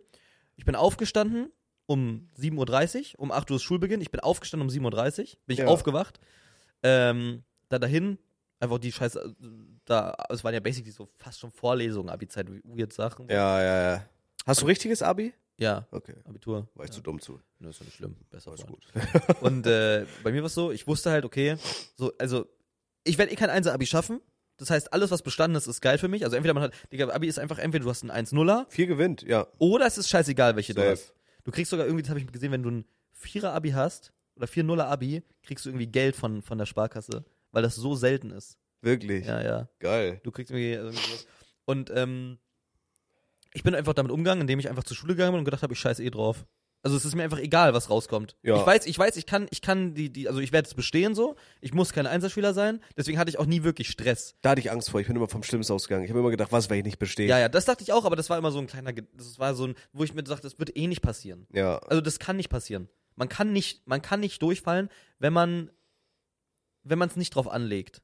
Speaker 1: Ich bin aufgestanden um 7.30 Uhr. Um 8 Uhr ist Schulbeginn. Ich bin aufgestanden um 7.30 Uhr. Bin ich
Speaker 2: Ja.
Speaker 1: aufgewacht. Ähm, da dahin, einfach die Scheiße, da, es waren ja basically so fast schon Vorlesungen, Abi-Zeit, weird Sachen.
Speaker 2: Ja, ja, ja. Hast du richtiges Abi?
Speaker 1: Ja,
Speaker 2: Okay.
Speaker 1: Abitur.
Speaker 2: War ich
Speaker 1: ja.
Speaker 2: zu dumm zu.
Speaker 1: Nö, ist doch nicht schlimm. Besser
Speaker 2: Alles
Speaker 1: Freund.
Speaker 2: gut.
Speaker 1: Und äh, bei mir war es so, ich wusste halt, okay, so, also, ich werde eh kein 1er-Abi schaffen. Das heißt, alles, was bestanden ist, ist geil für mich. Also entweder man hat, Digga, Abi ist einfach, entweder du hast einen 1-0er
Speaker 2: Vier gewinnt, ja.
Speaker 1: oder es ist scheißegal, welche du
Speaker 2: Safe.
Speaker 1: hast. Du kriegst sogar irgendwie, das habe ich gesehen, wenn du ein 4er-Abi hast oder 4-0er-Abi, kriegst du irgendwie Geld von, von der Sparkasse, weil das so selten ist.
Speaker 2: Wirklich.
Speaker 1: Ja, ja.
Speaker 2: Geil.
Speaker 1: Du kriegst irgendwie irgendwie sowas. Und ähm, ich bin einfach damit umgegangen, indem ich einfach zur Schule gegangen bin und gedacht habe, ich scheiße eh drauf. Also es ist mir einfach egal, was rauskommt.
Speaker 2: Ja.
Speaker 1: Ich weiß, ich weiß, ich kann, ich kann die, die, also ich werde es bestehen so. Ich muss kein Einserschüler sein. Deswegen hatte ich auch nie wirklich Stress.
Speaker 2: Da hatte ich Angst vor. Ich bin immer vom Schlimmsten ausgegangen. Ich habe immer gedacht, was, wenn ich nicht bestehe?
Speaker 1: Ja, ja, das dachte ich auch, aber das war immer so ein kleiner, Ge- das war so ein, wo ich mir dachte, das wird eh nicht passieren.
Speaker 2: ja.
Speaker 1: Also das kann nicht passieren. Man kann nicht, man kann nicht durchfallen, wenn man, wenn man es nicht drauf anlegt.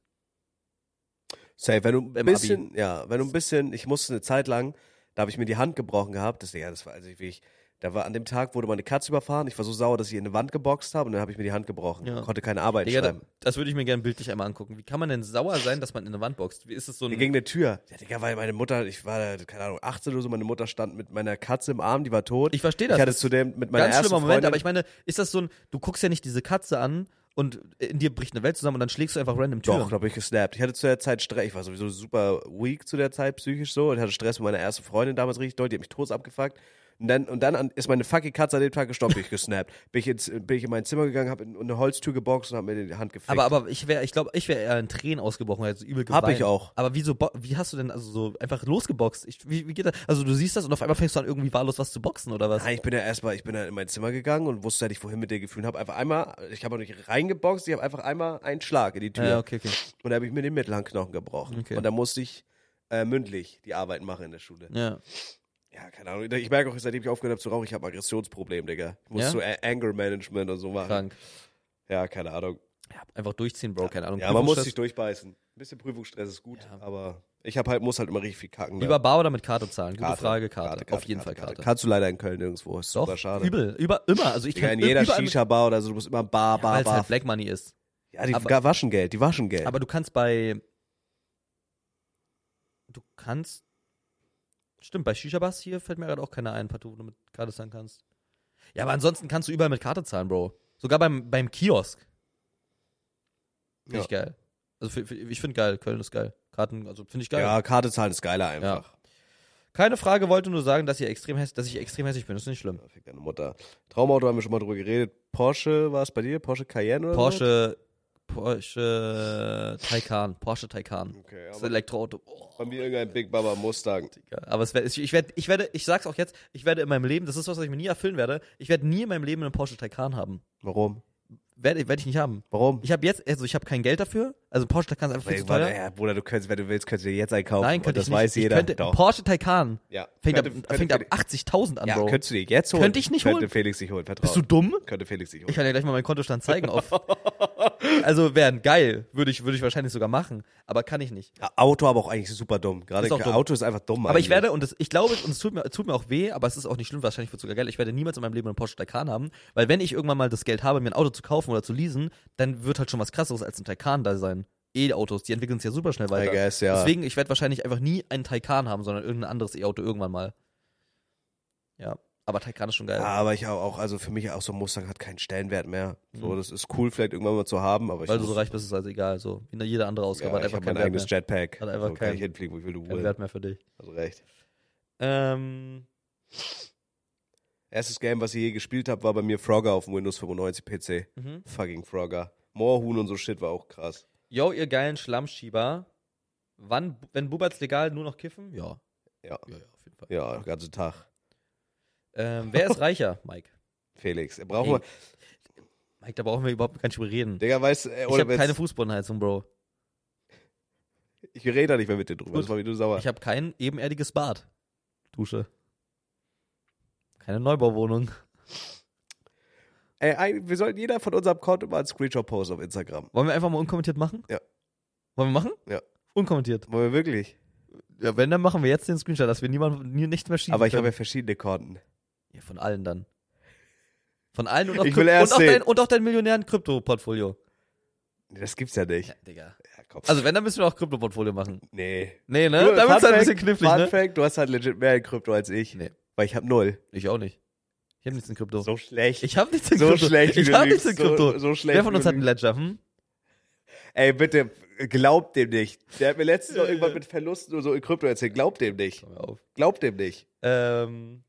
Speaker 2: Safe, wenn du ein
Speaker 1: Im
Speaker 2: bisschen, ja, wenn du ein bisschen, ich musste eine Zeit lang, da habe ich mir die Hand gebrochen gehabt, das, ja, das war, also ich, wie ich, da war an dem Tag wurde meine Katze überfahren, ich war so sauer, dass ich in eine Wand geboxt habe und dann habe ich mir die Hand gebrochen,
Speaker 1: Ja.
Speaker 2: konnte keine Arbeit
Speaker 1: Digga, das,
Speaker 2: schreiben.
Speaker 1: das würde ich mir gerne bildlich einmal angucken. Wie kann man denn sauer sein, dass man in eine Wand boxt? Wie ist es so ein,
Speaker 2: Gegen eine Tür. Ja, Digga, weil meine Mutter, ich war, keine Ahnung, 18 oder so, meine Mutter stand mit meiner Katze im Arm, die war tot.
Speaker 1: Ich verstehe das.
Speaker 2: Ich hatte
Speaker 1: Das ist
Speaker 2: zu dem, mit meiner
Speaker 1: Ganz
Speaker 2: ersten
Speaker 1: schlimmer Moment,
Speaker 2: Freundin,
Speaker 1: aber ich meine, ist das so ein, du guckst ja nicht diese Katze an und in dir bricht eine Welt zusammen und dann schlägst du einfach random Türen.
Speaker 2: Doch, da bin ich gesnappt. Ich hatte zu der Zeit Stress. Ich war sowieso super weak zu der Zeit, psychisch so. Und hatte Stress mit meiner ersten Freundin damals richtig doll. Die hat mich tot abgefuckt. Und dann, und dann an, ist meine fucking Katze an dem Tag gestorben. Bin ich gesnappt. Bin ich, ins, bin ich in mein Zimmer gegangen, hab in, in eine Holztür geboxt und hab mir die Hand gefickt.
Speaker 1: aber, aber ich wäre, ich glaube, ich wäre eher in Tränen ausgebrochen, also übel geweint.
Speaker 2: ich auch.
Speaker 1: Aber wieso, bo- wie hast du denn also so einfach losgeboxt? Ich, wie, wie geht das? Also du siehst das und auf einmal fängst du an, irgendwie wahllos was zu boxen oder was?
Speaker 2: Nein, ich bin ja erstmal, ich bin dann in mein Zimmer gegangen und wusste halt nicht, wohin mit der Gefühlen. Hab einfach einmal, ich habe noch nicht reingeboxt, ich habe einfach einmal einen Schlag in die Tür.
Speaker 1: ja, okay, okay.
Speaker 2: Und da habe ich mir den mittleren Knochen gebrochen.
Speaker 1: Okay.
Speaker 2: Und da musste ich äh, mündlich die Arbeiten machen in der Schule.
Speaker 1: Ja.
Speaker 2: Ja, keine Ahnung. Ich merke auch, seitdem ich aufgehört habe zu rauchen, ich habe ein Aggressionsproblem, Digga. Ich muss
Speaker 1: Ja?
Speaker 2: so A- Anger Management und so machen.
Speaker 1: Krank.
Speaker 2: Ja, keine Ahnung.
Speaker 1: Ja, einfach durchziehen, Bro, keine Ahnung.
Speaker 2: Ja, man muss
Speaker 1: Prüfungsstress-
Speaker 2: sich durchbeißen. Ein bisschen Prüfungsstress ist gut,
Speaker 1: Ja.
Speaker 2: aber ich hab halt, muss halt immer richtig viel kacken. ne?
Speaker 1: Lieber Bar oder mit Karte zahlen? Gute
Speaker 2: Karte,
Speaker 1: Frage, Karte. auf jeden Fall Karte.
Speaker 2: Kannst du leider in Köln nirgendwo. Ist
Speaker 1: Doch,
Speaker 2: super schade.
Speaker 1: übel. Über, immer. Also ich
Speaker 2: Digga,
Speaker 1: kann
Speaker 2: in jeder
Speaker 1: überall mit-
Speaker 2: Shisha-Bar oder so, du musst immer Bar, Bar,
Speaker 1: Weil es
Speaker 2: Bar.
Speaker 1: halt Black Money ist.
Speaker 2: ja, die
Speaker 1: aber-
Speaker 2: waschen Geld, die waschen Geld.
Speaker 1: Aber du kannst bei. Du kannst. Stimmt, bei Shisha-Bars hier fällt mir gerade auch keiner ein, partout, wo du mit Karte zahlen kannst. Ja, aber ansonsten kannst du überall mit Karte zahlen, Bro. Sogar beim, beim Kiosk. Finde
Speaker 2: Ja.
Speaker 1: ich geil. Also fi- fi- ich finde geil, Köln ist geil. Karten, also finde ich geil.
Speaker 2: ja, Karte zahlen ist geiler
Speaker 1: Ja.
Speaker 2: einfach.
Speaker 1: Keine Frage, wollte nur sagen, dass, ihr extrem häss- dass ich extrem hässlich bin. Das ist nicht schlimm.
Speaker 2: Ja. Fick deine Mutter. Traumauto haben wir schon mal drüber geredet. Porsche war es bei dir? Porsche Cayenne oder So?
Speaker 1: Porsche. Porsche Taycan. Porsche Taycan.
Speaker 2: Okay,
Speaker 1: Das
Speaker 2: aber
Speaker 1: Elektroauto. Oh.
Speaker 2: bei mir irgendein Big Baba Mustang.
Speaker 1: Ja, aber es wär, ich, ich werde, ich werde, ich sag's auch jetzt, ich werde in meinem Leben, das ist was, was ich mir nie erfüllen werde, ich werde nie in meinem Leben einen Porsche Taycan haben.
Speaker 2: Warum?
Speaker 1: Werde, werde ich nicht haben.
Speaker 2: Warum?
Speaker 1: Ich habe jetzt, also ich habe kein Geld dafür, also ein Porsche Taycan ist einfach viel
Speaker 2: Ey,
Speaker 1: zu
Speaker 2: warte,
Speaker 1: teuer.
Speaker 2: ja, Bruder, du könntest, wenn du willst, könntest du dir jetzt einkaufen.
Speaker 1: Nein,
Speaker 2: und
Speaker 1: könnte
Speaker 2: das
Speaker 1: ich nicht.
Speaker 2: weiß
Speaker 1: ich
Speaker 2: jeder.
Speaker 1: könnte,
Speaker 2: Doch.
Speaker 1: Porsche Taycan
Speaker 2: Ja.
Speaker 1: fängt ab,
Speaker 2: Könnte-
Speaker 1: fängt ab
Speaker 2: könnte-
Speaker 1: 80.000 an,
Speaker 2: Ja,
Speaker 1: Bro.
Speaker 2: könntest du dir jetzt holen.
Speaker 1: Könnte ich nicht
Speaker 2: könnte
Speaker 1: holen?
Speaker 2: Felix sich holen, vertrau.
Speaker 1: Bist du dumm?
Speaker 2: Könnte Felix sich
Speaker 1: Ich
Speaker 2: holen.
Speaker 1: kann ja gleich mal meinen Kontostand zeigen. Auf. Also wären geil, würde ich, würde ich wahrscheinlich sogar machen, aber kann ich nicht.
Speaker 2: Ja, Auto aber auch eigentlich super dumm. Gerade
Speaker 1: Ist auch dumm.
Speaker 2: Auto ist einfach dumm.
Speaker 1: Aber
Speaker 2: eigentlich.
Speaker 1: ich werde, und das, ich glaube, und es tut mir, es tut mir auch weh, aber es ist auch nicht schlimm, wahrscheinlich wird sogar Geld. Ich werde niemals in meinem Leben einen Porsche Taycan haben, weil wenn ich irgendwann mal das Geld habe, mir ein Auto zu kaufen oder zu leasen, dann wird halt schon was krasseres als ein Taycan da sein. E-Autos, die entwickeln sich ja super schnell weiter.
Speaker 2: I guess, ja.
Speaker 1: Deswegen, ich werde wahrscheinlich einfach nie einen Taycan haben, sondern irgendein anderes E-Auto irgendwann mal. Ja. Aber Teigran ist schon geil.
Speaker 2: Ja, aber ich hab auch, also für mich auch so Mustang hat keinen Stellenwert mehr. So, das ist cool, vielleicht irgendwann mal zu haben, aber ich
Speaker 1: Mhm. Weil du
Speaker 2: muss-
Speaker 1: so reich bist, ist also egal. So wie jede andere
Speaker 2: ja,
Speaker 1: Ausgabe hat
Speaker 2: ich
Speaker 1: einfach
Speaker 2: hab
Speaker 1: keinen
Speaker 2: mein
Speaker 1: Wert mehr.
Speaker 2: eigenes Jetpack.
Speaker 1: Hat einfach
Speaker 2: so, kann
Speaker 1: keinen-
Speaker 2: ich hinfliegen, wo ich will, du
Speaker 1: Keinen
Speaker 2: will.
Speaker 1: Wert mehr für dich.
Speaker 2: Also recht.
Speaker 1: Ähm,
Speaker 2: Erstes Game, was ich je gespielt habe, war bei mir Frogger auf dem Windows 95 PC.
Speaker 1: mhm.
Speaker 2: Fucking Frogger. Moorhuhn und so Shit war auch krass.
Speaker 1: Yo, ihr geilen Schlammschieber. Wann, wenn Bubats legal nur noch kiffen? Ja. Ja,
Speaker 2: Ja.
Speaker 1: ja, auf jeden Fall.
Speaker 2: Ja, den ganzen Tag.
Speaker 1: Ähm, wer ist reicher? Mike.
Speaker 2: Felix, brauchen wir.
Speaker 1: Mike, da brauchen wir überhaupt gar nicht drüber reden.
Speaker 2: Digga, weißt du, äh,
Speaker 1: Ich
Speaker 2: ohne
Speaker 1: habe
Speaker 2: Witz,
Speaker 1: keine Fußbodenheizung, Bro.
Speaker 2: ich rede da nicht mehr mit dir drüber.
Speaker 1: Gut.
Speaker 2: Das war wie du sauer.
Speaker 1: Ich habe kein ebenerdiges Bad. Dusche. Keine Neubauwohnung.
Speaker 2: Ey, ein, wir sollten jeder von unserem Konto mal einen Screenshot posten auf Instagram.
Speaker 1: Wollen wir einfach mal unkommentiert machen?
Speaker 2: Ja.
Speaker 1: Wollen wir machen?
Speaker 2: Ja.
Speaker 1: Unkommentiert.
Speaker 2: Wollen wir wirklich?
Speaker 1: Ja, wenn, dann machen wir jetzt den Screenshot, dass wir niemand, nie, nichts mehr schieben
Speaker 2: Aber ich habe
Speaker 1: können.
Speaker 2: ja verschiedene Konten.
Speaker 1: ja, Von allen dann. Von allen und auch,
Speaker 2: Ich
Speaker 1: Kryp-
Speaker 2: will erst
Speaker 1: und auch,
Speaker 2: sehen.
Speaker 1: dein, und auch dein millionären Krypto-Portfolio.
Speaker 2: Nee, Das gibt's ja nicht.
Speaker 1: Ja, Digga.
Speaker 2: Ja, komm.
Speaker 1: Also wenn, dann müssen wir auch Krypto-Portfolio machen.
Speaker 2: nee.
Speaker 1: Nee, ne?
Speaker 2: Du,
Speaker 1: Da wird's
Speaker 2: Fun
Speaker 1: halt ein
Speaker 2: Fact,
Speaker 1: bisschen knifflig,
Speaker 2: Fun
Speaker 1: ne?
Speaker 2: Fact, du hast halt legit mehr in Krypto als ich.
Speaker 1: Nee.
Speaker 2: Weil ich habe null.
Speaker 1: Ich auch nicht. Ich habe nichts in Krypto.
Speaker 2: So schlecht.
Speaker 1: Ich habe nichts in
Speaker 2: so
Speaker 1: Krypto.
Speaker 2: schlecht. wie
Speaker 1: ich
Speaker 2: du
Speaker 1: habe nichts
Speaker 2: lügst.
Speaker 1: in Krypto.
Speaker 2: So, so schlecht.
Speaker 1: Wer von
Speaker 2: wie
Speaker 1: uns
Speaker 2: du
Speaker 1: hat einen Ledger? Hm?
Speaker 2: Ey, bitte, glaubt dem nicht. Der hat mir letztens noch irgendwann mit Verlusten oder so in Krypto erzählt. Glaubt dem nicht.
Speaker 1: Komm auf.
Speaker 2: Glaubt dem nicht.
Speaker 1: Ähm,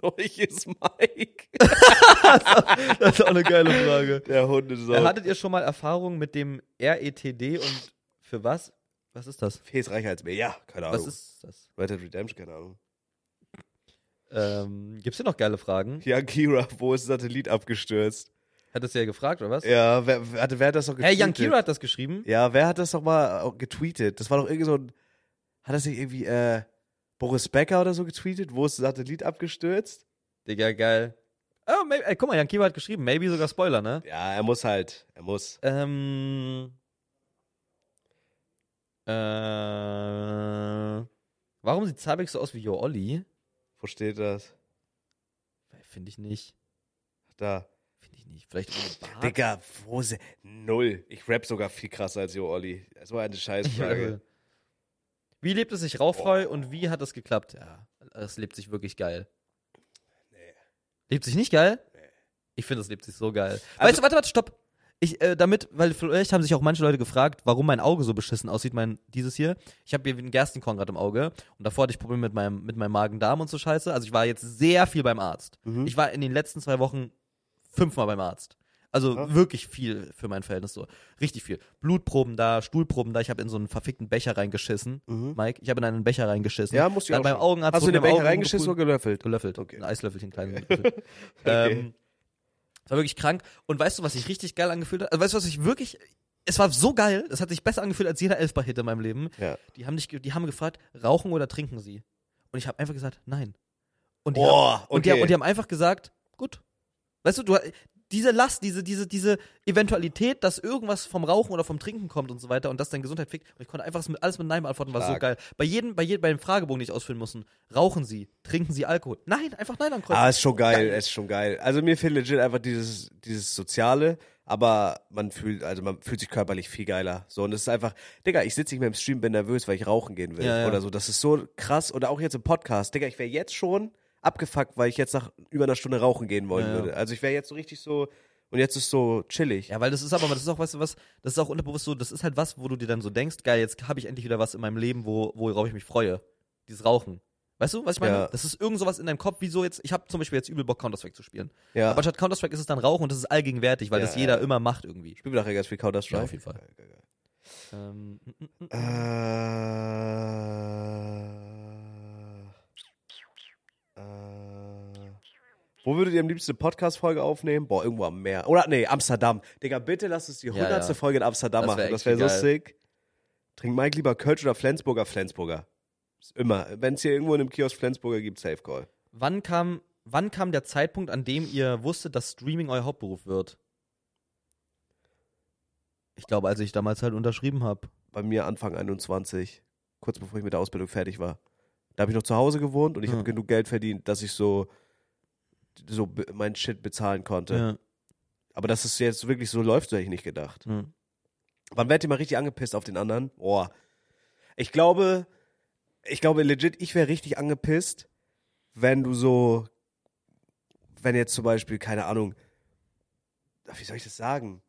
Speaker 2: Von euch ist Mike.
Speaker 1: das ist auch eine geile Frage.
Speaker 2: Der Hund ist so.
Speaker 1: Äh, Hattet ihr schon mal Erfahrung mit dem RETD und für was? Was ist das?
Speaker 2: Fee ist reicher als mir. Ja, keine Ahnung.
Speaker 1: Was ist das?
Speaker 2: Red Dead Redemption, keine Ahnung.
Speaker 1: Ähm, gibt's hier noch geile Fragen?
Speaker 2: Ja, Kira, wo ist ein Satellit abgestürzt?
Speaker 1: Hattest du ja gefragt, oder was?
Speaker 2: Ja, wer, wer, hat- wer hat das noch
Speaker 1: Hey,
Speaker 2: getweetet?
Speaker 1: Young Kira hat das geschrieben.
Speaker 2: Ja, wer hat das noch mal äh, getweetet? Das war doch irgendwie so ein. Hat das nicht irgendwie äh, Boris Becker oder so getweetet? Wo ist ein Satellit abgestürzt?
Speaker 1: Digga, geil. Oh, maybe, ey, guck mal, Young Kira hat geschrieben. Maybe sogar Spoiler, ne?
Speaker 2: Ja, er muss halt. Er muss.
Speaker 1: Ähm. Äh, warum sieht Zabek so aus wie Yo Olli?
Speaker 2: Wo steht das?
Speaker 1: Finde ich nicht.
Speaker 2: Da.
Speaker 1: Finde ich nicht. Vielleicht ohne Bart.
Speaker 2: Digga, wo se. Null. Ich rap sogar viel krasser als Jo Olli. Das war eine Scheißfrage.
Speaker 1: Also, Wie lebt es sich rauffrei und wie hat das geklappt? Ja, es lebt sich wirklich geil.
Speaker 2: Nee.
Speaker 1: Lebt sich nicht geil? Ich finde, es lebt sich so geil.
Speaker 2: Also-
Speaker 1: weißt du, warte, warte, stopp. Ich, äh, damit, weil vielleicht haben sich auch manche Leute gefragt, warum mein Auge so beschissen aussieht, mein dieses hier. Ich habe hier einen Gerstenkorn gerade im Auge und davor hatte ich Probleme mit meinem, mit meinem Magen-Darm und so Scheiße. Also ich war jetzt sehr viel beim Arzt.
Speaker 2: Mhm.
Speaker 1: Ich war in den letzten zwei Wochen fünfmal beim Arzt. Also
Speaker 2: Ja.
Speaker 1: wirklich viel für mein Verhältnis so. Richtig viel. Blutproben da, Stuhlproben da. Ich habe in so einen verfickten Becher reingeschissen.
Speaker 2: Mhm.
Speaker 1: Mike, ich habe in einen Becher reingeschissen.
Speaker 2: Ja, musst du
Speaker 1: Dann
Speaker 2: auch
Speaker 1: beim
Speaker 2: schon.
Speaker 1: Augenarzt
Speaker 2: Hast du
Speaker 1: wurde
Speaker 2: in den
Speaker 1: mir im
Speaker 2: Becher
Speaker 1: Auge
Speaker 2: reingeschissen
Speaker 1: rumgepult.
Speaker 2: oder gelöffelt?
Speaker 1: Gelöffelt.
Speaker 2: Okay.
Speaker 1: Ein Eislöffelchen, klein. Löffel. ähm, es war wirklich krank. Und weißt du, was sich richtig geil angefühlt hat? Also weißt du, was ich wirklich. Es war so geil, es hat sich besser angefühlt als jeder Elfbar-Hit in meinem Leben.
Speaker 2: Ja.
Speaker 1: Die haben, dich, ge- die haben gefragt, rauchen oder trinken sie? Und ich habe einfach gesagt, nein. Und die, haben,
Speaker 2: Boah, okay.
Speaker 1: und, die, haben- und die haben einfach gesagt, gut. Weißt du, du diese Last, diese, diese, diese Eventualität, dass irgendwas vom Rauchen oder vom Trinken kommt und so weiter und dass deine Gesundheit fickt. Und ich konnte einfach das mit, alles mit Nein beantworten, war so
Speaker 2: Stark.
Speaker 1: geil. Bei jedem, bei jedem, bei dem Fragebogen, den ich ausfüllen mussten, rauchen sie, trinken sie Alkohol? Nein, einfach Nein ankreuzen.
Speaker 2: Ah, ist schon geil, ist schon geil. Also mir fehlt legit einfach dieses, dieses Soziale, aber man fühlt, also man fühlt sich körperlich viel geiler. So, und es ist einfach, Digga, ich sitze nicht mehr im Stream, bin nervös, weil ich rauchen gehen will.
Speaker 1: Ja, ja.
Speaker 2: Oder so. Das ist so krass. Oder auch jetzt im Podcast, Digga, ich wäre jetzt schon abgefuckt, weil ich jetzt nach über einer Stunde rauchen gehen wollen
Speaker 1: Ja, ja.
Speaker 2: würde. Also ich wäre jetzt so richtig so, und jetzt ist so chillig.
Speaker 1: Ja, weil das ist aber, das ist auch, weißt du was, das ist auch unterbewusst so, das ist halt was, wo du dir dann so denkst, geil, jetzt habe ich endlich wieder was in meinem Leben, wo, worauf ich mich freue. Dieses Rauchen. Weißt du, was ich meine?
Speaker 2: Ja.
Speaker 1: Das ist irgend sowas in deinem Kopf, wie so jetzt, ich habe zum Beispiel jetzt übel Bock, Counter-Strike zu spielen.
Speaker 2: Ja.
Speaker 1: Aber statt Counter-Strike ist es dann Rauchen und das ist allgegenwärtig, weil
Speaker 2: Ja,
Speaker 1: das jeder
Speaker 2: ja.
Speaker 1: immer macht irgendwie.
Speaker 2: Spielen wir nachher ganz viel Counter-Strike.
Speaker 1: Ja, auf jeden Fall.
Speaker 2: Geil, geil, geil.
Speaker 1: Ähm, m, m, m.
Speaker 2: Äh, äh, wo würdet ihr am liebsten eine Podcast-Folge aufnehmen? Boah, irgendwo am Meer. Oder, nee, Amsterdam. Digga, bitte lasst uns die
Speaker 1: Ja,
Speaker 2: hundertste
Speaker 1: ja.
Speaker 2: Folge in Amsterdam
Speaker 1: Das wär
Speaker 2: machen.
Speaker 1: echt
Speaker 2: Das wäre so
Speaker 1: geil.
Speaker 2: sick. Trinkt Mike lieber Kölsch oder Flensburger? Flensburger. Ist Immer. Wenn es hier irgendwo in einem Kiosk Flensburger gibt, Safe Call.
Speaker 1: wann, kam, wann kam der Zeitpunkt, an dem ihr wusstet, dass Streaming euer Hauptberuf wird? Ich glaube, als ich damals halt unterschrieben habe.
Speaker 2: bei mir Anfang 21, kurz bevor ich mit der Ausbildung fertig war. Da habe ich noch zu Hause gewohnt und ich habe
Speaker 1: Hm.
Speaker 2: genug Geld verdient, dass ich so, so be- meinen Shit bezahlen konnte. Aber dass es jetzt wirklich so läuft, hätte ich nicht gedacht.
Speaker 1: ja.
Speaker 2: Wann werdet ihr mal richtig angepisst auf den anderen? Boah. Ich glaube, ich glaube legit, ich wäre richtig angepisst, wenn du so wenn jetzt zum Beispiel, keine Ahnung, ah, wie soll ich das sagen?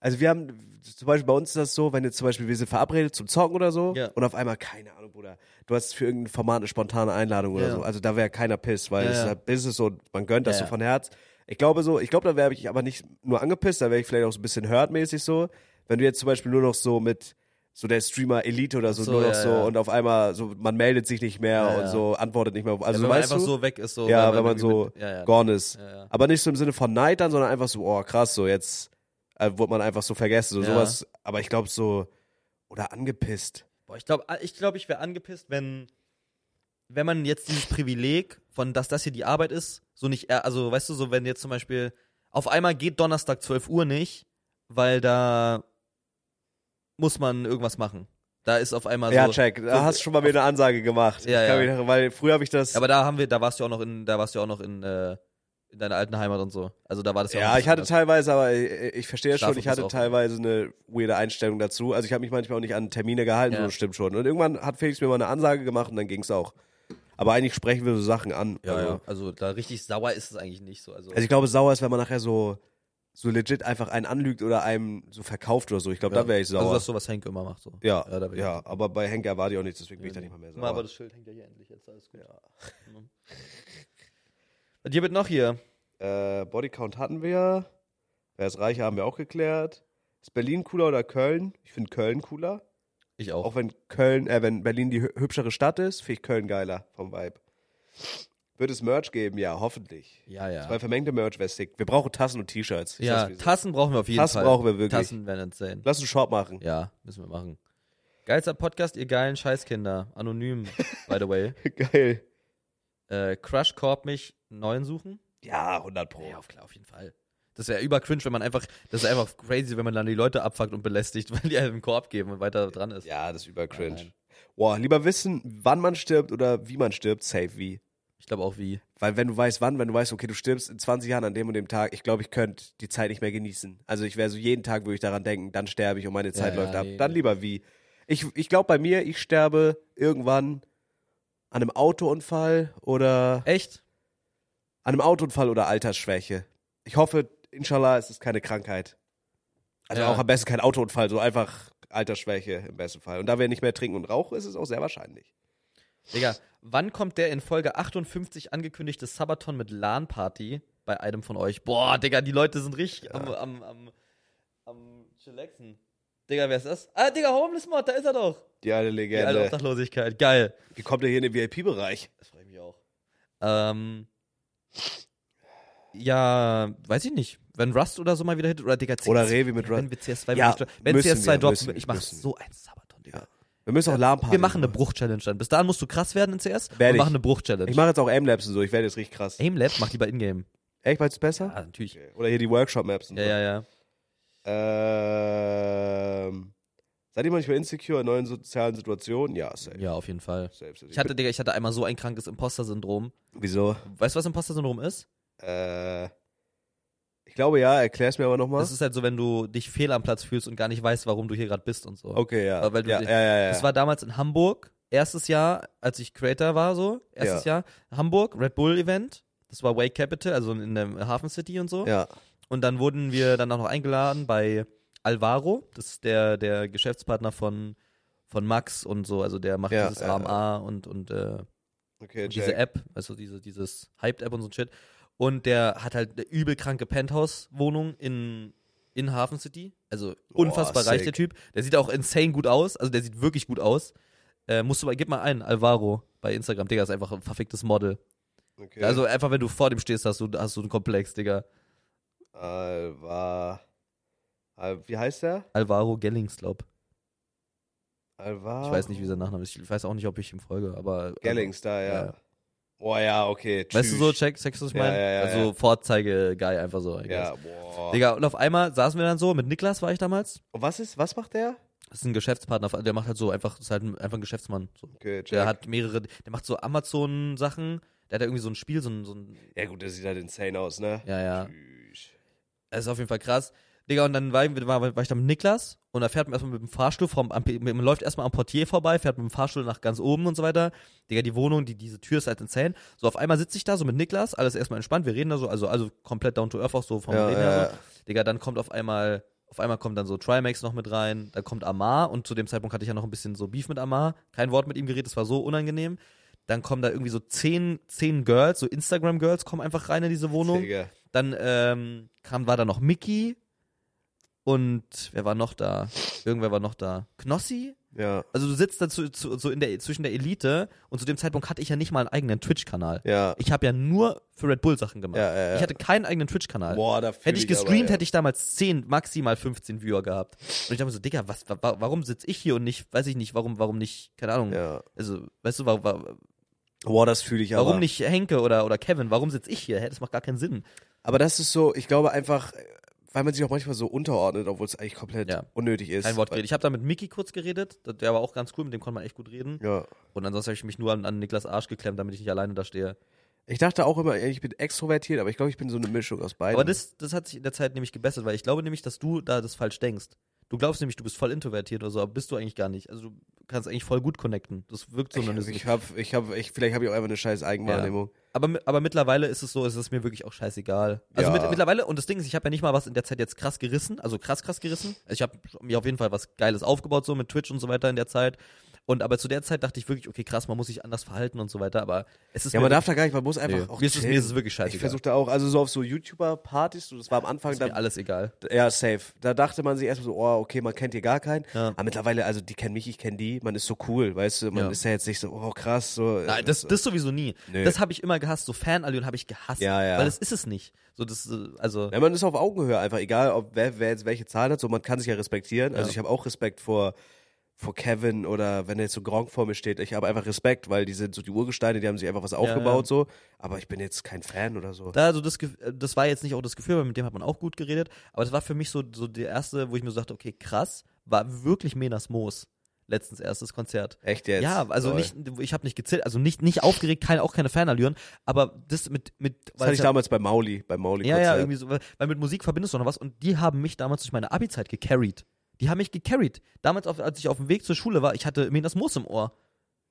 Speaker 2: Also wir haben, zum Beispiel bei uns ist das so, wenn jetzt zum Beispiel, wir sind verabredet zum Zocken oder so
Speaker 1: Ja.
Speaker 2: und auf einmal, keine Ahnung, Bruder, du hast für irgendein Format eine spontane Einladung oder
Speaker 1: Ja.
Speaker 2: so. Also da wäre keiner piss, weil
Speaker 1: Ja,
Speaker 2: es
Speaker 1: ja.
Speaker 2: ist halt Business und man gönnt das
Speaker 1: Ja,
Speaker 2: so
Speaker 1: ja.
Speaker 2: von Herz. Ich glaube so, ich glaube, da wäre ich aber nicht nur angepisst, da wäre ich vielleicht auch so ein bisschen hurtmäßig so. Wenn du jetzt zum Beispiel nur noch so mit so der Streamer Elite oder so,
Speaker 1: So,
Speaker 2: nur noch
Speaker 1: ja,
Speaker 2: so
Speaker 1: ja.
Speaker 2: und auf einmal so, man meldet sich nicht mehr
Speaker 1: Ja,
Speaker 2: und
Speaker 1: ja.
Speaker 2: so, antwortet nicht mehr. Also
Speaker 1: wenn man
Speaker 2: weißt
Speaker 1: einfach
Speaker 2: du,
Speaker 1: so weg ist, so.
Speaker 2: ja,
Speaker 1: weil
Speaker 2: wenn man so
Speaker 1: irgendwie mit- ja, ja.
Speaker 2: gone ist.
Speaker 1: Ja, ja.
Speaker 2: Aber nicht so im Sinne von Neid dann, sondern einfach so, oh krass, so jetzt äh, wurde man einfach so vergessen, so
Speaker 1: Ja.
Speaker 2: sowas. Aber ich glaube so, oder angepisst.
Speaker 1: Boah, ich glaube, ich, glaub, ich wäre angepisst, wenn, wenn man jetzt dieses Privileg von, dass das hier die Arbeit ist, so nicht, er- also weißt du, so wenn jetzt zum Beispiel, auf einmal geht Donnerstag 12 Uhr nicht, weil da muss man irgendwas machen. Da ist auf einmal
Speaker 2: ja,
Speaker 1: Also so.
Speaker 2: check, da
Speaker 1: so-
Speaker 2: hast du schon mal wieder eine Ansage gemacht.
Speaker 1: Ja,
Speaker 2: ich kann
Speaker 1: ja.
Speaker 2: Mich, weil früher habe ich das,
Speaker 1: Aber da haben wir, da warst du auch noch in, da warst du auch noch in, äh, in deiner alten Heimat und so. Also da war das ja, auch
Speaker 2: ja,
Speaker 1: noch
Speaker 2: ich hatte
Speaker 1: anders.
Speaker 2: teilweise, aber ich, ich verstehe schon,
Speaker 1: Schlafrhythmus
Speaker 2: ich hatte
Speaker 1: auch.
Speaker 2: teilweise eine weirde Einstellung dazu. Also ich habe mich manchmal auch nicht an Termine gehalten,
Speaker 1: Ja.
Speaker 2: so stimmt schon. Und irgendwann hat Felix mir mal eine Ansage gemacht und dann ging's auch. Aber eigentlich sprechen wir so Sachen an.
Speaker 1: ja,
Speaker 2: also,
Speaker 1: ja. also da richtig sauer ist es eigentlich nicht so. Also,
Speaker 2: Also ich glaube, sauer ist, wenn man nachher so, so legit einfach einen anlügt oder einem so verkauft oder so. Ich glaube,
Speaker 1: ja.
Speaker 2: da wäre ich sauer.
Speaker 1: Also dass sowas Henk immer macht so.
Speaker 2: ja,
Speaker 1: Ja, da
Speaker 2: ja,
Speaker 1: bin ich auch
Speaker 2: aber bei Henker war die auch nicht, deswegen bin ich da nicht mal mehr
Speaker 1: Guck mal, aber
Speaker 2: sauer.
Speaker 1: das Schild hängt ja hier endlich jetzt, alles gut. Mhm. Was gibt es noch hier?
Speaker 2: Äh, Bodycount hatten wir. Wer ist reicher, haben wir auch geklärt. Ist Berlin cooler oder Köln? Ich finde Köln cooler.
Speaker 1: Ich
Speaker 2: Auch wenn Köln, äh, wenn Berlin die hü- hübschere Stadt ist, finde ich Köln geiler vom Vibe. Wird es Merch geben? Ja, hoffentlich.
Speaker 1: Ja, ja.
Speaker 2: Weil vermengte Merch wäre sick. Wir brauchen Tassen und T-Shirts. Ich
Speaker 1: ja,
Speaker 2: sag's, wie es ist.
Speaker 1: Tassen brauchen wir auf jeden
Speaker 2: Tassen
Speaker 1: Fall.
Speaker 2: brauchen wir wirklich.
Speaker 1: Tassen werden insane.
Speaker 2: Lass uns Shop machen.
Speaker 1: Ja, müssen wir machen. Geilster Podcast, ihr geilen Scheißkinder. Anonym, by the way.
Speaker 2: Geil.
Speaker 1: Äh, Crush Corp mich neuen suchen.
Speaker 2: Ja, 100 Pro.
Speaker 1: Ja, auf, klar, auf jeden Fall. Das wäre über cringe, wenn man einfach, das ist einfach crazy, wenn man dann die Leute abfuckt und belästigt, weil die einem einen Korb geben und weiter dran ist.
Speaker 2: Ja, das ist übercringe.
Speaker 1: Nein.
Speaker 2: Boah, lieber wissen, wann man stirbt oder wie man stirbt, safe wie.
Speaker 1: Ich glaube auch wie.
Speaker 2: Weil wenn du weißt wann, wenn du weißt, okay, du stirbst in 20 Jahren an dem und dem Tag, ich glaube, ich könnte die Zeit nicht mehr genießen. Also ich wäre so jeden Tag, würde ich daran denken, dann sterbe ich und meine Zeit
Speaker 1: ja,
Speaker 2: läuft ab.
Speaker 1: nee,
Speaker 2: dann
Speaker 1: nee.
Speaker 2: lieber wie. Ich, ich glaube bei mir, ich sterbe irgendwann an einem Autounfall oder
Speaker 1: Echt?
Speaker 2: an einem Autounfall oder Altersschwäche. Ich hoffe, inshallah, es ist keine Krankheit. Also
Speaker 1: Ja.
Speaker 2: auch am besten kein Autounfall, so einfach Altersschwäche im besten Fall. Und da wir nicht mehr trinken und rauchen, ist es auch sehr wahrscheinlich.
Speaker 1: Digga, wann kommt der in Folge 58 angekündigte Sabaton mit LAN-Party bei einem von euch? Boah, Digga, die Leute sind richtig am, am, am, am chillaxen. Digga, wer ist das? Ah, Digga, Homeless Mod, da ist er doch.
Speaker 2: Die
Speaker 1: Die alte
Speaker 2: alte Legende.
Speaker 1: Obdachlosigkeit, geil.
Speaker 2: Wie kommt er hier in den VIP-Bereich?
Speaker 1: Das freue ich mich auch. Ähm, ja, weiß ich nicht. Wenn Rust oder so mal wieder hit, oder Digga, CS
Speaker 2: Oder Revi mit Rust.
Speaker 1: Wenn wir CS2
Speaker 2: Ja,
Speaker 1: wieder- wenn
Speaker 2: müssen
Speaker 1: CS2
Speaker 2: wir,
Speaker 1: droppen,
Speaker 2: müssen,
Speaker 1: ich mache
Speaker 2: müssen.
Speaker 1: so ein Sabaton, Digga.
Speaker 2: Wir müssen auch Lahmparty
Speaker 1: Wir machen eine Bruch-Challenge dann. Bis dahin musst du krass werden in CS.
Speaker 2: Werd
Speaker 1: wir
Speaker 2: ich.
Speaker 1: machen eine Bruch-Challenge.
Speaker 2: Ich mache jetzt auch Aimlabs und so, ich werde jetzt richtig krass.
Speaker 1: Aimlab macht lieber Ingame.
Speaker 2: Echt, weil es besser?
Speaker 1: Ah, natürlich.
Speaker 2: Okay. Oder hier die Workshop-Maps und
Speaker 1: Ja,
Speaker 2: so.
Speaker 1: ja, ja.
Speaker 2: Ähm, seid ihr manchmal insecure in neuen sozialen Situationen? Ja, safe.
Speaker 1: Ja, auf jeden Fall.
Speaker 2: safe, safe.
Speaker 1: Ich hatte, Digga, ich hatte einmal so ein krankes Imposter-Syndrom.
Speaker 2: Wieso?
Speaker 1: Weißt du, was Imposter-Syndrom ist?
Speaker 2: Äh, ich glaube ja, erklär's mir aber nochmal.
Speaker 1: Das ist halt so, wenn du dich fehl am Platz fühlst und gar nicht weißt, warum du hier gerade bist und so.
Speaker 2: Okay, ja.
Speaker 1: Aber weil du
Speaker 2: ja,
Speaker 1: den-
Speaker 2: ja, ja, ja.
Speaker 1: Das war damals in Hamburg, erstes Jahr, als ich Creator war, so, erstes Jahr, Hamburg, Red Bull Event. Das war Wake Capital, also in der Hafen City und so.
Speaker 2: ja.
Speaker 1: Und dann wurden wir dann auch noch eingeladen bei Alvaro, das ist der, der Geschäftspartner von, von Max und so, also der macht
Speaker 2: Ja,
Speaker 1: dieses
Speaker 2: ja, ja.
Speaker 1: AMA und, und äh,
Speaker 2: Okay,
Speaker 1: und diese
Speaker 2: check.
Speaker 1: App, also diese, dieses Hyped-App und so ein Shit. Und der hat halt eine übel kranke Penthouse-Wohnung in, in Hafen City. Also
Speaker 2: Boah,
Speaker 1: unfassbar reich,
Speaker 2: sick.
Speaker 1: der Typ. Der sieht auch insane gut aus. Also der sieht wirklich gut aus. Äh, musst du mal, gib mal ein, Alvaro bei Instagram. Digga, ist einfach ein verficktes Model.
Speaker 2: Okay.
Speaker 1: Also einfach, wenn du vor dem stehst, hast du, hast du einen Komplex, Digga.
Speaker 2: Alva. Al wie heißt der?
Speaker 1: Alvaro Gellings, glaub.
Speaker 2: Alva.
Speaker 1: Ich weiß nicht, wie sein Nachname ist. Ich weiß auch nicht, ob ich ihm folge, aber.
Speaker 2: Gellings da, ja.
Speaker 1: Ja.
Speaker 2: Boah, ja, okay. Tschüss.
Speaker 1: Weißt du so, check, checkst du, was ich
Speaker 2: Ja,
Speaker 1: meine?
Speaker 2: ja, ja,
Speaker 1: also
Speaker 2: ja.
Speaker 1: Vorzeige-Guy einfach so. I guess.
Speaker 2: Ja, boah.
Speaker 1: Digga, und auf einmal saßen wir dann so, mit Niklas war ich damals.
Speaker 2: Und was ist, was macht der?
Speaker 1: Das ist ein Geschäftspartner, der macht halt so einfach, ist halt ein- einfach ein Geschäftsmann. So.
Speaker 2: Okay, check.
Speaker 1: Der hat mehrere, der macht so Amazon-Sachen, der hat da irgendwie so ein Spiel, so ein, so ein
Speaker 2: ja, gut, der sieht halt insane aus, ne?
Speaker 1: ja, ja.
Speaker 2: Tschüss.
Speaker 1: Das ist auf jeden Fall krass. Digga, und dann war, ich- war, war ich da mit Niklas und da fährt man erstmal mit dem Fahrstuhl vom, am, man läuft erstmal am Portier vorbei, fährt mit dem Fahrstuhl nach ganz oben und so weiter. Digga, die Wohnung, die, diese Tür ist halt insane. So, auf einmal sitze ich da so mit Niklas, alles erstmal entspannt, wir reden da so, also, also komplett down to earth auch so vom
Speaker 2: Ja,
Speaker 1: Reden
Speaker 2: ja,
Speaker 1: her
Speaker 2: ja.
Speaker 1: so. Digga, dann kommt auf einmal, auf einmal kommt dann so Trimax noch mit rein, dann kommt Amar und zu dem Zeitpunkt hatte ich ja noch ein bisschen so Beef mit Amar, kein Wort mit ihm geredet, das war so unangenehm. Dann kommen da irgendwie so zehn, zehn Girls, so Instagram-Girls kommen einfach rein in diese Wohnung.
Speaker 2: Digga.
Speaker 1: Dann ähm, kam, war da noch Mickey und wer war noch da? Irgendwer war noch da. Knossi?
Speaker 2: Ja,
Speaker 1: Also du sitzt da zu, zu, so in der, zwischen der Elite und zu dem Zeitpunkt hatte ich ja nicht mal einen eigenen Twitch-Kanal.
Speaker 2: ja.
Speaker 1: Ich habe ja nur für Red Bull Sachen gemacht.
Speaker 2: Ja, ja, ja.
Speaker 1: Ich hatte keinen eigenen Twitch-Kanal.
Speaker 2: Boah, da fühl
Speaker 1: Hätte ich gescreamt,
Speaker 2: aber, ja.
Speaker 1: hätte ich damals 10, maximal 15 Viewer gehabt. Und ich dachte mir so, Digga, was, wa, wa- warum sitze ich hier und nicht, weiß ich nicht, warum, warum nicht, keine Ahnung.
Speaker 2: Ja.
Speaker 1: Also, weißt du, wa, wa,
Speaker 2: Boah, das fühle ich aber.
Speaker 1: warum nicht Henke oder, oder Kevin, warum sitze ich hier? Hä, Das macht gar keinen Sinn.
Speaker 2: Aber das ist so, ich glaube einfach, weil man sich auch manchmal so unterordnet, obwohl es eigentlich komplett
Speaker 1: Ja.
Speaker 2: unnötig ist. äh,
Speaker 1: Kein Wort
Speaker 2: Weil-
Speaker 1: geredet. Ich habe da mit Mickey kurz geredet, der war auch ganz cool, mit dem konnte man echt gut reden.
Speaker 2: Ja.
Speaker 1: Und ansonsten habe ich mich nur an, an Niklas Arsch geklemmt, damit ich nicht alleine da stehe.
Speaker 2: Ich dachte auch immer, ich bin extrovertiert, aber ich glaube, ich bin so eine Mischung aus beiden.
Speaker 1: Aber das, das hat sich in der Zeit nämlich gebessert, weil ich glaube nämlich, dass du da das falsch denkst. Du glaubst nämlich, du bist voll introvertiert oder so, aber bist du eigentlich gar nicht. Also du kannst eigentlich voll gut connecten. Das wirkt so
Speaker 2: ich,
Speaker 1: nur
Speaker 2: also
Speaker 1: nicht.
Speaker 2: ich hab, ich hab, ich, vielleicht habe ich auch einfach eine scheiß Eigenwahrnehmung.
Speaker 1: Aber, mi- aber mittlerweile ist es so, es ist mir wirklich auch scheißegal. Also
Speaker 2: Ja.
Speaker 1: mit, mittlerweile, und das Ding ist, ich habe ja nicht mal was in der Zeit jetzt krass gerissen, also krass, krass gerissen. Also ich habe mir auf jeden Fall was Geiles aufgebaut, so mit Twitch und so weiter in der Zeit. Und aber zu der Zeit dachte ich wirklich, okay, krass, man muss sich anders verhalten und so weiter, aber es ist
Speaker 2: Ja,
Speaker 1: mir
Speaker 2: man darf da gar nicht, man muss einfach
Speaker 1: Nee.
Speaker 2: auch
Speaker 1: Mir ist es- mir
Speaker 2: chillen.
Speaker 1: ist es wirklich scheißegal.
Speaker 2: Ich versuche da auch, also so auf so YouTuber-Partys, so, das war am Anfang,
Speaker 1: ist mir
Speaker 2: da,
Speaker 1: alles egal.
Speaker 2: ja, safe. Da dachte man sich erstmal so, oh, okay, man kennt hier gar keinen.
Speaker 1: Ja.
Speaker 2: Aber mittlerweile, also die kennen mich, ich kenne die, man ist so cool, weißt du, man
Speaker 1: Ja.
Speaker 2: ist ja jetzt nicht so, oh krass, so. äh,
Speaker 1: Nein, das, das sowieso nie.
Speaker 2: Nö.
Speaker 1: Das habe ich immer gehasst, so Fanalien habe ich gehasst,
Speaker 2: Ja, ja.
Speaker 1: weil das ist es nicht. So das äh, also
Speaker 2: Ja, man ist auf Augenhöhe einfach, egal ob wer, wer jetzt welche Zahl hat, so man kann sich ja respektieren. Also
Speaker 1: Ja.
Speaker 2: ich habe auch Respekt vor, vor Kevin oder wenn er jetzt so Gronk vor mir steht, ich habe einfach Respekt, weil die sind so die Urgesteine, die haben sich einfach was aufgebaut,
Speaker 1: ja.
Speaker 2: so, aber ich bin jetzt kein Fan oder so.
Speaker 1: Da, also das, Ge- äh, das war jetzt nicht auch das Gefühl, weil mit dem hat man auch gut geredet, aber das war für mich so, so der erste, wo ich mir so dachte, okay, krass, war wirklich Menas Moos. Letztens erstes Konzert.
Speaker 2: Echt jetzt?
Speaker 1: Ja, also
Speaker 2: Lol.
Speaker 1: nicht, ich habe nicht gezählt, also nicht, nicht aufgeregt, kein, auch keine Fanallüren, aber das mit, mit,
Speaker 2: Das hatte
Speaker 1: es
Speaker 2: ich
Speaker 1: ja-
Speaker 2: damals bei Mauli, bei Mauli
Speaker 1: ja, ja, irgendwie so, weil, weil mit Musik verbindest du noch was und die haben mich damals durch meine Abi-Zeit gecarried. Die haben mich gecarried. Damals, auf, als ich auf dem Weg zur Schule war, ich hatte Menas Moos im Ohr.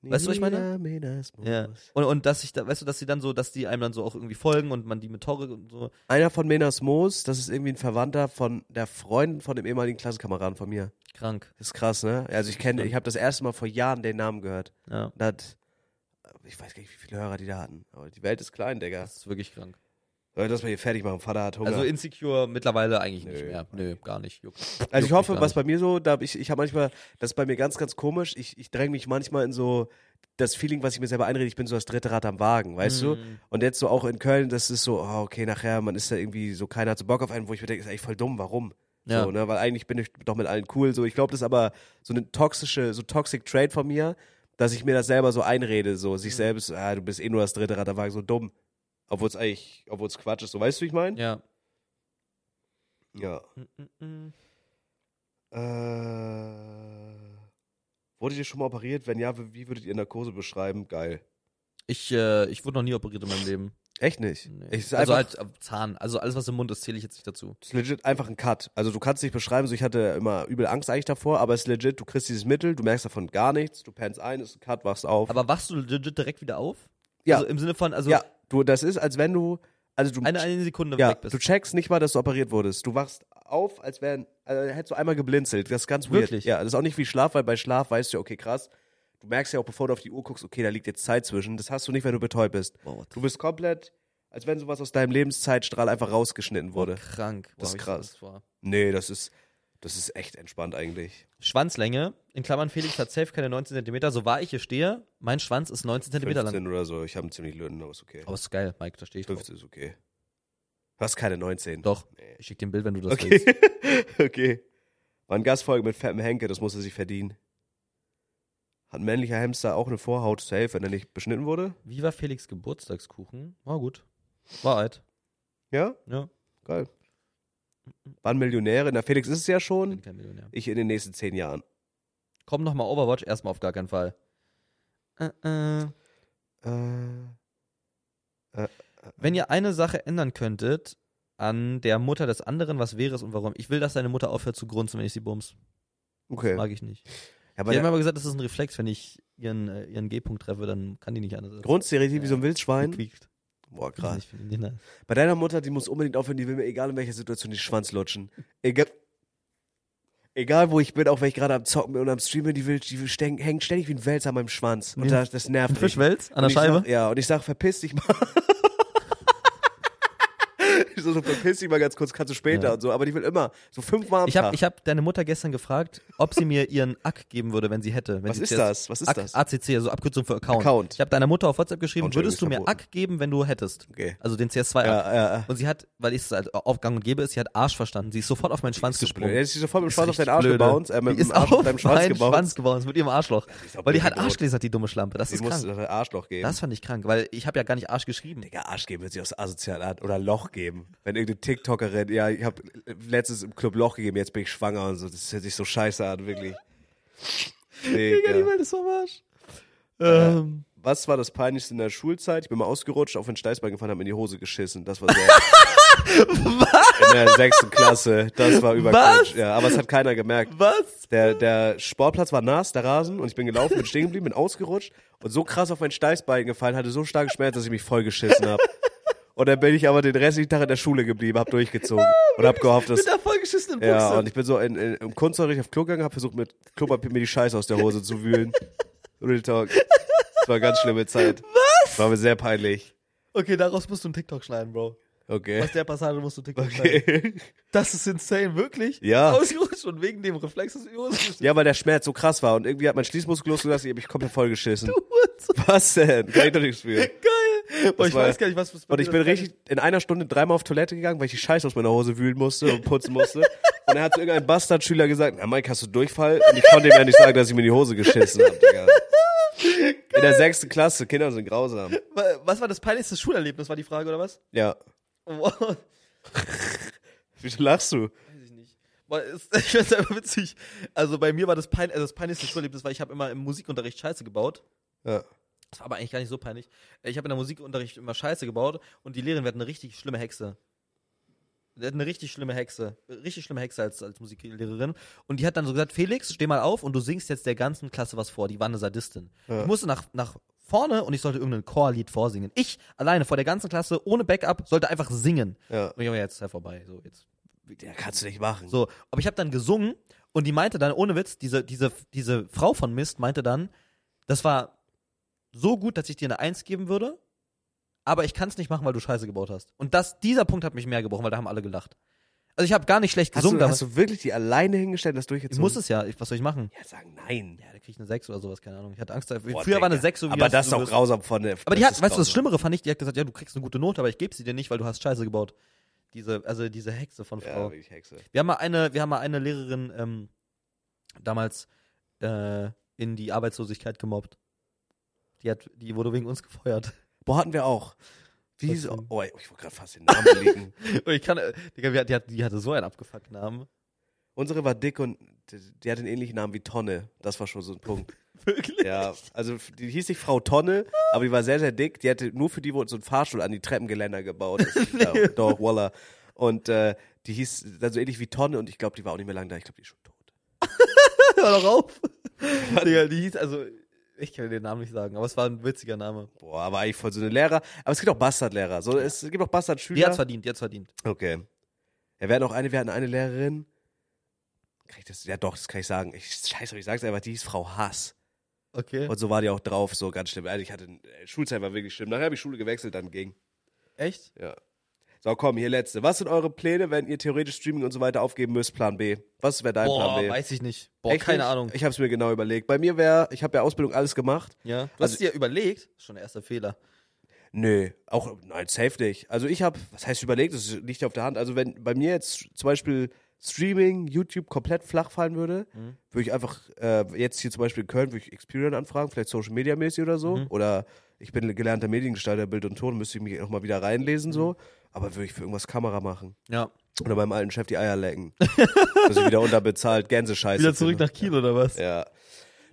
Speaker 1: weißt du, was ich meine?
Speaker 2: Oh,
Speaker 1: Ja. Und, und dass ich da, weißt du, dass sie dann so, dass die einem dann so auch irgendwie folgen und man die mit Tore und so.
Speaker 2: Einer von Menas Moos, das ist irgendwie ein Verwandter von der Freundin von dem ehemaligen Klassenkameraden von mir.
Speaker 1: Krank.
Speaker 2: Das ist krass, ne? Also ich kenne, ich habe das erste Mal vor Jahren den Namen gehört.
Speaker 1: Ja.
Speaker 2: Und hat, ich weiß gar nicht, wie viele Hörer die da hatten. Aber die Welt ist klein, Digga.
Speaker 1: Das ist wirklich krank.
Speaker 2: Leute, lass mal hier fertig machen. Vater hat Hunger.
Speaker 1: Also Insecure mittlerweile eigentlich nicht
Speaker 2: Nö.
Speaker 1: mehr. Nö, gar nicht. Juckt.
Speaker 2: Also ich
Speaker 1: Juckt
Speaker 2: hoffe,
Speaker 1: mich gar
Speaker 2: was
Speaker 1: nicht.
Speaker 2: bei mir so, da hab ich, ich habe manchmal, das ist bei mir ganz, ganz komisch. Ich, ich dränge mich manchmal in so das Feeling, was ich mir selber einrede, ich bin so das dritte Rad am Wagen, weißt
Speaker 1: Mhm.
Speaker 2: du? Und jetzt so auch in Köln, das ist so, oh, okay, nachher, man ist da irgendwie so, keiner hat so Bock auf einen, wo ich mir denke, ist eigentlich voll dumm, warum?
Speaker 1: Ja.
Speaker 2: So, ne? Weil eigentlich bin ich doch mit allen cool. So, ich glaube, das ist aber so eine toxische, so toxic Trait von mir, dass ich mir das selber so einrede, so sich selbst, ah, du bist eh nur das dritte Rad am Wagen, so dumm. Obwohl es eigentlich, obwohl es Quatsch ist, so weißt du, wie ich meine?
Speaker 1: Ja.
Speaker 2: ja. Äh, wurdet ihr schon mal operiert? Wenn ja, wie wie würdet ihr Narkose beschreiben? Geil.
Speaker 1: Ich, äh, ich wurde noch nie operiert in meinem Leben.
Speaker 2: Echt nicht.
Speaker 1: Nee.
Speaker 2: Es ist
Speaker 1: also
Speaker 2: einfach,
Speaker 1: halt äh, Zahn. Also alles, was im Mund ist, zähle ich jetzt nicht dazu.
Speaker 2: es ist legit einfach ein Cut. Also du kannst nicht beschreiben, so ich hatte immer übel Angst eigentlich davor, aber es ist legit, du kriegst dieses Mittel, du merkst davon gar nichts, du pennst ein, ist ein Cut, wachst auf.
Speaker 1: Aber wachst du legit direkt wieder auf?
Speaker 2: Ja.
Speaker 1: Also im Sinne von, also
Speaker 2: ja, du, das ist, als wenn du, also du,
Speaker 1: eine, eine Sekunde
Speaker 2: ja,
Speaker 1: weg bist.
Speaker 2: du checkst nicht mal, dass du operiert wurdest. Du wachst auf, als wären, also hättest du einmal geblinzelt. Das ist ganz weird.
Speaker 1: Wirklich?
Speaker 2: Ja, das ist auch nicht wie Schlaf, weil bei Schlaf weißt du ja, okay, krass. Du merkst ja auch, bevor du auf die Uhr guckst, okay, da liegt jetzt Zeit zwischen. Das hast du nicht, wenn du betäubt bist.
Speaker 1: Boah, what the
Speaker 2: Du bist komplett, als wenn sowas aus deinem Lebenszeitstrahl einfach rausgeschnitten wurde.
Speaker 1: Krank.
Speaker 2: Das ist
Speaker 1: hab ich
Speaker 2: krass.
Speaker 1: Angst vor.
Speaker 2: Nee, das ist, das ist echt entspannt eigentlich.
Speaker 1: Schwanzlänge, in Klammern Felix hat safe keine 19 cm, so wahr ich hier stehe, mein Schwanz ist 19 cm
Speaker 2: 15
Speaker 1: lang.
Speaker 2: oder so, ich habe einen ziemlich löden, aber ist okay.
Speaker 1: Aber ist geil, Mike, da stehe ich drauf.
Speaker 2: 15 ist okay. Du hast keine 19.
Speaker 1: Doch, ich schick dir ein Bild, wenn du das willst.
Speaker 2: Okay. okay. War eine Gastfolge mit Fettem Henke, das musste sich verdienen. Hat ein männlicher Hamster auch eine Vorhaut safe, wenn er nicht beschnitten wurde?
Speaker 1: Wie war Felix Geburtstagskuchen? War gut. War alt. ne?
Speaker 2: Ja?
Speaker 1: Ja.
Speaker 2: Geil. Waren Millionäre? Na, Felix ist es ja
Speaker 1: Bin
Speaker 2: schon.
Speaker 1: kein Millionär.
Speaker 2: Ich in den nächsten zehn Jahren.
Speaker 1: Komm nochmal Overwatch, erstmal auf gar keinen Fall. Äh, äh.
Speaker 2: Äh,
Speaker 1: Wenn ihr eine Sache ändern könntet, an der Mutter des anderen, was wäre es und warum. Ich will, dass deine Mutter aufhört zu grunzen, wenn ich sie bums.
Speaker 2: Okay.
Speaker 1: Das mag ich nicht.
Speaker 2: aber
Speaker 1: Die haben
Speaker 2: der-
Speaker 1: aber gesagt, das ist ein Reflex, wenn ich ihren, äh, ihren G-Punkt treffe, dann kann die nicht anders.
Speaker 2: Grundstereotyp wie so ein
Speaker 1: Die
Speaker 2: Wildschwein.
Speaker 1: quiekt.
Speaker 2: Boah,
Speaker 1: Das ist
Speaker 2: krass.
Speaker 1: nicht- finde ich nicht nice.
Speaker 2: Bei deiner Mutter, die muss unbedingt aufhören, die will mir egal in welcher Situation den Schwanz lutschen. Egal, egal wo ich bin, auch wenn ich gerade am Zocken bin und am Streamen bin, die, will, die will stäng, hängt ständig wie ein Wels an meinem Schwanz. Und
Speaker 1: Ja.
Speaker 2: das, das nervt
Speaker 1: Ein
Speaker 2: mich.
Speaker 1: Fischwels an der
Speaker 2: Und ich
Speaker 1: Scheibe?
Speaker 2: Sag, ja, und ich sag, verpiss dich mal. ich so, so, verpiss dich mal ganz kurz, kannst du später
Speaker 1: Ja.
Speaker 2: und so. Aber die will immer, so fünfmal am
Speaker 1: Ich
Speaker 2: Tag.
Speaker 1: habe ich hab deine Mutter gestern gefragt, ob sie mir ihren Ack geben würde, wenn sie hätte. Wenn
Speaker 2: Was
Speaker 1: sie
Speaker 2: ist
Speaker 1: jetzt-
Speaker 2: das? Was ist
Speaker 1: Ack,
Speaker 2: das?
Speaker 1: ACC, also Abkürzung für Account.
Speaker 2: Account.
Speaker 1: Ich habe deiner Mutter auf WhatsApp geschrieben,
Speaker 2: Account,
Speaker 1: würdest du mir
Speaker 2: verboten.
Speaker 1: Ack geben, wenn du hättest?
Speaker 2: Okay.
Speaker 1: Also den CS2 Ack.
Speaker 2: ja, ja, ja.
Speaker 1: Und sie hat, weil ich es halt aufgang und gäbe, ist, sie hat Arsch verstanden. Sie ist sofort auf meinen Schwanz gesprungen.
Speaker 2: Ja, die ist so voll mit dem
Speaker 1: Ist
Speaker 2: Schwanz auf
Speaker 1: richtig
Speaker 2: deinen Arsch
Speaker 1: blöde.
Speaker 2: gebounced, äh, mit
Speaker 1: die ist
Speaker 2: dem Arsch
Speaker 1: auf
Speaker 2: auf deinem Schwanz
Speaker 1: meinen
Speaker 2: gebounced.
Speaker 1: Schwanz gebounced, mit ihrem Arschloch.
Speaker 2: ist auch
Speaker 1: Weil die
Speaker 2: blöd
Speaker 1: hat
Speaker 2: gebaut.
Speaker 1: Arsch gelesen, hat die dumme Schlampe. Das
Speaker 2: Sie
Speaker 1: ist
Speaker 2: muss
Speaker 1: krank.
Speaker 2: ein Arschloch geben.
Speaker 1: Das fand ich krank, weil ich habe ja gar nicht Arsch geschrieben.
Speaker 2: Digga, Arsch geben wird sie aus asozial Art oder Loch geben. Wenn irgendeine TikTokerin, ja, ich habe letztens im Club Loch gegeben, jetzt bin ich schwanger und so. Das hört sich so scheiße an, wirklich. Digga.
Speaker 1: ist vom Arsch.
Speaker 2: Äh,
Speaker 1: Ähm,
Speaker 2: Was war das Peinlichste in der Schulzeit? Ich bin mal ausgerutscht, auf den Steißbein gefallen, habe mir in die Hose geschissen. Das war sehr. in der sechsten Klasse. Das war
Speaker 1: Was?
Speaker 2: überquatsch. Ja, aber es hat keiner gemerkt.
Speaker 1: was?
Speaker 2: Der, der Sportplatz war nass, der Rasen, und ich bin gelaufen, bin stehen geblieben, bin ausgerutscht und so krass auf mein Steißbein gefallen, hatte so starke Schmerzen, dass ich mich voll geschissen habe. Und dann bin ich aber den restlichen Tag in der Schule geblieben, hab durchgezogen und hab gehofft, dass.
Speaker 1: Mit der vollgeschissenen Buchse.
Speaker 2: Ja, und ich bin so in, in, im Kunstunterricht auf Klo gegangen, hab versucht, mit Klopapier mir die Scheiße aus der Hose zu wühlen. Real Talk. Das war eine ganz schlimme Zeit. Was? War mir sehr peinlich.
Speaker 1: okay, daraus musst du einen TikTok schneiden, Bro.
Speaker 2: Okay.
Speaker 1: Aus der Passage musst du TikTok schneiden.
Speaker 2: okay.
Speaker 1: Das ist insane, wirklich?
Speaker 2: Ja.
Speaker 1: Ausgerutscht und wegen dem Reflex ist die Hose geschissen.
Speaker 2: Ja, weil der Schmerz so krass war und irgendwie hat mein Schließmuskel losgelassen, ich hab mich komplett voll geschissen.
Speaker 1: Geil.
Speaker 2: Was denn? Kann ich doch nichts für.
Speaker 1: Boah,
Speaker 2: Das
Speaker 1: ich
Speaker 2: war-
Speaker 1: weiß gar nicht, was was bei
Speaker 2: Und ich
Speaker 1: dir
Speaker 2: bin
Speaker 1: das
Speaker 2: richtig in einer Stunde dreimal auf Toilette gegangen, weil ich die Scheiße aus meiner Hose wühlen musste und putzen musste. Und er hat so irgendein Bastardschüler gesagt, na Mike, hast du Durchfall? Und ich konnte ihm ja nicht sagen, dass ich mir die Hose geschissen habe, Digga. In der sechsten Klasse, Kinder sind grausam.
Speaker 1: Wa- Was war das peinlichste Schulerlebnis, war die Frage, oder was?
Speaker 2: Ja.
Speaker 1: Wow, weiß
Speaker 2: Wieso lachst du?
Speaker 1: ich nicht. Boah, ist, ich find's einfach witzig. Also bei mir war das, pein, also das peinlichste Schulerlebnis, weil ich habe immer im Musikunterricht Scheiße gebaut.
Speaker 2: Ja.
Speaker 1: Das war aber eigentlich gar nicht so peinlich. Ich habe in der Musikunterricht immer Scheiße gebaut und die Lehrerin wird eine richtig schlimme Hexe. Die hat eine richtig schlimme Hexe. Richtig schlimme Hexe als, als Musiklehrerin. Und die hat dann so gesagt, Felix, steh mal auf und du singst jetzt der ganzen Klasse was vor. Die war eine Sadistin.
Speaker 2: Ja.
Speaker 1: Ich musste nach, nach vorne und ich sollte irgendein Chorlied vorsingen. Ich alleine vor der ganzen Klasse, ohne Backup, sollte einfach singen.
Speaker 2: Ja.
Speaker 1: Und ich war jetzt ist ja vorbei. So, jetzt
Speaker 2: Ja, kannst du nicht machen.
Speaker 1: so, aber ich habe dann gesungen und die meinte dann, ohne Witz, diese, diese, diese Frau von Mist meinte dann, das war so gut, dass ich dir eine Eins geben würde, aber ich kann es nicht machen, weil du Scheiße gebaut hast. Und das, dieser Punkt hat mich mehr gebrochen, weil da haben alle gelacht. Also ich habe gar nicht schlecht
Speaker 2: Hast,
Speaker 1: gesungen,
Speaker 2: du,
Speaker 1: aber
Speaker 2: hast du wirklich die alleine hingestellt und das
Speaker 1: ich
Speaker 2: durchgezogen?
Speaker 1: muss es ja, ich, was soll ich machen?
Speaker 2: Ja, sagen nein.
Speaker 1: Ja, da krieg ich eine 6 oder sowas, keine Ahnung. Ich hatte Angst, da-
Speaker 2: Boah,
Speaker 1: früher war eine
Speaker 2: Digga.
Speaker 1: 6 so wie
Speaker 2: Aber das ist
Speaker 1: du
Speaker 2: auch
Speaker 1: wirst-
Speaker 2: grausam von der
Speaker 1: Aber die hat,
Speaker 2: ist
Speaker 1: weißt du, das
Speaker 2: grausam.
Speaker 1: Schlimmere fand ich, die hat gesagt, ja, du kriegst eine gute Note, aber ich gebe sie dir nicht, weil du hast Scheiße gebaut. Diese, also diese Hexe von Frau.
Speaker 2: Ja, wirklich Hexe.
Speaker 1: Wir haben mal eine, wir haben mal eine Lehrerin ähm, damals äh, in die Arbeitslosigkeit gemobbt. Die, hat, die wurde wegen uns gefeuert.
Speaker 2: Boah, hatten wir auch. Wie
Speaker 1: Was
Speaker 2: so,
Speaker 1: denn?
Speaker 2: oh, ich wollte gerade fast den Namen liegen.
Speaker 1: Und ich kann, äh, Digga, wir hat- die, hat, die hatte so einen abgefuckten Namen.
Speaker 2: Unsere war dick und die, die hat den ähnlichen Namen wie Tonne. Das war schon so ein Punkt.
Speaker 1: Wirklich?
Speaker 2: Ja, also f- die hieß nicht Frau Tonne, aber die war sehr, sehr dick. Die hatte nur für die wurde so ein Fahrstuhl an die Treppengeländer gebaut. Das ist- ja, Doch, Walla. Und äh, die hieß dann so ähnlich wie Tonne und ich glaube, die war auch nicht mehr lange da. Ich glaube, die ist schon tot.
Speaker 1: Hör doch auf. Digga, die hieß, also, ich kann den Namen nicht sagen, aber es war ein witziger Name.
Speaker 2: Boah, aber eigentlich voll so eine Lehrer. Aber es gibt auch Bastardlehrer. So, es gibt auch
Speaker 1: Die
Speaker 2: Bastardschüler.
Speaker 1: hat's verdient, die hat's verdient.
Speaker 2: Okay. Ja, wir hatten auch eine, wir hatten eine Lehrerin. Kann ich das? Ja, doch, das kann ich sagen. Ich, scheiße, ich sag's einfach, die hieß Frau Hass.
Speaker 1: Okay.
Speaker 2: Und so war die auch drauf, so ganz schlimm. Also ich hatte, äh, Schulzeit war wirklich schlimm. Nachher habe ich Schule gewechselt, dann ging.
Speaker 1: Echt?
Speaker 2: Ja. So, komm, hier letzte. Was sind eure Pläne, wenn ihr theoretisch Streaming und so weiter aufgeben müsst? Plan B. Was wäre dein
Speaker 1: Boah,
Speaker 2: Plan B?
Speaker 1: weiß ich nicht. Boah,
Speaker 2: Echt
Speaker 1: keine
Speaker 2: nicht?
Speaker 1: Ahnung.
Speaker 2: Ich habe es mir genau überlegt. Bei mir wäre, ich habe ja Ausbildung alles gemacht.
Speaker 1: ja. Du
Speaker 2: Also-
Speaker 1: hast dir überlegt, schon der erste Fehler.
Speaker 2: Nö, auch, nein, safe nicht. Also ich habe, was heißt überlegt, das liegt auf der Hand. Also wenn bei mir jetzt zum Beispiel Streaming, YouTube komplett flach fallen würde,
Speaker 1: Mhm.
Speaker 2: würde ich einfach äh, jetzt hier zum Beispiel in Köln, würde ich Experian anfragen, vielleicht Social Media mäßig oder so.
Speaker 1: Mhm.
Speaker 2: Oder ich bin gelernter Mediengestalter, Bild und Ton, müsste ich mich nochmal wieder reinlesen
Speaker 1: Mhm.
Speaker 2: so. Aber würde ich für irgendwas Kamera machen.
Speaker 1: Ja.
Speaker 2: Oder meinem alten Chef die Eier lecken. Dass ich wieder unterbezahlt, Gänsescheiße.
Speaker 1: Wieder zurück
Speaker 2: finde.
Speaker 1: nach Kiel oder was?
Speaker 2: Ja.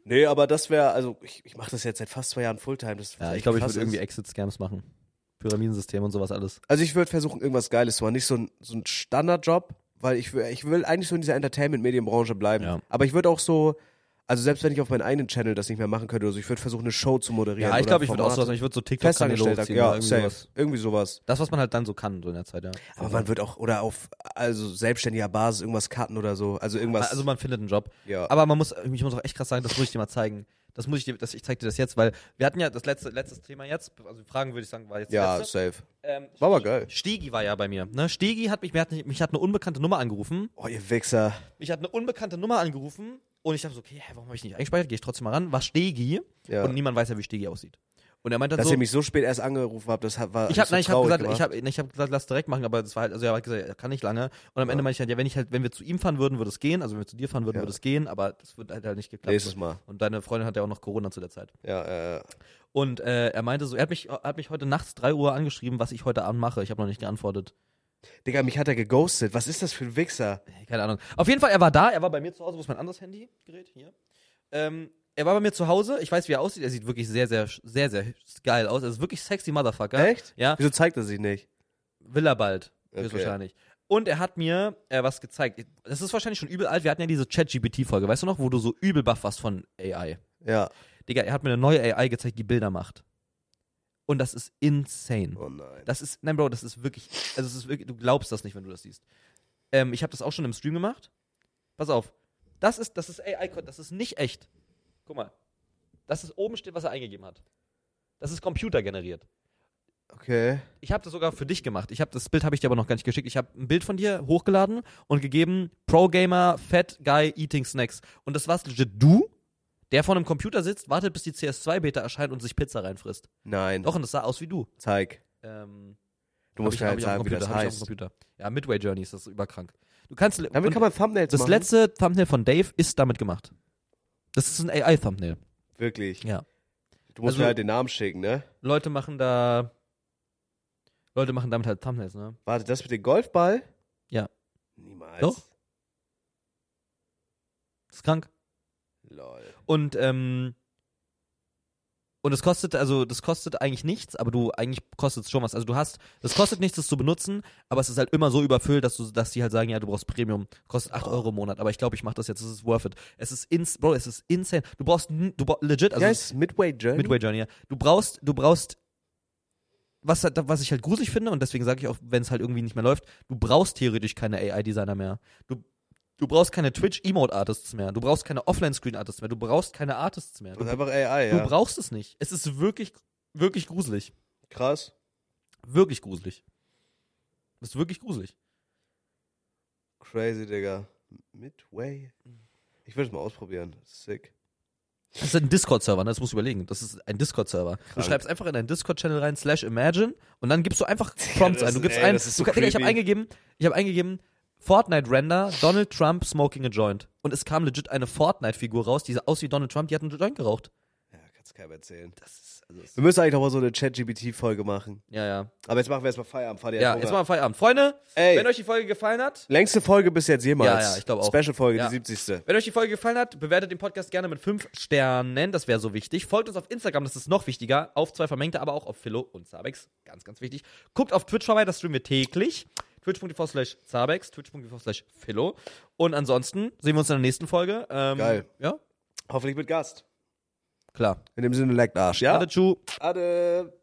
Speaker 2: Nee, aber das wäre, also ich, ich mache das jetzt seit fast zwei Jahren Fulltime. Das, was
Speaker 1: Ja, ich
Speaker 2: echt
Speaker 1: glaube, ich
Speaker 2: krass
Speaker 1: würde
Speaker 2: ist.
Speaker 1: irgendwie Exit-Scams machen. Pyramidensystem und sowas alles.
Speaker 2: Also ich würde versuchen, irgendwas Geiles zu machen. Nicht so ein, so ein Standardjob, weil ich, wür- ich will eigentlich so in dieser Entertainment-Medienbranche bleiben.
Speaker 1: Ja.
Speaker 2: Aber ich würde auch so, also selbst wenn ich auf meinen eigenen Channel das nicht mehr machen könnte, also ich würde versuchen, eine Show zu moderieren.
Speaker 1: Ja, ich
Speaker 2: oder
Speaker 1: glaube, ich würde auch
Speaker 2: Formate.
Speaker 1: sowas machen. Ich würde so TikTok-Kanäle
Speaker 2: Festangestellter,
Speaker 1: hochziehen
Speaker 2: ja,
Speaker 1: oder irgendwie
Speaker 2: safe.
Speaker 1: sowas.
Speaker 2: Irgendwie sowas.
Speaker 1: Das, was man halt dann so kann, so in der Zeit, ja.
Speaker 2: Aber man wird auch, oder auf, also selbstständiger Basis irgendwas cutten oder so. Also irgendwas.
Speaker 1: Also man findet einen Job.
Speaker 2: Ja.
Speaker 1: Aber man muss, ich muss auch echt krass sagen, das muss ich dir mal zeigen. Das muss ich dir, das, ich zeig dir das jetzt, weil wir hatten ja das letzte, letztes Thema jetzt, also Fragen würde ich sagen, war jetzt
Speaker 2: ja,
Speaker 1: das letzte.
Speaker 2: safe.
Speaker 1: Ähm,
Speaker 2: War aber geil.
Speaker 1: Stegi war ja bei mir. Ne? Stegi hat mich, mir hat, mich hat eine unbekannte Nummer angerufen.
Speaker 2: Oh, ihr Wichser.
Speaker 1: Mich hat eine unbekannte Nummer angerufen und ich dachte so, okay, hä, warum habe ich nicht eingespeichert? Gehe ich trotzdem mal ran. War Stegi
Speaker 2: Ja.
Speaker 1: und niemand weiß ja, wie Stegi aussieht. Und er meinte dann
Speaker 2: Dass
Speaker 1: so,
Speaker 2: ihr mich so spät erst angerufen habt, das hat- war.
Speaker 1: Also- ich habe
Speaker 2: so
Speaker 1: nein, ich habe
Speaker 2: traurig
Speaker 1: gesagt,
Speaker 2: gemacht.
Speaker 1: ich habe ich hab gesagt, lass direkt machen, aber das war halt, also er hat gesagt, er kann nicht lange. Und am Ende meinte ich halt, ja, wenn ich halt, wenn wir zu ihm fahren würden, würde es gehen. Also wenn wir zu dir fahren würden,
Speaker 2: Ja.
Speaker 1: würde es gehen, aber das wird halt, halt nicht geklappt.
Speaker 2: Nächstes Mal.
Speaker 1: Und deine Freundin hat ja auch noch Corona zu der Zeit.
Speaker 2: Ja, ja, ja.
Speaker 1: Und äh, er meinte so, er hat mich, hat mich heute nachts 3 Uhr angeschrieben, was ich heute Abend mache. Ich habe noch nicht geantwortet.
Speaker 2: Digga, mich hat er geghostet. Was ist das für ein Wichser?
Speaker 1: Ey, Äh, Keine Ahnung. Auf jeden Fall, er war da, er war bei mir zu Hause. Wo ist mein anderes Handygerät? Hier. Ähm, er war bei mir zu Hause. Ich weiß, wie er aussieht. Er sieht wirklich sehr, sehr, sehr, sehr geil aus. Er ist wirklich sexy Motherfucker.
Speaker 2: Echt?
Speaker 1: Ja.
Speaker 2: Wieso zeigt er sich nicht?
Speaker 1: Will er bald.
Speaker 2: Okay.
Speaker 1: Höchstwahrscheinlich. Und er hat mir äh, was gezeigt. Das ist wahrscheinlich schon übel alt. Wir hatten ja diese Chat-GPT-Folge, weißt du noch, wo du so übel baff warst von AI.
Speaker 2: Ja.
Speaker 1: Digga, er hat mir eine neue AI gezeigt, die Bilder macht. Und das ist insane.
Speaker 2: Oh nein.
Speaker 1: Das ist, nein, Bro, das ist wirklich, also es ist wirklich, du glaubst das nicht, wenn du das siehst. Ähm, ich habe das auch schon im Stream gemacht. Pass auf. Das ist, das ist AI, das ist nicht echt. Guck mal. Das ist oben steht, was er eingegeben hat. Das ist Computer generiert.
Speaker 2: Okay.
Speaker 1: Ich habe das sogar für dich gemacht. Ich habe das Bild habe ich dir aber noch gar nicht geschickt. Ich habe ein Bild von dir hochgeladen und gegeben Pro Gamer Fat Guy Eating Snacks und das war's legit du, der vor einem Computer sitzt, wartet bis die CS2 Beta erscheint und sich Pizza reinfrisst.
Speaker 2: Nein.
Speaker 1: Doch und das sah aus wie du.
Speaker 2: Zeig.
Speaker 1: Ähm,
Speaker 2: Du musst mir
Speaker 1: hab
Speaker 2: halt
Speaker 1: ich, hab
Speaker 2: sagen, wie
Speaker 1: ich auf dem Computer,
Speaker 2: das
Speaker 1: hab ich auf dem
Speaker 2: heißt.
Speaker 1: Computer. Ja, Midway Journeys, das ist überkrank. Du kannst
Speaker 2: Damit
Speaker 1: und
Speaker 2: kann man Thumbnails
Speaker 1: das
Speaker 2: machen.
Speaker 1: letzte Thumbnail von Dave ist damit gemacht. Das ist ein AI Thumbnail.
Speaker 2: Wirklich.
Speaker 1: Ja.
Speaker 2: Du musst
Speaker 1: Also-
Speaker 2: mir halt den Namen schicken, ne?
Speaker 1: Leute machen da Leute machen damit halt Thumbnails, ne?
Speaker 2: Warte, das mit dem Golfball?
Speaker 1: Ja.
Speaker 2: Niemals.
Speaker 1: Doch. Das ist krank.
Speaker 2: Lol.
Speaker 1: Und ähm, und es kostet, also das kostet eigentlich nichts, aber du eigentlich kostet es schon was. Also du hast, das kostet nichts, das zu benutzen, aber es ist halt immer so überfüllt, dass du, dass die halt sagen, ja, du brauchst Premium, kostet 8 Euro im Monat, aber ich glaube, ich mache das jetzt, es ist worth it. Es ist ins, Bro, es ist insane. Du brauchst n- du bra legit, also
Speaker 2: Also ja, ist Midway Journey.
Speaker 1: Midway Journey, ja. Du brauchst, du brauchst, was, halt- was ich halt gruselig finde, und deswegen sage ich auch, wenn es halt irgendwie nicht mehr läuft, du brauchst theoretisch keine AI-Designer mehr. Du, du brauchst keine Twitch-Emote-Artists mehr. Du brauchst keine Offline-Screen-Artists mehr. Du brauchst keine Artists mehr.
Speaker 2: Das
Speaker 1: Du,
Speaker 2: ist einfach AI, ja.
Speaker 1: du brauchst es nicht. Es ist wirklich, wirklich gruselig.
Speaker 2: Krass.
Speaker 1: Wirklich gruselig. Das ist wirklich gruselig.
Speaker 2: Crazy, Digga. Midway. Ich würde es mal ausprobieren. Sick.
Speaker 1: Das ist ein Discord-Server, ne? das musst du überlegen. Das ist ein Discord-Server. Du
Speaker 2: Krank.
Speaker 1: schreibst einfach in deinen Discord-Channel rein, slash imagine, und dann gibst du einfach Prompts
Speaker 2: das-
Speaker 1: ein. Du gibst
Speaker 2: ey,
Speaker 1: ein,
Speaker 2: das ist so
Speaker 1: du, Digga, ich habe
Speaker 2: creepy.
Speaker 1: eingegeben, ich habe eingegeben, Fortnite-Render, Donald Trump smoking a joint. Und es kam legit eine Fortnite-Figur raus, die sah aus wie Donald Trump, die hat einen Joint geraucht.
Speaker 2: Ja, kannst keinem erzählen.
Speaker 1: Das ist, also,
Speaker 2: Wir müssen eigentlich nochmal so eine Chat-GBT-Folge machen.
Speaker 1: ja, ja.
Speaker 2: Aber jetzt machen wir erstmal Feierabend. Fahr dir
Speaker 1: Ja,
Speaker 2: Hunger.
Speaker 1: jetzt mal Feierabend. Freunde,
Speaker 2: Ey.
Speaker 1: wenn euch die Folge gefallen hat,
Speaker 2: Längste Folge bis jetzt jemals.
Speaker 1: Ja, ja, ich glaub auch.
Speaker 2: Special-Folge,
Speaker 1: Ja.
Speaker 2: die 70.
Speaker 1: Wenn euch die Folge gefallen hat, bewertet den Podcast gerne mit 5 Sternen, das wäre so wichtig. Folgt uns auf Instagram, das ist noch wichtiger. Auf zwei Vermengte, aber auch auf Philo und Zabex, ganz, ganz wichtig. Guckt auf Twitch vorbei, das streamen wir täglich. Twitch.tv slash Zabex, Twitch.tv slash Philo. Und ansonsten sehen wir uns in der nächsten Folge. Ähm,
Speaker 2: Geil.
Speaker 1: Ja,
Speaker 2: Hoffentlich mit Gast.
Speaker 1: klar.
Speaker 2: In dem Sinne, leckt Arsch, ja?
Speaker 1: Ade, tschu.
Speaker 2: Ade.